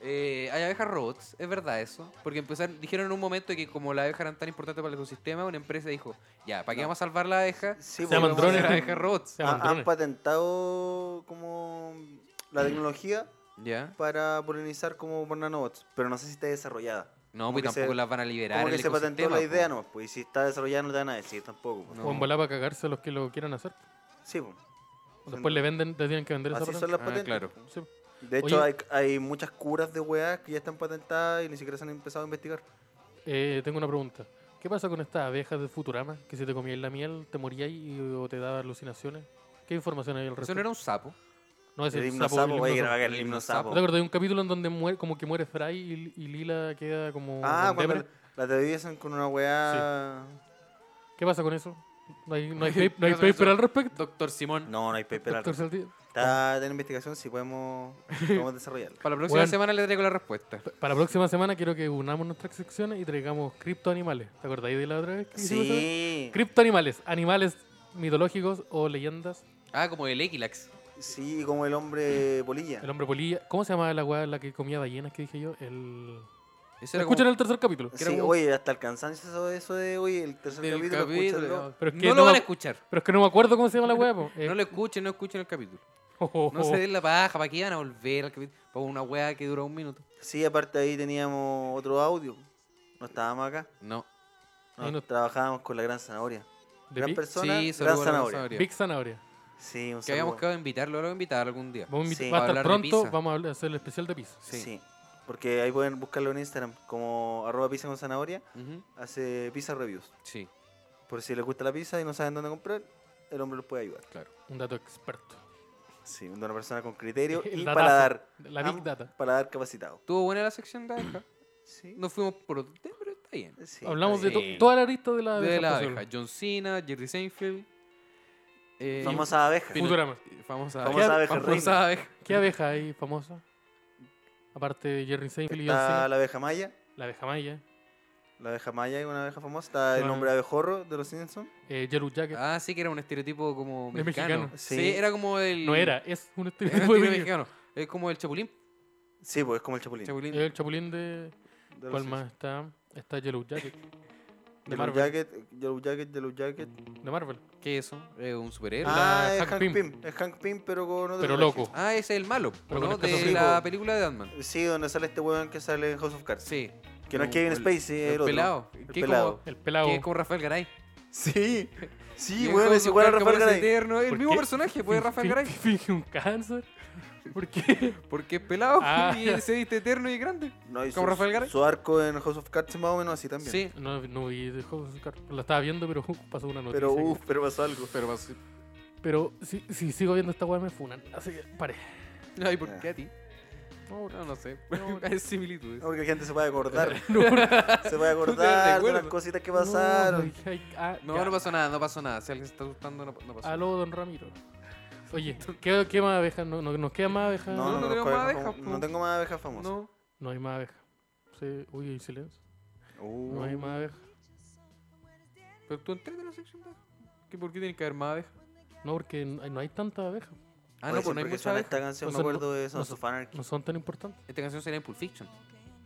[SPEAKER 2] Eh, hay abejas robots, es verdad eso. Porque empezaron, dijeron en un momento que como las abejas eran tan importantes para el ecosistema, una empresa dijo, ya, ¿para qué
[SPEAKER 4] No.
[SPEAKER 2] vamos a salvar la abeja?
[SPEAKER 3] Se
[SPEAKER 4] Sí, pues,
[SPEAKER 3] llaman
[SPEAKER 4] vamos a
[SPEAKER 3] drones.
[SPEAKER 4] hacer-
[SPEAKER 2] Las abejas robots.
[SPEAKER 3] Se
[SPEAKER 4] ha-
[SPEAKER 3] llaman
[SPEAKER 4] han
[SPEAKER 3] drones.
[SPEAKER 4] patentado como la tecnología
[SPEAKER 2] Ya.
[SPEAKER 4] para polinizar como por nanobots, pero no sé si está desarrollada.
[SPEAKER 2] No,
[SPEAKER 4] Como
[SPEAKER 2] pues
[SPEAKER 4] que se-
[SPEAKER 2] tampoco las van a liberar.
[SPEAKER 4] Como
[SPEAKER 2] el
[SPEAKER 4] que se patentó la
[SPEAKER 2] ecosistema,
[SPEAKER 4] idea,
[SPEAKER 2] po.
[SPEAKER 4] no, pues y si está desarrollada no te van a decir tampoco. pues.
[SPEAKER 2] No.
[SPEAKER 3] O en volada para cagarse a los que lo quieran hacer.
[SPEAKER 4] Sí, pues.
[SPEAKER 3] Después le venden, le tienen que vender esa
[SPEAKER 4] Así
[SPEAKER 3] patente.
[SPEAKER 4] son las
[SPEAKER 2] Ah,
[SPEAKER 4] patentes.
[SPEAKER 2] claro.
[SPEAKER 3] Sí.
[SPEAKER 4] De hecho,
[SPEAKER 3] Oye.
[SPEAKER 4] hay, hay muchas curas de weas que ya están patentadas y ni siquiera se han empezado a investigar.
[SPEAKER 3] Eh, tengo una pregunta. ¿Qué pasa con estas abejas de Futurama? Que si te comías la miel, te morías y- o te daba alucinaciones. ¿Qué información hay al
[SPEAKER 2] Eso
[SPEAKER 3] respecto?
[SPEAKER 2] no era un sapo.
[SPEAKER 3] No, ese
[SPEAKER 4] el
[SPEAKER 3] es
[SPEAKER 4] himno
[SPEAKER 3] sapo, el
[SPEAKER 4] sapo, oye, que
[SPEAKER 3] himno
[SPEAKER 4] no va a
[SPEAKER 3] sapo.
[SPEAKER 4] caer el himno sapo.
[SPEAKER 3] ¿No te acuerdas de un capítulo en donde muere, como que muere Fry y, y Lila queda como...
[SPEAKER 4] Ah,
[SPEAKER 3] con
[SPEAKER 4] cuando
[SPEAKER 3] depre?
[SPEAKER 4] la te dicen con una wea.
[SPEAKER 3] ¿Qué pasa con eso? No hay,
[SPEAKER 2] [laughs]
[SPEAKER 4] [laughs]
[SPEAKER 3] no hay, pa- no hay
[SPEAKER 2] Eso- eso-
[SPEAKER 3] paper al respecto.
[SPEAKER 2] Doctor Simón.
[SPEAKER 4] No, no hay paper.
[SPEAKER 3] Doctor
[SPEAKER 4] al-
[SPEAKER 3] Saldí-
[SPEAKER 4] Está en investigación
[SPEAKER 3] [laughs]
[SPEAKER 4] si podemos, podemos desarrollarlo.
[SPEAKER 2] Para la próxima
[SPEAKER 3] Weón.
[SPEAKER 2] semana le traigo la respuesta.
[SPEAKER 3] Pa- Para la próxima semana quiero que unamos nuestras secciones y traigamos criptoanimales. ¿Te acordáis de la otra vez? que hicimos eso?
[SPEAKER 4] Sí,
[SPEAKER 3] Criptoanimales, animales mitológicos o leyendas.
[SPEAKER 2] Ah, como el Equilax.
[SPEAKER 4] sí, como el hombre polilla.
[SPEAKER 3] El hombre polilla. ¿Cómo se llamaba la weá la que comía ballenas que dije yo? El...
[SPEAKER 2] Eso era
[SPEAKER 3] Escuchen
[SPEAKER 2] como-
[SPEAKER 3] el tercer capítulo.
[SPEAKER 4] Sí,
[SPEAKER 2] era como-
[SPEAKER 4] oye, hasta el cansancio eso, eso de, oye, el tercer
[SPEAKER 2] del
[SPEAKER 4] capítulo,
[SPEAKER 2] capítulo,
[SPEAKER 4] escúchalo.
[SPEAKER 2] no.
[SPEAKER 3] Pero es que
[SPEAKER 2] no,
[SPEAKER 3] no
[SPEAKER 2] lo van
[SPEAKER 3] me-
[SPEAKER 2] a escuchar.
[SPEAKER 3] Pero es que no me acuerdo cómo se llama la weá. po. Eh,
[SPEAKER 2] No lo escuchen, no escuchen el capítulo.
[SPEAKER 3] oh, oh,
[SPEAKER 2] No se
[SPEAKER 3] oh.
[SPEAKER 2] den la paja, ¿para qué van a volver al capítulo? Para una weá que dura un minuto.
[SPEAKER 4] Sí, aparte ahí teníamos otro audio. No estábamos acá.
[SPEAKER 2] No.
[SPEAKER 3] Ahí
[SPEAKER 4] No,
[SPEAKER 3] no-
[SPEAKER 4] trabajábamos con la gran zanahoria.
[SPEAKER 3] oh, De
[SPEAKER 4] Gran
[SPEAKER 3] Big-
[SPEAKER 4] persona,
[SPEAKER 2] sí,
[SPEAKER 4] gran
[SPEAKER 2] saludos a la
[SPEAKER 4] zanahoria.
[SPEAKER 2] zanahoria.
[SPEAKER 3] Big Zanahoria.
[SPEAKER 4] Sí, un
[SPEAKER 2] Que habíamos
[SPEAKER 4] saludo.
[SPEAKER 2] quedado de invitarlo, lo voy a invitar algún día.
[SPEAKER 3] Vamos a
[SPEAKER 4] Sí.
[SPEAKER 3] invitar- Va a estar
[SPEAKER 2] Hablar de
[SPEAKER 3] pronto,
[SPEAKER 2] pizza.
[SPEAKER 3] vamos a hablar- hacer el especial de pizza.
[SPEAKER 4] Sí.
[SPEAKER 2] Sí.
[SPEAKER 4] Porque ahí pueden buscarlo en Instagram como arroba pizza con zanahoria.
[SPEAKER 2] Ujú.
[SPEAKER 4] Hace pizza reviews.
[SPEAKER 2] Sí,
[SPEAKER 4] Por si les gusta la pizza y no saben dónde comprar, el hombre los puede ayudar.
[SPEAKER 2] claro.
[SPEAKER 3] Un dato experto.
[SPEAKER 4] Sí, una persona con criterio
[SPEAKER 3] El
[SPEAKER 4] y
[SPEAKER 3] datazo,
[SPEAKER 4] paladar.
[SPEAKER 3] La Big
[SPEAKER 4] Am-
[SPEAKER 3] Data.
[SPEAKER 4] Paladar capacitado.
[SPEAKER 2] Tuvo buena la sección de abeja.
[SPEAKER 4] Sí.
[SPEAKER 2] Nos fuimos por otro tema, pero está bien.
[SPEAKER 4] sí,
[SPEAKER 3] Hablamos
[SPEAKER 4] está
[SPEAKER 3] de
[SPEAKER 4] bien.
[SPEAKER 3] to-
[SPEAKER 2] bien.
[SPEAKER 3] toda la arista Ah, de la
[SPEAKER 2] de
[SPEAKER 3] abeja
[SPEAKER 2] la
[SPEAKER 3] posible.
[SPEAKER 2] abeja. John Cena, Jerry Seinfeld. eh,
[SPEAKER 4] Famosa abeja.
[SPEAKER 2] Pino-
[SPEAKER 3] Futurama.
[SPEAKER 2] y- Famosa
[SPEAKER 4] Famosa
[SPEAKER 2] abeja.
[SPEAKER 4] abeja
[SPEAKER 2] Famosa
[SPEAKER 4] reina.
[SPEAKER 2] abeja.
[SPEAKER 3] ¿Qué abeja hay famosa? Aparte de Jerry Seinfeld y John
[SPEAKER 4] Está
[SPEAKER 3] Cena.
[SPEAKER 4] la abeja maya.
[SPEAKER 3] La abeja maya.
[SPEAKER 4] La abeja maya es una abeja famosa. Está el
[SPEAKER 3] Bueno.
[SPEAKER 4] hombre abejorro de los Simpsons.
[SPEAKER 3] Eh, Yellow Jacket.
[SPEAKER 2] Ah, sí que era un estereotipo como
[SPEAKER 3] De
[SPEAKER 2] mexicano.
[SPEAKER 3] mexicano.
[SPEAKER 2] Sí.
[SPEAKER 4] Sí.
[SPEAKER 2] era como el...
[SPEAKER 3] No era, es
[SPEAKER 2] [laughs] Era
[SPEAKER 3] un
[SPEAKER 2] un
[SPEAKER 3] estereotipo de
[SPEAKER 2] estereotipo
[SPEAKER 3] mexicano.
[SPEAKER 2] mexicano. Es como el chapulín.
[SPEAKER 4] Sí, pues es como el chapulín.
[SPEAKER 2] Chapulín.
[SPEAKER 3] El chapulín de...
[SPEAKER 4] de los
[SPEAKER 3] ¿Cuál
[SPEAKER 4] Simpsons.
[SPEAKER 3] más está? Está Yellow
[SPEAKER 4] [laughs]
[SPEAKER 3] Jacket. De
[SPEAKER 4] Yellow
[SPEAKER 3] Marvel.
[SPEAKER 4] Jacket, Yellow Jacket, Yellow Jacket.
[SPEAKER 3] De Marvel.
[SPEAKER 2] ¿Qué es eso? Eh, un superhéroe. Ah.
[SPEAKER 4] Ah, es
[SPEAKER 3] Hank
[SPEAKER 4] Hank
[SPEAKER 3] Pym.
[SPEAKER 4] Pym. Es Hank Pym, pero con otro
[SPEAKER 3] Pero
[SPEAKER 4] traje.
[SPEAKER 3] loco.
[SPEAKER 2] ese es el malo.
[SPEAKER 3] Pero
[SPEAKER 2] ¿no?
[SPEAKER 3] con este escasos
[SPEAKER 2] De
[SPEAKER 4] Sí,
[SPEAKER 2] la
[SPEAKER 4] po.
[SPEAKER 2] película de Ant-Man.
[SPEAKER 4] Sí, donde sale este weón que sale en House of Cards.
[SPEAKER 2] Sí.
[SPEAKER 4] Que no es
[SPEAKER 2] Un-
[SPEAKER 4] Kevin
[SPEAKER 2] Uh, el-
[SPEAKER 4] Spacey, es
[SPEAKER 2] El
[SPEAKER 4] el otro.
[SPEAKER 2] pelado.
[SPEAKER 4] El
[SPEAKER 2] Que es
[SPEAKER 4] pelado.
[SPEAKER 2] como-
[SPEAKER 3] El pelado.
[SPEAKER 2] que es como Rafael Garay. [laughs]
[SPEAKER 4] Sí, sí,
[SPEAKER 2] Bien,
[SPEAKER 4] weón,
[SPEAKER 2] como
[SPEAKER 4] es igual a
[SPEAKER 2] Rafael
[SPEAKER 4] Rafael
[SPEAKER 2] Garay es
[SPEAKER 4] Garay.
[SPEAKER 2] eterno, El
[SPEAKER 3] ¿Por
[SPEAKER 2] mismo
[SPEAKER 3] qué?
[SPEAKER 2] personaje, pues Rafael Garay.
[SPEAKER 3] [laughs] Finge un cáncer. [laughs] ¿Por qué?
[SPEAKER 2] Porque es pelado
[SPEAKER 3] Ah.
[SPEAKER 2] [laughs] y él se viste eterno y grande.
[SPEAKER 4] No, y
[SPEAKER 2] ¿Como
[SPEAKER 4] su-
[SPEAKER 2] Rafael Garay?
[SPEAKER 4] Su arco en House of Cards es más o menos así también.
[SPEAKER 2] Sí.
[SPEAKER 3] No, no vi The House of Cards. La estaba viendo, pero [laughs] uh, pasó una noticia.
[SPEAKER 4] Pero,
[SPEAKER 3] que-
[SPEAKER 4] uff, pero
[SPEAKER 2] [laughs]
[SPEAKER 4] pasó algo.
[SPEAKER 2] Pero pasó.
[SPEAKER 3] Pero si, si sigo viendo esta weá me funan. Así que pare.
[SPEAKER 4] [laughs]
[SPEAKER 2] Ay, ¿por
[SPEAKER 4] Ya.
[SPEAKER 2] qué a ti? No, no, no sé.
[SPEAKER 3] No.
[SPEAKER 2] [laughs] Hay similitudes.
[SPEAKER 4] No, porque la gente se
[SPEAKER 2] [laughs]
[SPEAKER 4] puede acordar.
[SPEAKER 3] No,
[SPEAKER 4] se puede
[SPEAKER 2] te
[SPEAKER 4] acordar de las
[SPEAKER 2] acuerdas.
[SPEAKER 4] cositas que pasaron.
[SPEAKER 3] No, ay, ah,
[SPEAKER 2] No,
[SPEAKER 3] ya.
[SPEAKER 2] no pasó nada, no pasó nada. Si alguien se está asustando, no, no pasó.
[SPEAKER 3] Aló, don Ramiro. Oye, ¿qué, qué más abejas? ¿No, no, ¿Nos queda más abejas?
[SPEAKER 4] No, no,
[SPEAKER 2] no
[SPEAKER 4] no,
[SPEAKER 2] tenemos
[SPEAKER 4] co-
[SPEAKER 2] más
[SPEAKER 4] no,
[SPEAKER 2] abejas, po.
[SPEAKER 4] no tengo más abejas famosas.
[SPEAKER 2] No.
[SPEAKER 3] No hay más abejas. Sí, uy, hay silencio.
[SPEAKER 4] Uh,
[SPEAKER 3] No hay más abejas.
[SPEAKER 2] Pero tú entraste en la sección de ¿Qué, ¿Por qué tiene que haber más abejas?
[SPEAKER 3] No, porque no hay- no hay tantas abejas.
[SPEAKER 2] Ah, no, pues
[SPEAKER 4] oye,
[SPEAKER 2] no
[SPEAKER 4] siempre
[SPEAKER 2] hay
[SPEAKER 4] que
[SPEAKER 2] muchas
[SPEAKER 4] suena
[SPEAKER 2] abejas.
[SPEAKER 4] esta canción me
[SPEAKER 3] No son-
[SPEAKER 4] acuerdo de
[SPEAKER 3] no
[SPEAKER 4] Sons
[SPEAKER 3] son-
[SPEAKER 4] of Anarchy.
[SPEAKER 3] No son tan importantes.
[SPEAKER 2] Esta canción sería en Pulp Fiction.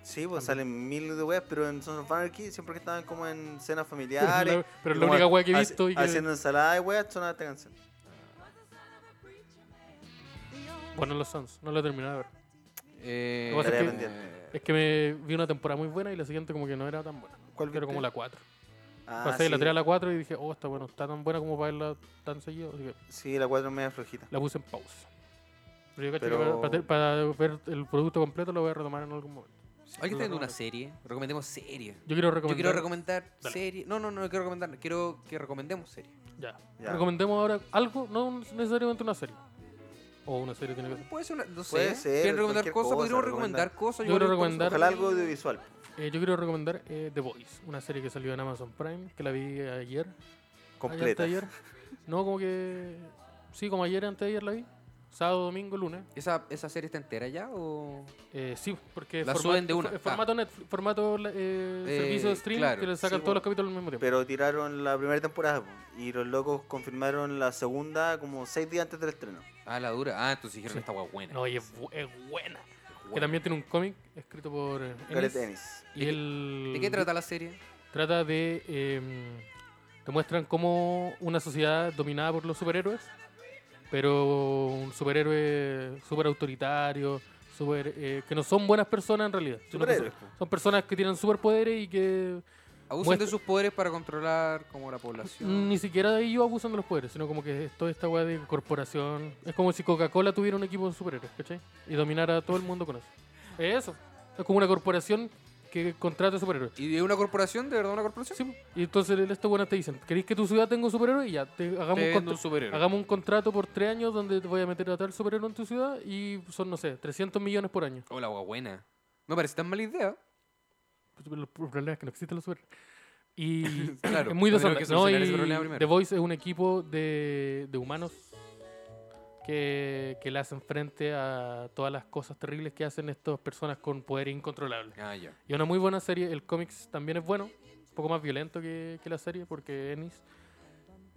[SPEAKER 4] Sí, pues salen miles de weas, pero en Sons of Anarchy siempre que estaban como en cenas
[SPEAKER 3] Pero es
[SPEAKER 4] familiares.
[SPEAKER 3] la, pero es la
[SPEAKER 4] y como
[SPEAKER 3] única weá que he
[SPEAKER 4] hace-
[SPEAKER 3] visto. Y que,
[SPEAKER 4] Haciendo ensalada de weas, sonaba esta canción.
[SPEAKER 3] bueno, los Sons. No lo he terminado de ver.
[SPEAKER 2] Eh,
[SPEAKER 3] Lo que pasa
[SPEAKER 4] es que-
[SPEAKER 2] pendiente.
[SPEAKER 3] Es que me vi una temporada muy buena y la siguiente como que no era tan buena.
[SPEAKER 4] ¿Cuál
[SPEAKER 3] Pero como
[SPEAKER 4] viste?
[SPEAKER 3] la 4.
[SPEAKER 4] Ah,
[SPEAKER 3] Pasé de la
[SPEAKER 4] sí.
[SPEAKER 3] 3 a la 4 y dije, oh, está bueno, está tan buena como para verla tan seguido. Así que
[SPEAKER 4] Sí, la 4 es media flojita.
[SPEAKER 3] la puse en pausa. Pero yo cacho que
[SPEAKER 4] Pero-
[SPEAKER 3] para, para ver el producto completo lo voy a retomar en algún momento.
[SPEAKER 2] ¿Alguien está viendo
[SPEAKER 3] no,
[SPEAKER 2] una
[SPEAKER 3] no.
[SPEAKER 2] serie? Recomendemos serie.
[SPEAKER 3] Yo quiero
[SPEAKER 2] Yo
[SPEAKER 3] recomendar.
[SPEAKER 2] quiero recomendar
[SPEAKER 3] Dale.
[SPEAKER 2] serie. No, no, no quiero recomendar. Quiero que recomendemos serie.
[SPEAKER 3] Ya.
[SPEAKER 4] Ya.
[SPEAKER 3] Recomendemos ahora algo, no necesariamente una serie. O una serie tiene que ser.
[SPEAKER 2] Puede ser una. No sé.
[SPEAKER 4] Puede ser,
[SPEAKER 2] ¿Quieren recomendar
[SPEAKER 4] cualquier
[SPEAKER 2] cosas?
[SPEAKER 4] cosa,
[SPEAKER 2] Podríamos
[SPEAKER 4] recomendar.
[SPEAKER 2] recomendar cosas.
[SPEAKER 3] Yo quiero
[SPEAKER 2] creo que
[SPEAKER 3] recomendar-
[SPEAKER 2] estamos-
[SPEAKER 4] Ojalá algo audiovisual.
[SPEAKER 3] Eh, yo quiero recomendar eh, The Voice, una serie que salió en Amazon Prime, que la vi ayer.
[SPEAKER 4] Completa.
[SPEAKER 3] Ayer, anteayer. No, como que. Sí, como ayer, antes de ayer la vi. sábado, domingo, lunes.
[SPEAKER 2] ¿Esa, ¿Esa serie está entera ya o...?
[SPEAKER 3] Eh, sí, porque
[SPEAKER 2] La
[SPEAKER 3] forma-
[SPEAKER 2] suben de una,
[SPEAKER 3] eh,
[SPEAKER 2] ah.
[SPEAKER 3] Formato, Netflix- formato eh, servicio de stream
[SPEAKER 2] claro,
[SPEAKER 3] que le sacan
[SPEAKER 4] sí,
[SPEAKER 3] todos
[SPEAKER 4] po.
[SPEAKER 3] los capítulos al mismo tiempo.
[SPEAKER 4] Pero tiraron la primera temporada po, y los locos confirmaron la segunda como seis días antes del estreno.
[SPEAKER 2] Ah, la dura. Ah, entonces dijeron
[SPEAKER 3] Sí.
[SPEAKER 2] esta guay buena.
[SPEAKER 3] no, y es, bu- es buena.
[SPEAKER 2] Buena.
[SPEAKER 3] Que también tiene un cómic escrito por eh,
[SPEAKER 4] Gareth
[SPEAKER 3] Ennis,
[SPEAKER 4] Ennis.
[SPEAKER 3] y
[SPEAKER 2] ¿De qué-
[SPEAKER 3] él
[SPEAKER 2] ¿De qué trata la serie?
[SPEAKER 3] trata de... eh, te muestran cómo una sociedad dominada por los superhéroes, pero un superhéroe súper autoritario, super, eh, que no son buenas personas en realidad. sino que son-
[SPEAKER 4] Superhéroes. po.
[SPEAKER 3] Son personas que tienen superpoderes y que
[SPEAKER 2] Abusan
[SPEAKER 3] Muestra-
[SPEAKER 2] de
[SPEAKER 3] Mm,
[SPEAKER 2] sus poderes para controlar como la población.
[SPEAKER 3] Ni siquiera de ellos abusan de los poderes, sino como que es toda esta weá de corporación. Es como si Coca-Cola tuviera un equipo de superhéroes, ¿cachai? Y dominara a todo el mundo con eso. Es eso. Es como una corporación que contrata superhéroes.
[SPEAKER 2] ¿Y de una corporación? ¿De verdad una corporación?
[SPEAKER 3] Sí, po. y entonces el- estos buenas te dicen, ¿queréis que tu ciudad tenga un superhéroe? Y ya, te, hagamos,
[SPEAKER 2] Te
[SPEAKER 3] un
[SPEAKER 2] vendo
[SPEAKER 3] contra-
[SPEAKER 2] un superhéroe.
[SPEAKER 3] hagamos un contrato por tres años donde te voy a meter a tal superhéroe en tu ciudad y son, no sé, 300 millones por año.
[SPEAKER 2] Oh, la guay buena. No parece tan mala idea.
[SPEAKER 3] El problema es que no existen los superhéroes.
[SPEAKER 2] [laughs]
[SPEAKER 3] Y
[SPEAKER 2] [laughs] Claro,
[SPEAKER 3] es muy
[SPEAKER 2] tendremos
[SPEAKER 3] desorden.
[SPEAKER 2] que
[SPEAKER 3] No,
[SPEAKER 2] solucionar ese problema
[SPEAKER 3] y
[SPEAKER 2] primero.
[SPEAKER 3] The Voice es un equipo de, de humanos que, que le hacen frente a todas las cosas terribles que hacen estas personas con poder incontrolable.
[SPEAKER 2] Ah, ya.
[SPEAKER 3] Y una muy buena serie. El cómic también es bueno, un poco más violento que, que la serie porque Ennis.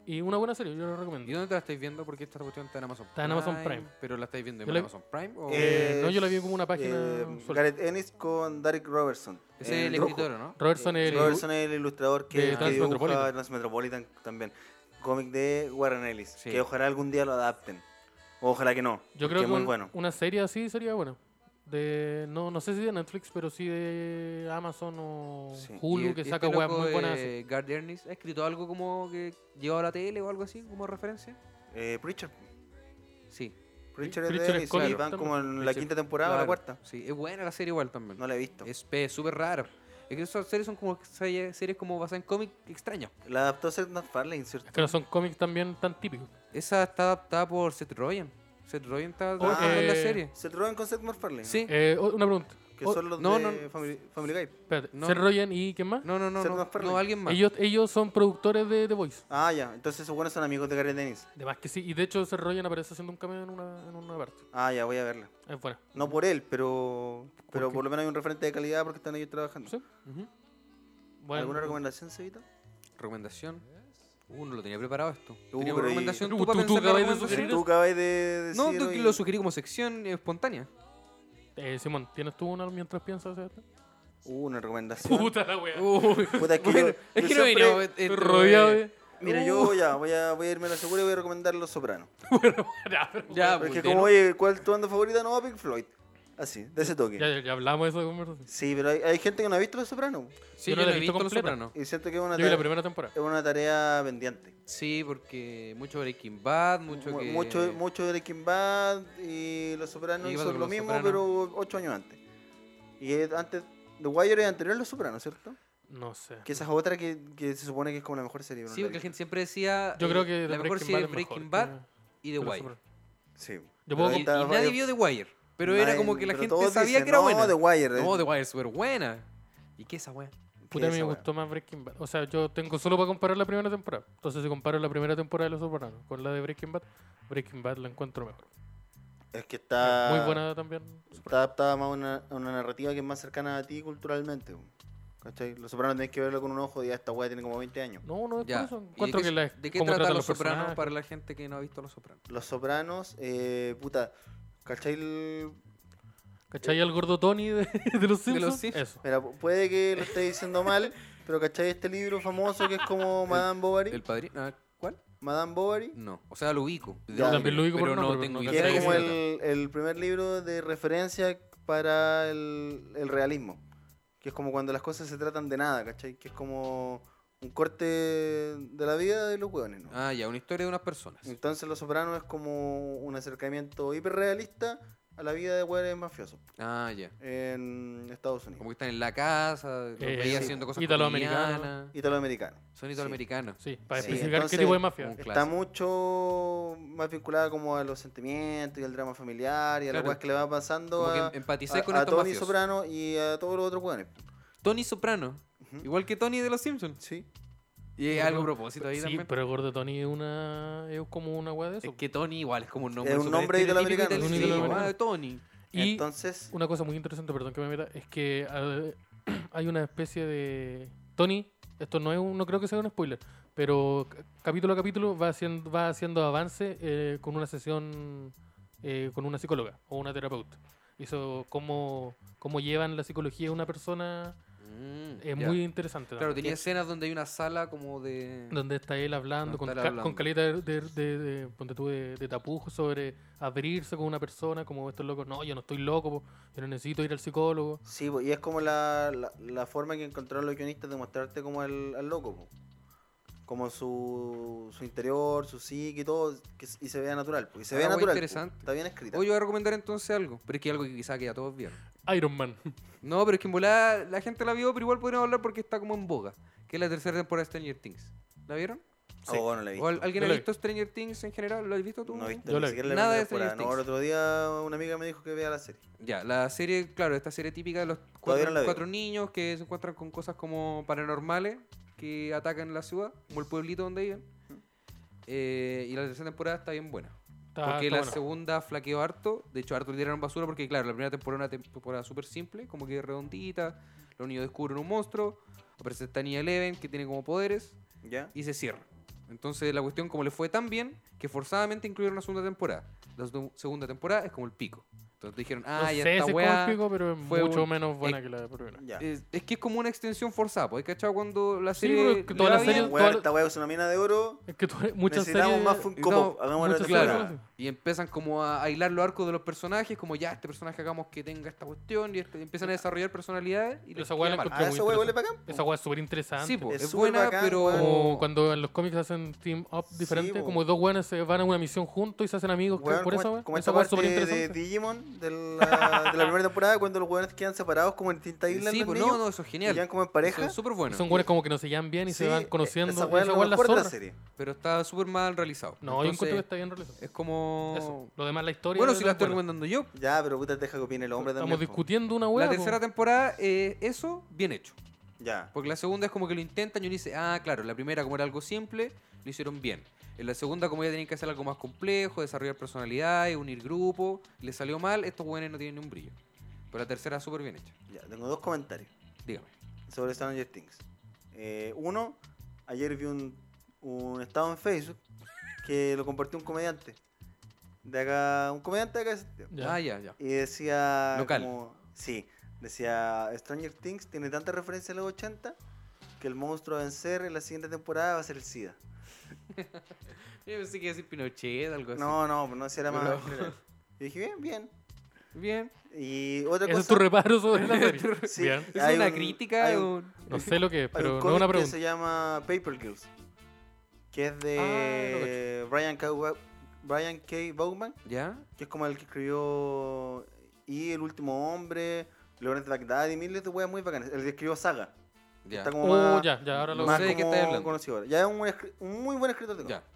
[SPEAKER 3] Y una buena serie, yo la
[SPEAKER 2] ¿Y
[SPEAKER 3] recomiendo.
[SPEAKER 2] dónde te la estáis viendo? Porque esta cuestión está en Amazon
[SPEAKER 3] Está en Amazon Prime.
[SPEAKER 2] ¿Pero la estáis viendo en
[SPEAKER 3] Yo la-
[SPEAKER 2] Amazon Prime? O...
[SPEAKER 3] Eh,
[SPEAKER 4] Es,
[SPEAKER 3] no, yo la vi como una página suelta.
[SPEAKER 4] eh, Gareth Ennis con Derek Robertson. Eh,
[SPEAKER 2] Ese es el
[SPEAKER 4] rojo.
[SPEAKER 2] escritor, ¿no?
[SPEAKER 3] Robertson
[SPEAKER 4] Eh,
[SPEAKER 3] el-
[SPEAKER 4] Robertson es el ilustrador
[SPEAKER 3] de
[SPEAKER 4] que, que
[SPEAKER 3] Transmetropolitan.
[SPEAKER 4] dibuja Transmetropolitan también. Cómic de Warren Ellis.
[SPEAKER 2] Sí.
[SPEAKER 4] Que ojalá algún día lo adapten. O Ojalá que no.
[SPEAKER 3] Yo
[SPEAKER 4] porque
[SPEAKER 3] creo
[SPEAKER 4] es
[SPEAKER 3] que
[SPEAKER 4] muy
[SPEAKER 3] un-
[SPEAKER 4] bueno.
[SPEAKER 3] una serie así sería buena. De, no, no sé si de Netflix, pero sí de Amazon o
[SPEAKER 4] Sí.
[SPEAKER 3] Hulu,
[SPEAKER 2] este
[SPEAKER 3] que saca
[SPEAKER 4] este
[SPEAKER 3] weas muy buenas. así.
[SPEAKER 2] Gard Ernest ha escrito algo como que llegó a la tele o algo así como referencia.
[SPEAKER 4] Eh, Preacher.
[SPEAKER 2] Sí.
[SPEAKER 4] Preacher es
[SPEAKER 3] Preacher es
[SPEAKER 4] de Ellis.
[SPEAKER 3] cómic
[SPEAKER 4] y van
[SPEAKER 3] también.
[SPEAKER 4] como en la
[SPEAKER 2] Preacher,
[SPEAKER 4] quinta temporada o
[SPEAKER 2] claro.
[SPEAKER 4] la cuarta.
[SPEAKER 2] Sí, es buena la serie igual también.
[SPEAKER 4] No la he visto.
[SPEAKER 2] Es pe- súper rara. Es que esas series son como serie- series como basadas en cómics extraños.
[SPEAKER 4] La adaptó Seth MacFarlane, ¿cierto?
[SPEAKER 3] Es que no son cómics también tan típicos.
[SPEAKER 2] Esa está adaptada por Seth Rogen. Seth Rogen está adaptando
[SPEAKER 4] eh,
[SPEAKER 2] la serie.
[SPEAKER 4] Se roban con Seth MacFarlane.
[SPEAKER 2] Sí.
[SPEAKER 3] Eh, o- una pregunta.
[SPEAKER 4] Que
[SPEAKER 3] O-
[SPEAKER 4] son los
[SPEAKER 2] no,
[SPEAKER 4] de
[SPEAKER 2] no.
[SPEAKER 4] Family, Family Guy.
[SPEAKER 3] espérate,
[SPEAKER 2] no,
[SPEAKER 3] Seth
[SPEAKER 2] no.
[SPEAKER 3] Rogen y ¿quién más?
[SPEAKER 2] No, no, no.
[SPEAKER 4] Seth
[SPEAKER 2] No,
[SPEAKER 4] MacFarlane.
[SPEAKER 2] no, alguien más.
[SPEAKER 3] ellos, ellos son productores de The Voice.
[SPEAKER 4] Ah, ya. Entonces esos buenos son amigos de Gareth Ennis.
[SPEAKER 3] De más que sí. Y de hecho Seth Rogen aparece haciendo un cameo en una, en una parte.
[SPEAKER 4] Ah, ya, voy a verla.
[SPEAKER 3] Es buena.
[SPEAKER 4] No por él, pero pero
[SPEAKER 3] qué?
[SPEAKER 4] por lo menos hay un referente de calidad porque están ellos trabajando.
[SPEAKER 3] Sí.
[SPEAKER 2] Ujú.
[SPEAKER 3] Bueno,
[SPEAKER 4] ¿Alguna recomendación, Cevita?
[SPEAKER 2] Recomendación. Uh, no lo tenía preparado esto.
[SPEAKER 4] Uh,
[SPEAKER 2] tenía
[SPEAKER 4] pero
[SPEAKER 2] una
[SPEAKER 4] y-
[SPEAKER 2] recomendación.
[SPEAKER 3] Uh,
[SPEAKER 2] ¿Tú, para
[SPEAKER 3] tú- tú
[SPEAKER 2] pensar la
[SPEAKER 3] acabas de
[SPEAKER 2] recomendación?
[SPEAKER 3] sugerir
[SPEAKER 4] Tú acabas de decir...
[SPEAKER 2] No, tú
[SPEAKER 4] hoy-
[SPEAKER 2] lo sugerí como sección eh, espontánea.
[SPEAKER 3] eh, Simón, ¿tienes tú una mientras piensas? Sebastián?
[SPEAKER 4] Uh, una recomendación.
[SPEAKER 3] [laughs] Puta la wea.
[SPEAKER 2] Uy.
[SPEAKER 4] [laughs] Puta, es que
[SPEAKER 2] Bueno,
[SPEAKER 4] yo-
[SPEAKER 2] es
[SPEAKER 4] yo
[SPEAKER 2] que no
[SPEAKER 4] siempre-
[SPEAKER 2] vino. eh, eh,
[SPEAKER 3] Estoy rodeado
[SPEAKER 2] eh,
[SPEAKER 3] de...
[SPEAKER 4] Mira, yo ya voy a, voy a irme a la segura y voy a recomendar Los Sopranos.
[SPEAKER 3] Ya, pero-
[SPEAKER 2] Ya,
[SPEAKER 4] Porque
[SPEAKER 2] pues,
[SPEAKER 4] como,
[SPEAKER 2] de-
[SPEAKER 4] oye, ¿cuál es tu banda favorita? No, Pink Floyd. Así, de ese toque.
[SPEAKER 3] ya, ya- ya hablamos de eso de conversación.
[SPEAKER 4] Sí, pero hay, hay gente que no ha visto Los Sopranos.
[SPEAKER 2] Sí, yo
[SPEAKER 3] yo no
[SPEAKER 2] no
[SPEAKER 3] la
[SPEAKER 2] he
[SPEAKER 3] he visto
[SPEAKER 2] visto Los
[SPEAKER 3] completa.
[SPEAKER 2] Sopranos.
[SPEAKER 4] Y siento que es una,
[SPEAKER 3] Yo vi la
[SPEAKER 4] tarea,
[SPEAKER 3] primera temporada.
[SPEAKER 4] es una tarea pendiente.
[SPEAKER 2] Sí, porque mucho Breaking Bad, mucho
[SPEAKER 4] Mu-
[SPEAKER 2] que...
[SPEAKER 4] mucho, mucho Breaking Bad y Los Sopranos
[SPEAKER 2] Y
[SPEAKER 4] son
[SPEAKER 2] bueno,
[SPEAKER 4] lo
[SPEAKER 2] Los
[SPEAKER 4] mismo,
[SPEAKER 2] Sopranos.
[SPEAKER 4] pero ocho años antes. Y es antes, The Wire es anterior a Los Sopranos, ¿cierto?
[SPEAKER 3] No sé.
[SPEAKER 4] Que esa es otra que, que se supone que es como la mejor serie. pero no
[SPEAKER 2] Sí,
[SPEAKER 4] la he
[SPEAKER 2] porque la
[SPEAKER 4] visto.
[SPEAKER 2] gente siempre decía...
[SPEAKER 3] Yo
[SPEAKER 2] eh,
[SPEAKER 3] creo que
[SPEAKER 2] la mejor
[SPEAKER 3] Breaking
[SPEAKER 2] serie es
[SPEAKER 3] Bad es mejor
[SPEAKER 2] Breaking
[SPEAKER 3] que-
[SPEAKER 2] Bad y The
[SPEAKER 3] que Los
[SPEAKER 2] Wire.
[SPEAKER 3] Sopranos.
[SPEAKER 4] Sí.
[SPEAKER 3] Yo
[SPEAKER 4] Pero
[SPEAKER 3] puedo
[SPEAKER 2] Y,
[SPEAKER 4] ahí
[SPEAKER 2] y
[SPEAKER 4] está-
[SPEAKER 2] nadie vio The Wire. Pero era
[SPEAKER 4] Nadie-
[SPEAKER 2] como que la
[SPEAKER 4] pero
[SPEAKER 2] gente
[SPEAKER 4] todos
[SPEAKER 2] sabía
[SPEAKER 4] dicen,
[SPEAKER 2] que era
[SPEAKER 4] no,
[SPEAKER 2] buena.
[SPEAKER 4] The Wire. eh.
[SPEAKER 2] No, The Wire es súper buena. ¿Y qué esa wea?
[SPEAKER 3] Puta, a mí me
[SPEAKER 4] esa wea.
[SPEAKER 3] gustó más Breaking Bad. O sea, yo tengo solo para comparar la primera temporada. Entonces, si comparo la primera temporada de Los Sopranos con la de Breaking Bad, Breaking Bad la encuentro mejor.
[SPEAKER 4] Es que está...
[SPEAKER 3] Muy buena también.
[SPEAKER 4] Está adaptada más a una, a una narrativa que es más cercana a ti culturalmente. po. ¿Cachai? Los Sopranos tenés que verlo con un ojo y ya esta weá tiene como 20 años.
[SPEAKER 3] No, no es
[SPEAKER 2] Ya.
[SPEAKER 3] por eso.
[SPEAKER 2] ¿Y
[SPEAKER 3] Encuentro
[SPEAKER 2] de
[SPEAKER 3] que
[SPEAKER 2] qué,
[SPEAKER 3] la,
[SPEAKER 2] de qué
[SPEAKER 3] cómo
[SPEAKER 2] trata
[SPEAKER 3] tratan
[SPEAKER 2] Los Sopranos
[SPEAKER 3] personajes.
[SPEAKER 2] para la gente que no ha visto Los Sopranos?
[SPEAKER 4] Los Sopranos, eh, puta, ¿cachai? el-
[SPEAKER 3] ¿Cachai al gordo Tony de, [laughs] de los Simpsons?
[SPEAKER 2] los Simpsons.
[SPEAKER 3] Eso.
[SPEAKER 4] Mira, pu- puede que lo esté diciendo mal, pero ¿cachai? Este libro famoso que es como Madame Bovary.
[SPEAKER 2] ¿El padrino? Ah, ¿Cuál?
[SPEAKER 4] Madame Bovary.
[SPEAKER 2] No. O sea, lo ubico.
[SPEAKER 4] Yo
[SPEAKER 3] también lo ubico por
[SPEAKER 2] pero
[SPEAKER 3] nombre,
[SPEAKER 2] no
[SPEAKER 3] pero
[SPEAKER 2] tengo
[SPEAKER 3] no
[SPEAKER 4] Que
[SPEAKER 2] idea.
[SPEAKER 3] sé de
[SPEAKER 4] era como
[SPEAKER 3] qué
[SPEAKER 4] el, el primer libro de referencia para el, el realismo. Que es como cuando las cosas se tratan de nada, ¿cachai? Que es como un corte de la vida de los hueones, ¿no?
[SPEAKER 2] Ah, ya, una historia de unas personas.
[SPEAKER 4] Entonces Los Sopranos es como un acercamiento hiperrealista a la vida de hueones mafiosos
[SPEAKER 2] Ah, ya.
[SPEAKER 4] en Estados
[SPEAKER 2] Como
[SPEAKER 4] Unidos.
[SPEAKER 2] que están en la casa, los
[SPEAKER 3] Eh,
[SPEAKER 2] veía
[SPEAKER 4] sí.
[SPEAKER 2] haciendo cosas
[SPEAKER 3] Italoamericano.
[SPEAKER 2] cotidianas.
[SPEAKER 4] Italoamericano.
[SPEAKER 2] Son italoamericanos.
[SPEAKER 3] Sí, para
[SPEAKER 4] Sí,
[SPEAKER 3] especificar
[SPEAKER 4] entonces-
[SPEAKER 3] qué tipo de mafia.
[SPEAKER 2] Un
[SPEAKER 4] Está
[SPEAKER 2] clásico.
[SPEAKER 4] mucho más vinculada como a los sentimientos y al drama familiar y a las
[SPEAKER 2] Claro.
[SPEAKER 4] cosas que le va pasando
[SPEAKER 2] Como
[SPEAKER 4] a,
[SPEAKER 2] que empaticé
[SPEAKER 4] a-
[SPEAKER 2] con
[SPEAKER 4] a
[SPEAKER 2] estos
[SPEAKER 4] Tony
[SPEAKER 2] mafiosos.
[SPEAKER 4] Soprano y a todos los otros hueones.
[SPEAKER 2] Tony Soprano.
[SPEAKER 4] Ujú.
[SPEAKER 2] Igual que Tony de Los Simpsons.
[SPEAKER 4] Sí.
[SPEAKER 2] Y hay algo a propósito ahí
[SPEAKER 3] sí,
[SPEAKER 2] también.
[SPEAKER 3] pero Gordo Tony es una es como una weá de eso.
[SPEAKER 2] Es que Tony igual es como un nombre.
[SPEAKER 4] Es un
[SPEAKER 2] súper
[SPEAKER 4] nombre
[SPEAKER 2] estereotípico
[SPEAKER 4] italoamericano,
[SPEAKER 2] italiano.
[SPEAKER 3] sí,
[SPEAKER 2] Sí,
[SPEAKER 3] italoamericano.
[SPEAKER 2] ah, Tony.
[SPEAKER 3] y
[SPEAKER 4] Entonces,
[SPEAKER 3] una cosa muy interesante, perdón que me meta, es que al- [clears throat] hay una especie de Tony, esto no es un- no creo que sea un spoiler, pero c- capítulo a capítulo va haciendo va haciendo avance eh, con una sesión eh, con una psicóloga o una terapeuta. Y Eso cómo cómo llevan la psicología de una persona
[SPEAKER 2] Mm,
[SPEAKER 3] es
[SPEAKER 2] ya.
[SPEAKER 3] muy interesante.
[SPEAKER 2] Claro,
[SPEAKER 3] también.
[SPEAKER 2] tenía escenas donde hay una sala como de.
[SPEAKER 3] donde está él hablando,
[SPEAKER 2] Donde
[SPEAKER 3] con,
[SPEAKER 2] está él
[SPEAKER 3] ca-
[SPEAKER 2] hablando.
[SPEAKER 3] con caleta de, de, de- de- ponte tú, de- de tapujo sobre abrirse con una persona, como estos locos, no, yo no estoy loco, po, yo no necesito ir al psicólogo.
[SPEAKER 4] sí, po, y es como la, la, la forma que encontraron los guionistas de mostrarte como al, al loco, po. como su, su interior, su psique y todo, que, s- y se vea natural, po, y se
[SPEAKER 2] Ah,
[SPEAKER 4] vea
[SPEAKER 2] guay,
[SPEAKER 4] natural. po.
[SPEAKER 2] interesante.
[SPEAKER 4] Está bien escrita.
[SPEAKER 2] Hoy voy a recomendar entonces algo, pero es que algo que quizá queda todos bien.
[SPEAKER 3] Iron Man.
[SPEAKER 2] No, pero es que en volada la gente la vio, pero igual podríamos hablar porque está como en boga. Que es la tercera temporada de Stranger Things. ¿La vieron?
[SPEAKER 4] Oh, bueno, la he
[SPEAKER 2] ¿O
[SPEAKER 4] visto.
[SPEAKER 2] al- ¿Alguien
[SPEAKER 3] Yo
[SPEAKER 2] ha
[SPEAKER 3] la vi.
[SPEAKER 2] visto Stranger Things en general? ¿Lo has visto tú?
[SPEAKER 4] No he visto
[SPEAKER 3] Yo
[SPEAKER 4] ni
[SPEAKER 3] la vi.
[SPEAKER 4] siquiera la
[SPEAKER 2] Nada
[SPEAKER 4] primera
[SPEAKER 2] de Stranger
[SPEAKER 4] temporada. No,
[SPEAKER 2] Things.
[SPEAKER 4] el otro día una amiga me dijo que vea la serie.
[SPEAKER 2] Ya, la serie, claro, esta serie típica de los
[SPEAKER 4] Todavía
[SPEAKER 2] cuatro,
[SPEAKER 4] no la veo.
[SPEAKER 2] cuatro niños que se encuentran con cosas como paranormales que atacan la ciudad, como el pueblito donde viven. Eh, y la tercera temporada está bien buena.
[SPEAKER 3] Está-
[SPEAKER 2] porque
[SPEAKER 3] está
[SPEAKER 2] la
[SPEAKER 3] bueno.
[SPEAKER 2] segunda flaqueó harto. De hecho, harto le tiraron basura porque, claro, la primera temporada era una temporada súper simple, como que redondita. Los niños descubren un monstruo. Aparece esta niña Eleven que tiene como poderes
[SPEAKER 4] ¿Ya?
[SPEAKER 2] y se cierra. Entonces la cuestión como le fue tan bien que forzadamente incluyeron una segunda temporada. La seg- segunda temporada es como el pico. Entonces dijeron, ah,
[SPEAKER 3] no
[SPEAKER 2] ya
[SPEAKER 3] sé si
[SPEAKER 2] esta
[SPEAKER 3] es
[SPEAKER 2] weá.
[SPEAKER 3] cósmico, pero es
[SPEAKER 2] fue
[SPEAKER 3] mucho
[SPEAKER 2] un-
[SPEAKER 3] menos buena
[SPEAKER 2] eh,
[SPEAKER 3] que la primera.
[SPEAKER 4] Ya.
[SPEAKER 2] Es, es que es como una extensión forzada, ¿pues? ¿Cachado? Cuando la
[SPEAKER 3] Sí,
[SPEAKER 2] serie.
[SPEAKER 3] pero es que
[SPEAKER 2] le
[SPEAKER 3] toda
[SPEAKER 2] va
[SPEAKER 3] la serie-
[SPEAKER 2] bien,
[SPEAKER 4] Weón,
[SPEAKER 3] toda-
[SPEAKER 4] esta weá es una mina de oro.
[SPEAKER 3] Es que tú- muchas
[SPEAKER 4] Necesitamos
[SPEAKER 3] series...
[SPEAKER 4] más fun-
[SPEAKER 2] y
[SPEAKER 4] Como,
[SPEAKER 2] no,
[SPEAKER 4] hagamos la
[SPEAKER 3] mucho-
[SPEAKER 4] tercera.
[SPEAKER 3] claro.
[SPEAKER 4] temporada.
[SPEAKER 2] Y empiezan como a aislar los arcos de los personajes, como ya, este personaje hagamos que tenga esta cuestión, y este- empiezan a desarrollar personalidades. Y les
[SPEAKER 3] Esa weá
[SPEAKER 2] queda
[SPEAKER 3] la
[SPEAKER 2] mal.
[SPEAKER 4] Ah,
[SPEAKER 3] Muy
[SPEAKER 4] eso weá huele para
[SPEAKER 3] Esa weá es súper interesante.
[SPEAKER 2] Sí, po,
[SPEAKER 4] Es
[SPEAKER 2] es,
[SPEAKER 4] súper
[SPEAKER 2] buena,
[SPEAKER 4] bacán,
[SPEAKER 2] pero.
[SPEAKER 4] weón.
[SPEAKER 3] Como cuando en los cómics hacen team up
[SPEAKER 4] Sí,
[SPEAKER 3] diferente,
[SPEAKER 4] po.
[SPEAKER 3] como dos weones se van a una misión juntos y se hacen amigos que- por esa weá.
[SPEAKER 4] como
[SPEAKER 3] Esa
[SPEAKER 4] esta
[SPEAKER 3] weá es
[SPEAKER 4] parte
[SPEAKER 3] súper
[SPEAKER 4] de
[SPEAKER 3] interesante.
[SPEAKER 4] Digimon de la, de la primera temporada, cuando los weones quedan separados como en Tinta Island.
[SPEAKER 2] Sí,
[SPEAKER 4] los
[SPEAKER 2] pues
[SPEAKER 4] niños,
[SPEAKER 2] no, no, eso es
[SPEAKER 4] Y quedan
[SPEAKER 2] genial.
[SPEAKER 4] como en
[SPEAKER 2] Eso
[SPEAKER 4] pareja.
[SPEAKER 2] es súper bueno.
[SPEAKER 3] Son weones como que no se llevan bien y se
[SPEAKER 4] Sí, e-,
[SPEAKER 3] van conociendo.
[SPEAKER 4] Esa
[SPEAKER 3] y
[SPEAKER 4] weá es
[SPEAKER 3] esa
[SPEAKER 4] lo
[SPEAKER 3] weá es la
[SPEAKER 4] mejor de la
[SPEAKER 3] zorra.
[SPEAKER 4] serie.
[SPEAKER 2] Pero está súper mal realizado.
[SPEAKER 3] No, yo encuentro que
[SPEAKER 2] Entonces,
[SPEAKER 3] está bien realizado.
[SPEAKER 2] Es como.
[SPEAKER 3] Eso. Lo demás, la historia.
[SPEAKER 2] Bueno,
[SPEAKER 3] es
[SPEAKER 2] si la estoy
[SPEAKER 3] buena.
[SPEAKER 2] recomendando yo.
[SPEAKER 4] Ya, pero puta, deja que opine el hombre
[SPEAKER 3] Estamos
[SPEAKER 4] también. po.
[SPEAKER 3] discutiendo una
[SPEAKER 2] La
[SPEAKER 3] hueá. po.
[SPEAKER 2] tercera temporada, eh, eso, bien hecho.
[SPEAKER 4] Ya.
[SPEAKER 2] Porque la segunda es como que lo intentan y uno dice, ah, claro, la primera como era algo simple, lo hicieron bien. En la segunda como ya tenían que hacer algo más complejo, desarrollar personalidad, unir grupos, le salió mal, estos buenos no tienen ni un brillo. Pero la tercera súper bien hecha,
[SPEAKER 4] Ya, tengo dos comentarios
[SPEAKER 2] dígame.
[SPEAKER 4] sobre Stranger Things. Eh, uno, ayer vi un, un estado en Facebook que lo compartió un comediante. De acá, un comediante de acá de Santiago.
[SPEAKER 3] Ya.
[SPEAKER 2] Ah, ya, ya.
[SPEAKER 4] Y decía.
[SPEAKER 2] Local.
[SPEAKER 4] como- sí, decía Stranger Things tiene tanta referencia a los 80 que el monstruo a vencer en la siguiente temporada va a ser el SIDA.
[SPEAKER 2] Yo pensé que iba a decir Pinochet,
[SPEAKER 3] Pues
[SPEAKER 2] algo así.
[SPEAKER 4] No, no, no, si era más.
[SPEAKER 2] Pero-
[SPEAKER 4] general. Y dije, bien, bien.
[SPEAKER 2] Bien.
[SPEAKER 4] Y otra
[SPEAKER 3] Ese
[SPEAKER 4] cosa.
[SPEAKER 3] es tu reparo
[SPEAKER 2] [laughs]
[SPEAKER 3] sobre la serie.
[SPEAKER 4] sí,
[SPEAKER 3] Bien.
[SPEAKER 2] Es
[SPEAKER 4] hay
[SPEAKER 2] una
[SPEAKER 4] un-
[SPEAKER 2] crítica.
[SPEAKER 4] hay un-
[SPEAKER 2] un-
[SPEAKER 3] No sé lo que es,
[SPEAKER 4] hay un
[SPEAKER 3] pero no
[SPEAKER 4] cómic
[SPEAKER 3] es una
[SPEAKER 4] que
[SPEAKER 3] pregunta.
[SPEAKER 4] se llama Paper Girls, que es
[SPEAKER 3] Ah,
[SPEAKER 4] de Brian, K. Wa- Brian K. Bowman,
[SPEAKER 2] ¿Ya?
[SPEAKER 4] que es como el que escribió Y El Último Hombre, Lawrence Bagdad y miles de weas muy bacanas. El que escribió Saga.
[SPEAKER 2] Ya.
[SPEAKER 4] Está como
[SPEAKER 3] Oh,
[SPEAKER 4] más,
[SPEAKER 3] ya, ya, ahora lo
[SPEAKER 2] No
[SPEAKER 4] más
[SPEAKER 2] sé de qué
[SPEAKER 4] como
[SPEAKER 2] estáis hablando.
[SPEAKER 4] conocido ahora. Ya es un, buen escri- un muy buen escritor de cómics.
[SPEAKER 2] Ya.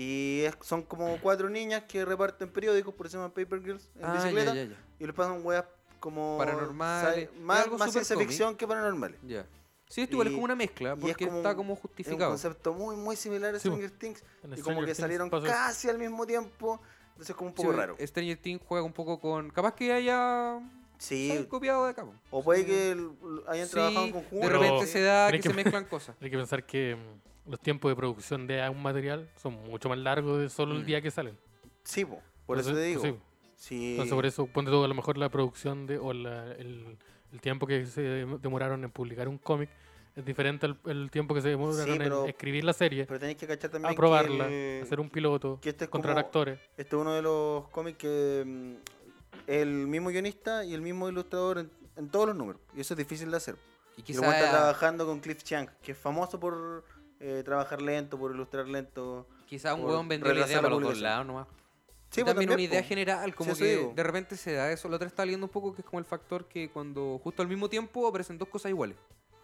[SPEAKER 4] Y es- son como cuatro niñas que reparten periódicos, por eso se llaman Paper Girls, en
[SPEAKER 2] Ah, ya,
[SPEAKER 4] bicicleta.
[SPEAKER 2] ya, ya.
[SPEAKER 4] Y les pasan weas como.
[SPEAKER 2] Paranormales.
[SPEAKER 4] sabe,
[SPEAKER 2] Es
[SPEAKER 4] Más,
[SPEAKER 2] algo
[SPEAKER 4] más
[SPEAKER 2] súper
[SPEAKER 4] ciencia
[SPEAKER 2] cómic.
[SPEAKER 4] ficción que paranormales.
[SPEAKER 2] Ya. Sí, esto igual es
[SPEAKER 4] Y-
[SPEAKER 2] como una mezcla,
[SPEAKER 4] y es
[SPEAKER 2] porque
[SPEAKER 4] como
[SPEAKER 2] está
[SPEAKER 4] un-
[SPEAKER 2] como
[SPEAKER 4] Es un
[SPEAKER 2] justificado.
[SPEAKER 4] concepto muy, muy similar a
[SPEAKER 3] Sí, po.
[SPEAKER 4] Stranger Things.
[SPEAKER 3] En
[SPEAKER 4] Y
[SPEAKER 3] Stranger
[SPEAKER 4] como que
[SPEAKER 3] Things
[SPEAKER 4] salieron
[SPEAKER 3] pasa eso.
[SPEAKER 4] casi al mismo tiempo. Entonces, es como un poco
[SPEAKER 2] Sí,
[SPEAKER 4] raro.
[SPEAKER 2] Stranger Things juega un poco con. Capaz que haya. ¿sabes?
[SPEAKER 4] Sí.
[SPEAKER 2] copiado de acá. po.
[SPEAKER 4] O puede
[SPEAKER 2] Sí.
[SPEAKER 4] que el- hayan
[SPEAKER 2] Sí,
[SPEAKER 4] trabajado en conjunto.
[SPEAKER 2] De
[SPEAKER 3] Pero-
[SPEAKER 2] repente se da que,
[SPEAKER 3] Tenés
[SPEAKER 2] se
[SPEAKER 3] que-
[SPEAKER 2] mezclan [laughs] cosas.
[SPEAKER 3] Hay que pensar que mm, los tiempos de producción de un material son mucho más largos de solo el
[SPEAKER 2] Mm.
[SPEAKER 3] día que salen.
[SPEAKER 4] Sí, po. por eso te
[SPEAKER 3] Entonces, pues
[SPEAKER 4] digo.
[SPEAKER 3] sí.
[SPEAKER 4] Sí.
[SPEAKER 3] Entonces, por eso, ponte todo, a lo mejor la producción de, o la- el, el tiempo que se dem- demoraron en publicar un cómic es diferente al el tiempo que se demoraron
[SPEAKER 4] Sí, pero-
[SPEAKER 3] en escribir la serie,
[SPEAKER 4] Pero tenéis que cachar también.
[SPEAKER 3] aprobarla,
[SPEAKER 4] que,
[SPEAKER 3] hacer un piloto,
[SPEAKER 4] que este es
[SPEAKER 3] encontrar
[SPEAKER 4] como-
[SPEAKER 3] actores.
[SPEAKER 4] Este es uno de los cómics que mm, el mismo guionista y el mismo ilustrador en, en todos los números. Y eso es difícil de hacer.
[SPEAKER 2] Y
[SPEAKER 4] Y luego está
[SPEAKER 2] quizá,
[SPEAKER 4] trabajando con Cliff Chang, que es famoso por eh, trabajar lento, por ilustrar lento.
[SPEAKER 2] quizá un
[SPEAKER 4] por
[SPEAKER 2] huevón vendió la
[SPEAKER 4] retrasar
[SPEAKER 2] idea
[SPEAKER 4] la
[SPEAKER 2] para los dos lados
[SPEAKER 4] publicación.
[SPEAKER 2] nomás.
[SPEAKER 4] Sí,
[SPEAKER 2] Y
[SPEAKER 4] pues,
[SPEAKER 2] también una
[SPEAKER 4] también,
[SPEAKER 2] idea
[SPEAKER 4] po.
[SPEAKER 2] general, como
[SPEAKER 4] eso
[SPEAKER 2] que
[SPEAKER 4] digo.
[SPEAKER 2] de repente se da eso. La otra está leyendo un poco que es como el factor que cuando justo al mismo tiempo aparecen dos cosas iguales.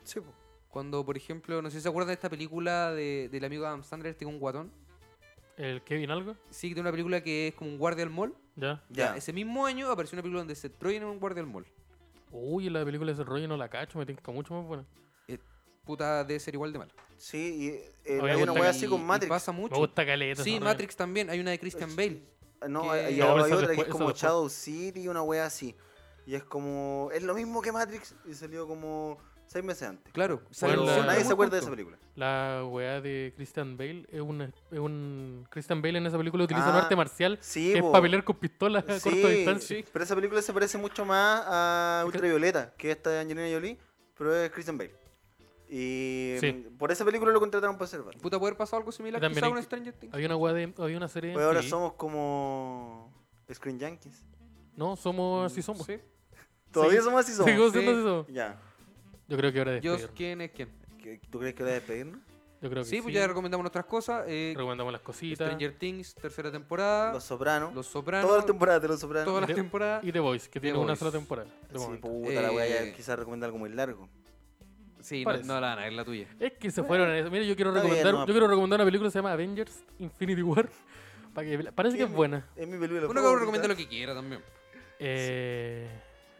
[SPEAKER 4] Sí, po.
[SPEAKER 2] Cuando, por ejemplo, no sé si se acuerdan de esta película de, del amigo Adam Sandler, este con un guatón.
[SPEAKER 3] ¿El Kevin algo?
[SPEAKER 2] Sí, que tiene una película que es como un guardia al mall.
[SPEAKER 3] ¿Ya?
[SPEAKER 4] Ya.
[SPEAKER 2] Ese mismo año apareció una película donde se Troyen en un guardia al mall.
[SPEAKER 3] Uy, la película de ese rollo no la cacho, me tinca mucho más buena.
[SPEAKER 2] puta, debe ser igual de malo.
[SPEAKER 4] Sí, y eh,
[SPEAKER 3] Oye,
[SPEAKER 4] hay una
[SPEAKER 3] gusta
[SPEAKER 4] wea
[SPEAKER 3] que-
[SPEAKER 4] así con
[SPEAKER 2] y
[SPEAKER 4] Matrix.
[SPEAKER 2] pasa
[SPEAKER 3] Me
[SPEAKER 2] mucho.
[SPEAKER 3] gusta caleta.
[SPEAKER 2] sí,
[SPEAKER 3] esa
[SPEAKER 2] Matrix también. Hay una de Christian Bale.
[SPEAKER 4] No,
[SPEAKER 2] que-
[SPEAKER 4] hay,
[SPEAKER 2] No,
[SPEAKER 3] pero
[SPEAKER 4] hay
[SPEAKER 3] eso después-
[SPEAKER 4] otra que es
[SPEAKER 3] eso
[SPEAKER 4] como
[SPEAKER 3] después.
[SPEAKER 4] Shadow City y una wea así. Y es como. Es lo mismo que Matrix y salió como seis meses antes.
[SPEAKER 2] Claro.
[SPEAKER 3] Bueno,
[SPEAKER 2] salió
[SPEAKER 4] Pero
[SPEAKER 2] siempre
[SPEAKER 3] la-
[SPEAKER 4] nadie
[SPEAKER 2] muy
[SPEAKER 4] se acuerda de
[SPEAKER 2] justo.
[SPEAKER 4] esa película.
[SPEAKER 3] La weá de Christian Bale es un, es un. Christian Bale en esa película utiliza un
[SPEAKER 4] Ah,
[SPEAKER 3] arte marcial
[SPEAKER 4] Sí,
[SPEAKER 3] que es
[SPEAKER 4] po.
[SPEAKER 3] para pelear con pistolas a
[SPEAKER 4] Sí,
[SPEAKER 3] corta distancia.
[SPEAKER 4] pero esa película se parece mucho más a Ultravioleta, que esta de Angelina Jolie, pero es Christian Bale. Y
[SPEAKER 3] Sí.
[SPEAKER 4] mm, por esa película lo contrataron para ser Batman.
[SPEAKER 2] Puta, puede haber pasado algo similar
[SPEAKER 3] También
[SPEAKER 2] quizá
[SPEAKER 3] hay
[SPEAKER 2] con
[SPEAKER 3] que-
[SPEAKER 2] Stranger Things.
[SPEAKER 3] Había una weá de. Había una serie. en
[SPEAKER 4] Pues ahora
[SPEAKER 3] TV.
[SPEAKER 4] somos como Screen Yankees.
[SPEAKER 3] No, somos. Así somos. [laughs]
[SPEAKER 2] Sí.
[SPEAKER 4] Todavía
[SPEAKER 3] Sí.
[SPEAKER 4] somos así Mm, somos.
[SPEAKER 3] Sigo
[SPEAKER 2] Sí.
[SPEAKER 3] siendo así somos.
[SPEAKER 4] Ya.
[SPEAKER 3] Yo creo que ahora
[SPEAKER 2] Yo,
[SPEAKER 3] despedirnos.
[SPEAKER 2] ¿quién es quién?
[SPEAKER 4] ¿Qué- ¿Tú crees que hora de despedirnos?
[SPEAKER 3] Yo creo que
[SPEAKER 2] Sí,
[SPEAKER 3] sí.
[SPEAKER 2] pues ya recomendamos nuestras cosas. eh,
[SPEAKER 3] Recomendamos las cositas.
[SPEAKER 2] Stranger Things, tercera temporada.
[SPEAKER 4] Los
[SPEAKER 2] Ah, Los,
[SPEAKER 4] Sopranos.
[SPEAKER 2] Sopranos.
[SPEAKER 4] Todas las temporadas de Los Sopranos.
[SPEAKER 2] Todas las
[SPEAKER 3] De-
[SPEAKER 2] temporadas.
[SPEAKER 3] Y The Voice, que
[SPEAKER 2] The
[SPEAKER 3] tiene una
[SPEAKER 2] Voice.
[SPEAKER 3] sola temporada. de
[SPEAKER 4] Sí, pues.
[SPEAKER 3] momento.
[SPEAKER 4] puta, la voy
[SPEAKER 2] Eh,
[SPEAKER 4] a quizás recomendar algo muy largo.
[SPEAKER 2] Sí, no,
[SPEAKER 3] Parece.
[SPEAKER 2] no la van a ver la tuya.
[SPEAKER 3] Es que se fueron a eso. Mira, yo quiero
[SPEAKER 4] Está bien,
[SPEAKER 3] recomendar,
[SPEAKER 4] no. pues.
[SPEAKER 3] yo quiero recomendar una película que se llama Avengers Infinity War. [laughs] para que- parece que es
[SPEAKER 4] Sí,
[SPEAKER 3] buena.
[SPEAKER 4] Es mi película.
[SPEAKER 2] Uno que
[SPEAKER 4] favorita.
[SPEAKER 2] recomienda lo que quiera también.
[SPEAKER 3] Eh,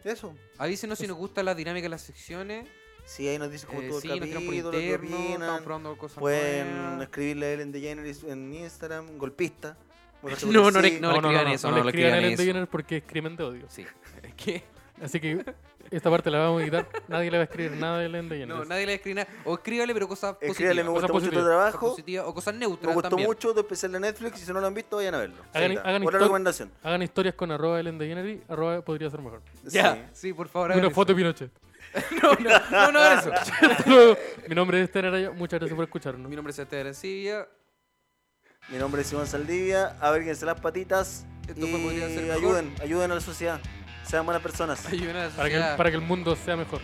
[SPEAKER 4] Eso.
[SPEAKER 2] Avísenos si nos gusta la dinámica de las secciones.
[SPEAKER 4] Sí, ahí nos dicen cómo
[SPEAKER 2] Eh,
[SPEAKER 4] estuvo
[SPEAKER 2] sí,
[SPEAKER 4] el
[SPEAKER 2] nos tiran por
[SPEAKER 4] capítulo, lo que
[SPEAKER 2] interno, estamos
[SPEAKER 4] opinan.
[SPEAKER 2] probando cosas
[SPEAKER 4] Pueden
[SPEAKER 2] nuevas.
[SPEAKER 4] escribirle a Ellen DeGeneres en Instagram, golpista. Bueno, seguro
[SPEAKER 2] No, no,
[SPEAKER 4] que
[SPEAKER 2] le-
[SPEAKER 4] sí.
[SPEAKER 2] no, le escriban eso, no, le
[SPEAKER 3] a
[SPEAKER 2] escriban
[SPEAKER 3] Ellen
[SPEAKER 2] eso.
[SPEAKER 3] DeGeneres porque es crimen de odio.
[SPEAKER 2] Sí. [laughs] ¿Qué?
[SPEAKER 3] Así que esta parte la vamos a quitar. Nadie le va a escribir nada de Ellen DeGeneres.
[SPEAKER 2] No, nadie le escribe nada. O escríbale, pero cosas
[SPEAKER 4] Escríbale,
[SPEAKER 2] positivas.
[SPEAKER 4] me gusta
[SPEAKER 3] cosas
[SPEAKER 4] mucho tu
[SPEAKER 3] positivas,
[SPEAKER 2] Cosas
[SPEAKER 4] trabajo.
[SPEAKER 2] positivas, o cosas neutras
[SPEAKER 4] Me gustó
[SPEAKER 2] también.
[SPEAKER 4] mucho tu especial de Netflix. Y si no lo han visto, vayan a verlo. Ahí
[SPEAKER 3] Hagan-
[SPEAKER 4] está.
[SPEAKER 3] hagan
[SPEAKER 4] Otra
[SPEAKER 3] histori-
[SPEAKER 4] recomendación.
[SPEAKER 3] Hagan historias con arroba Ellen DeGeneres. Arroba podría ser mejor.
[SPEAKER 2] Ya,
[SPEAKER 4] Sí.
[SPEAKER 2] sí, por favor. hagan
[SPEAKER 3] Una
[SPEAKER 2] eso.
[SPEAKER 3] foto de Pinochet.
[SPEAKER 2] [laughs] No, no, no, no hagan
[SPEAKER 4] [laughs]
[SPEAKER 2] eso.
[SPEAKER 3] Hasta luego. Mi nombre es Esteban Araya. Muchas gracias por escucharnos.
[SPEAKER 2] Mi nombre es E Sebastián [laughs] Arancibia.
[SPEAKER 4] Mi nombre es Simón Saldivia. Abríguense las patitas.
[SPEAKER 2] Esto
[SPEAKER 4] y
[SPEAKER 2] fue Podría Ser Mejor.
[SPEAKER 4] ayuden, ayuden a la sociedad. Sean buenas personas.
[SPEAKER 2] Ayuden a la
[SPEAKER 3] Para que,
[SPEAKER 2] sociedad,
[SPEAKER 3] para que el mundo sea mejor.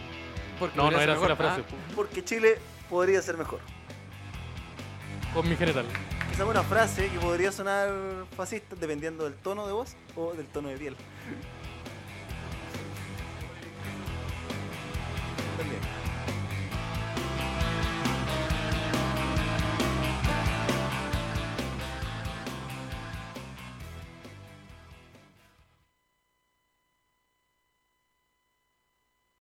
[SPEAKER 2] porque
[SPEAKER 3] No, no
[SPEAKER 2] podría
[SPEAKER 3] era
[SPEAKER 2] ser
[SPEAKER 3] así la
[SPEAKER 2] mejor,
[SPEAKER 3] frase.
[SPEAKER 2] ¿ah?
[SPEAKER 4] Porque Chile podría ser mejor.
[SPEAKER 2] Ah.
[SPEAKER 3] Con mi general.
[SPEAKER 4] Esa es una frase que podría sonar fascista dependiendo del tono de voz o del tono de piel.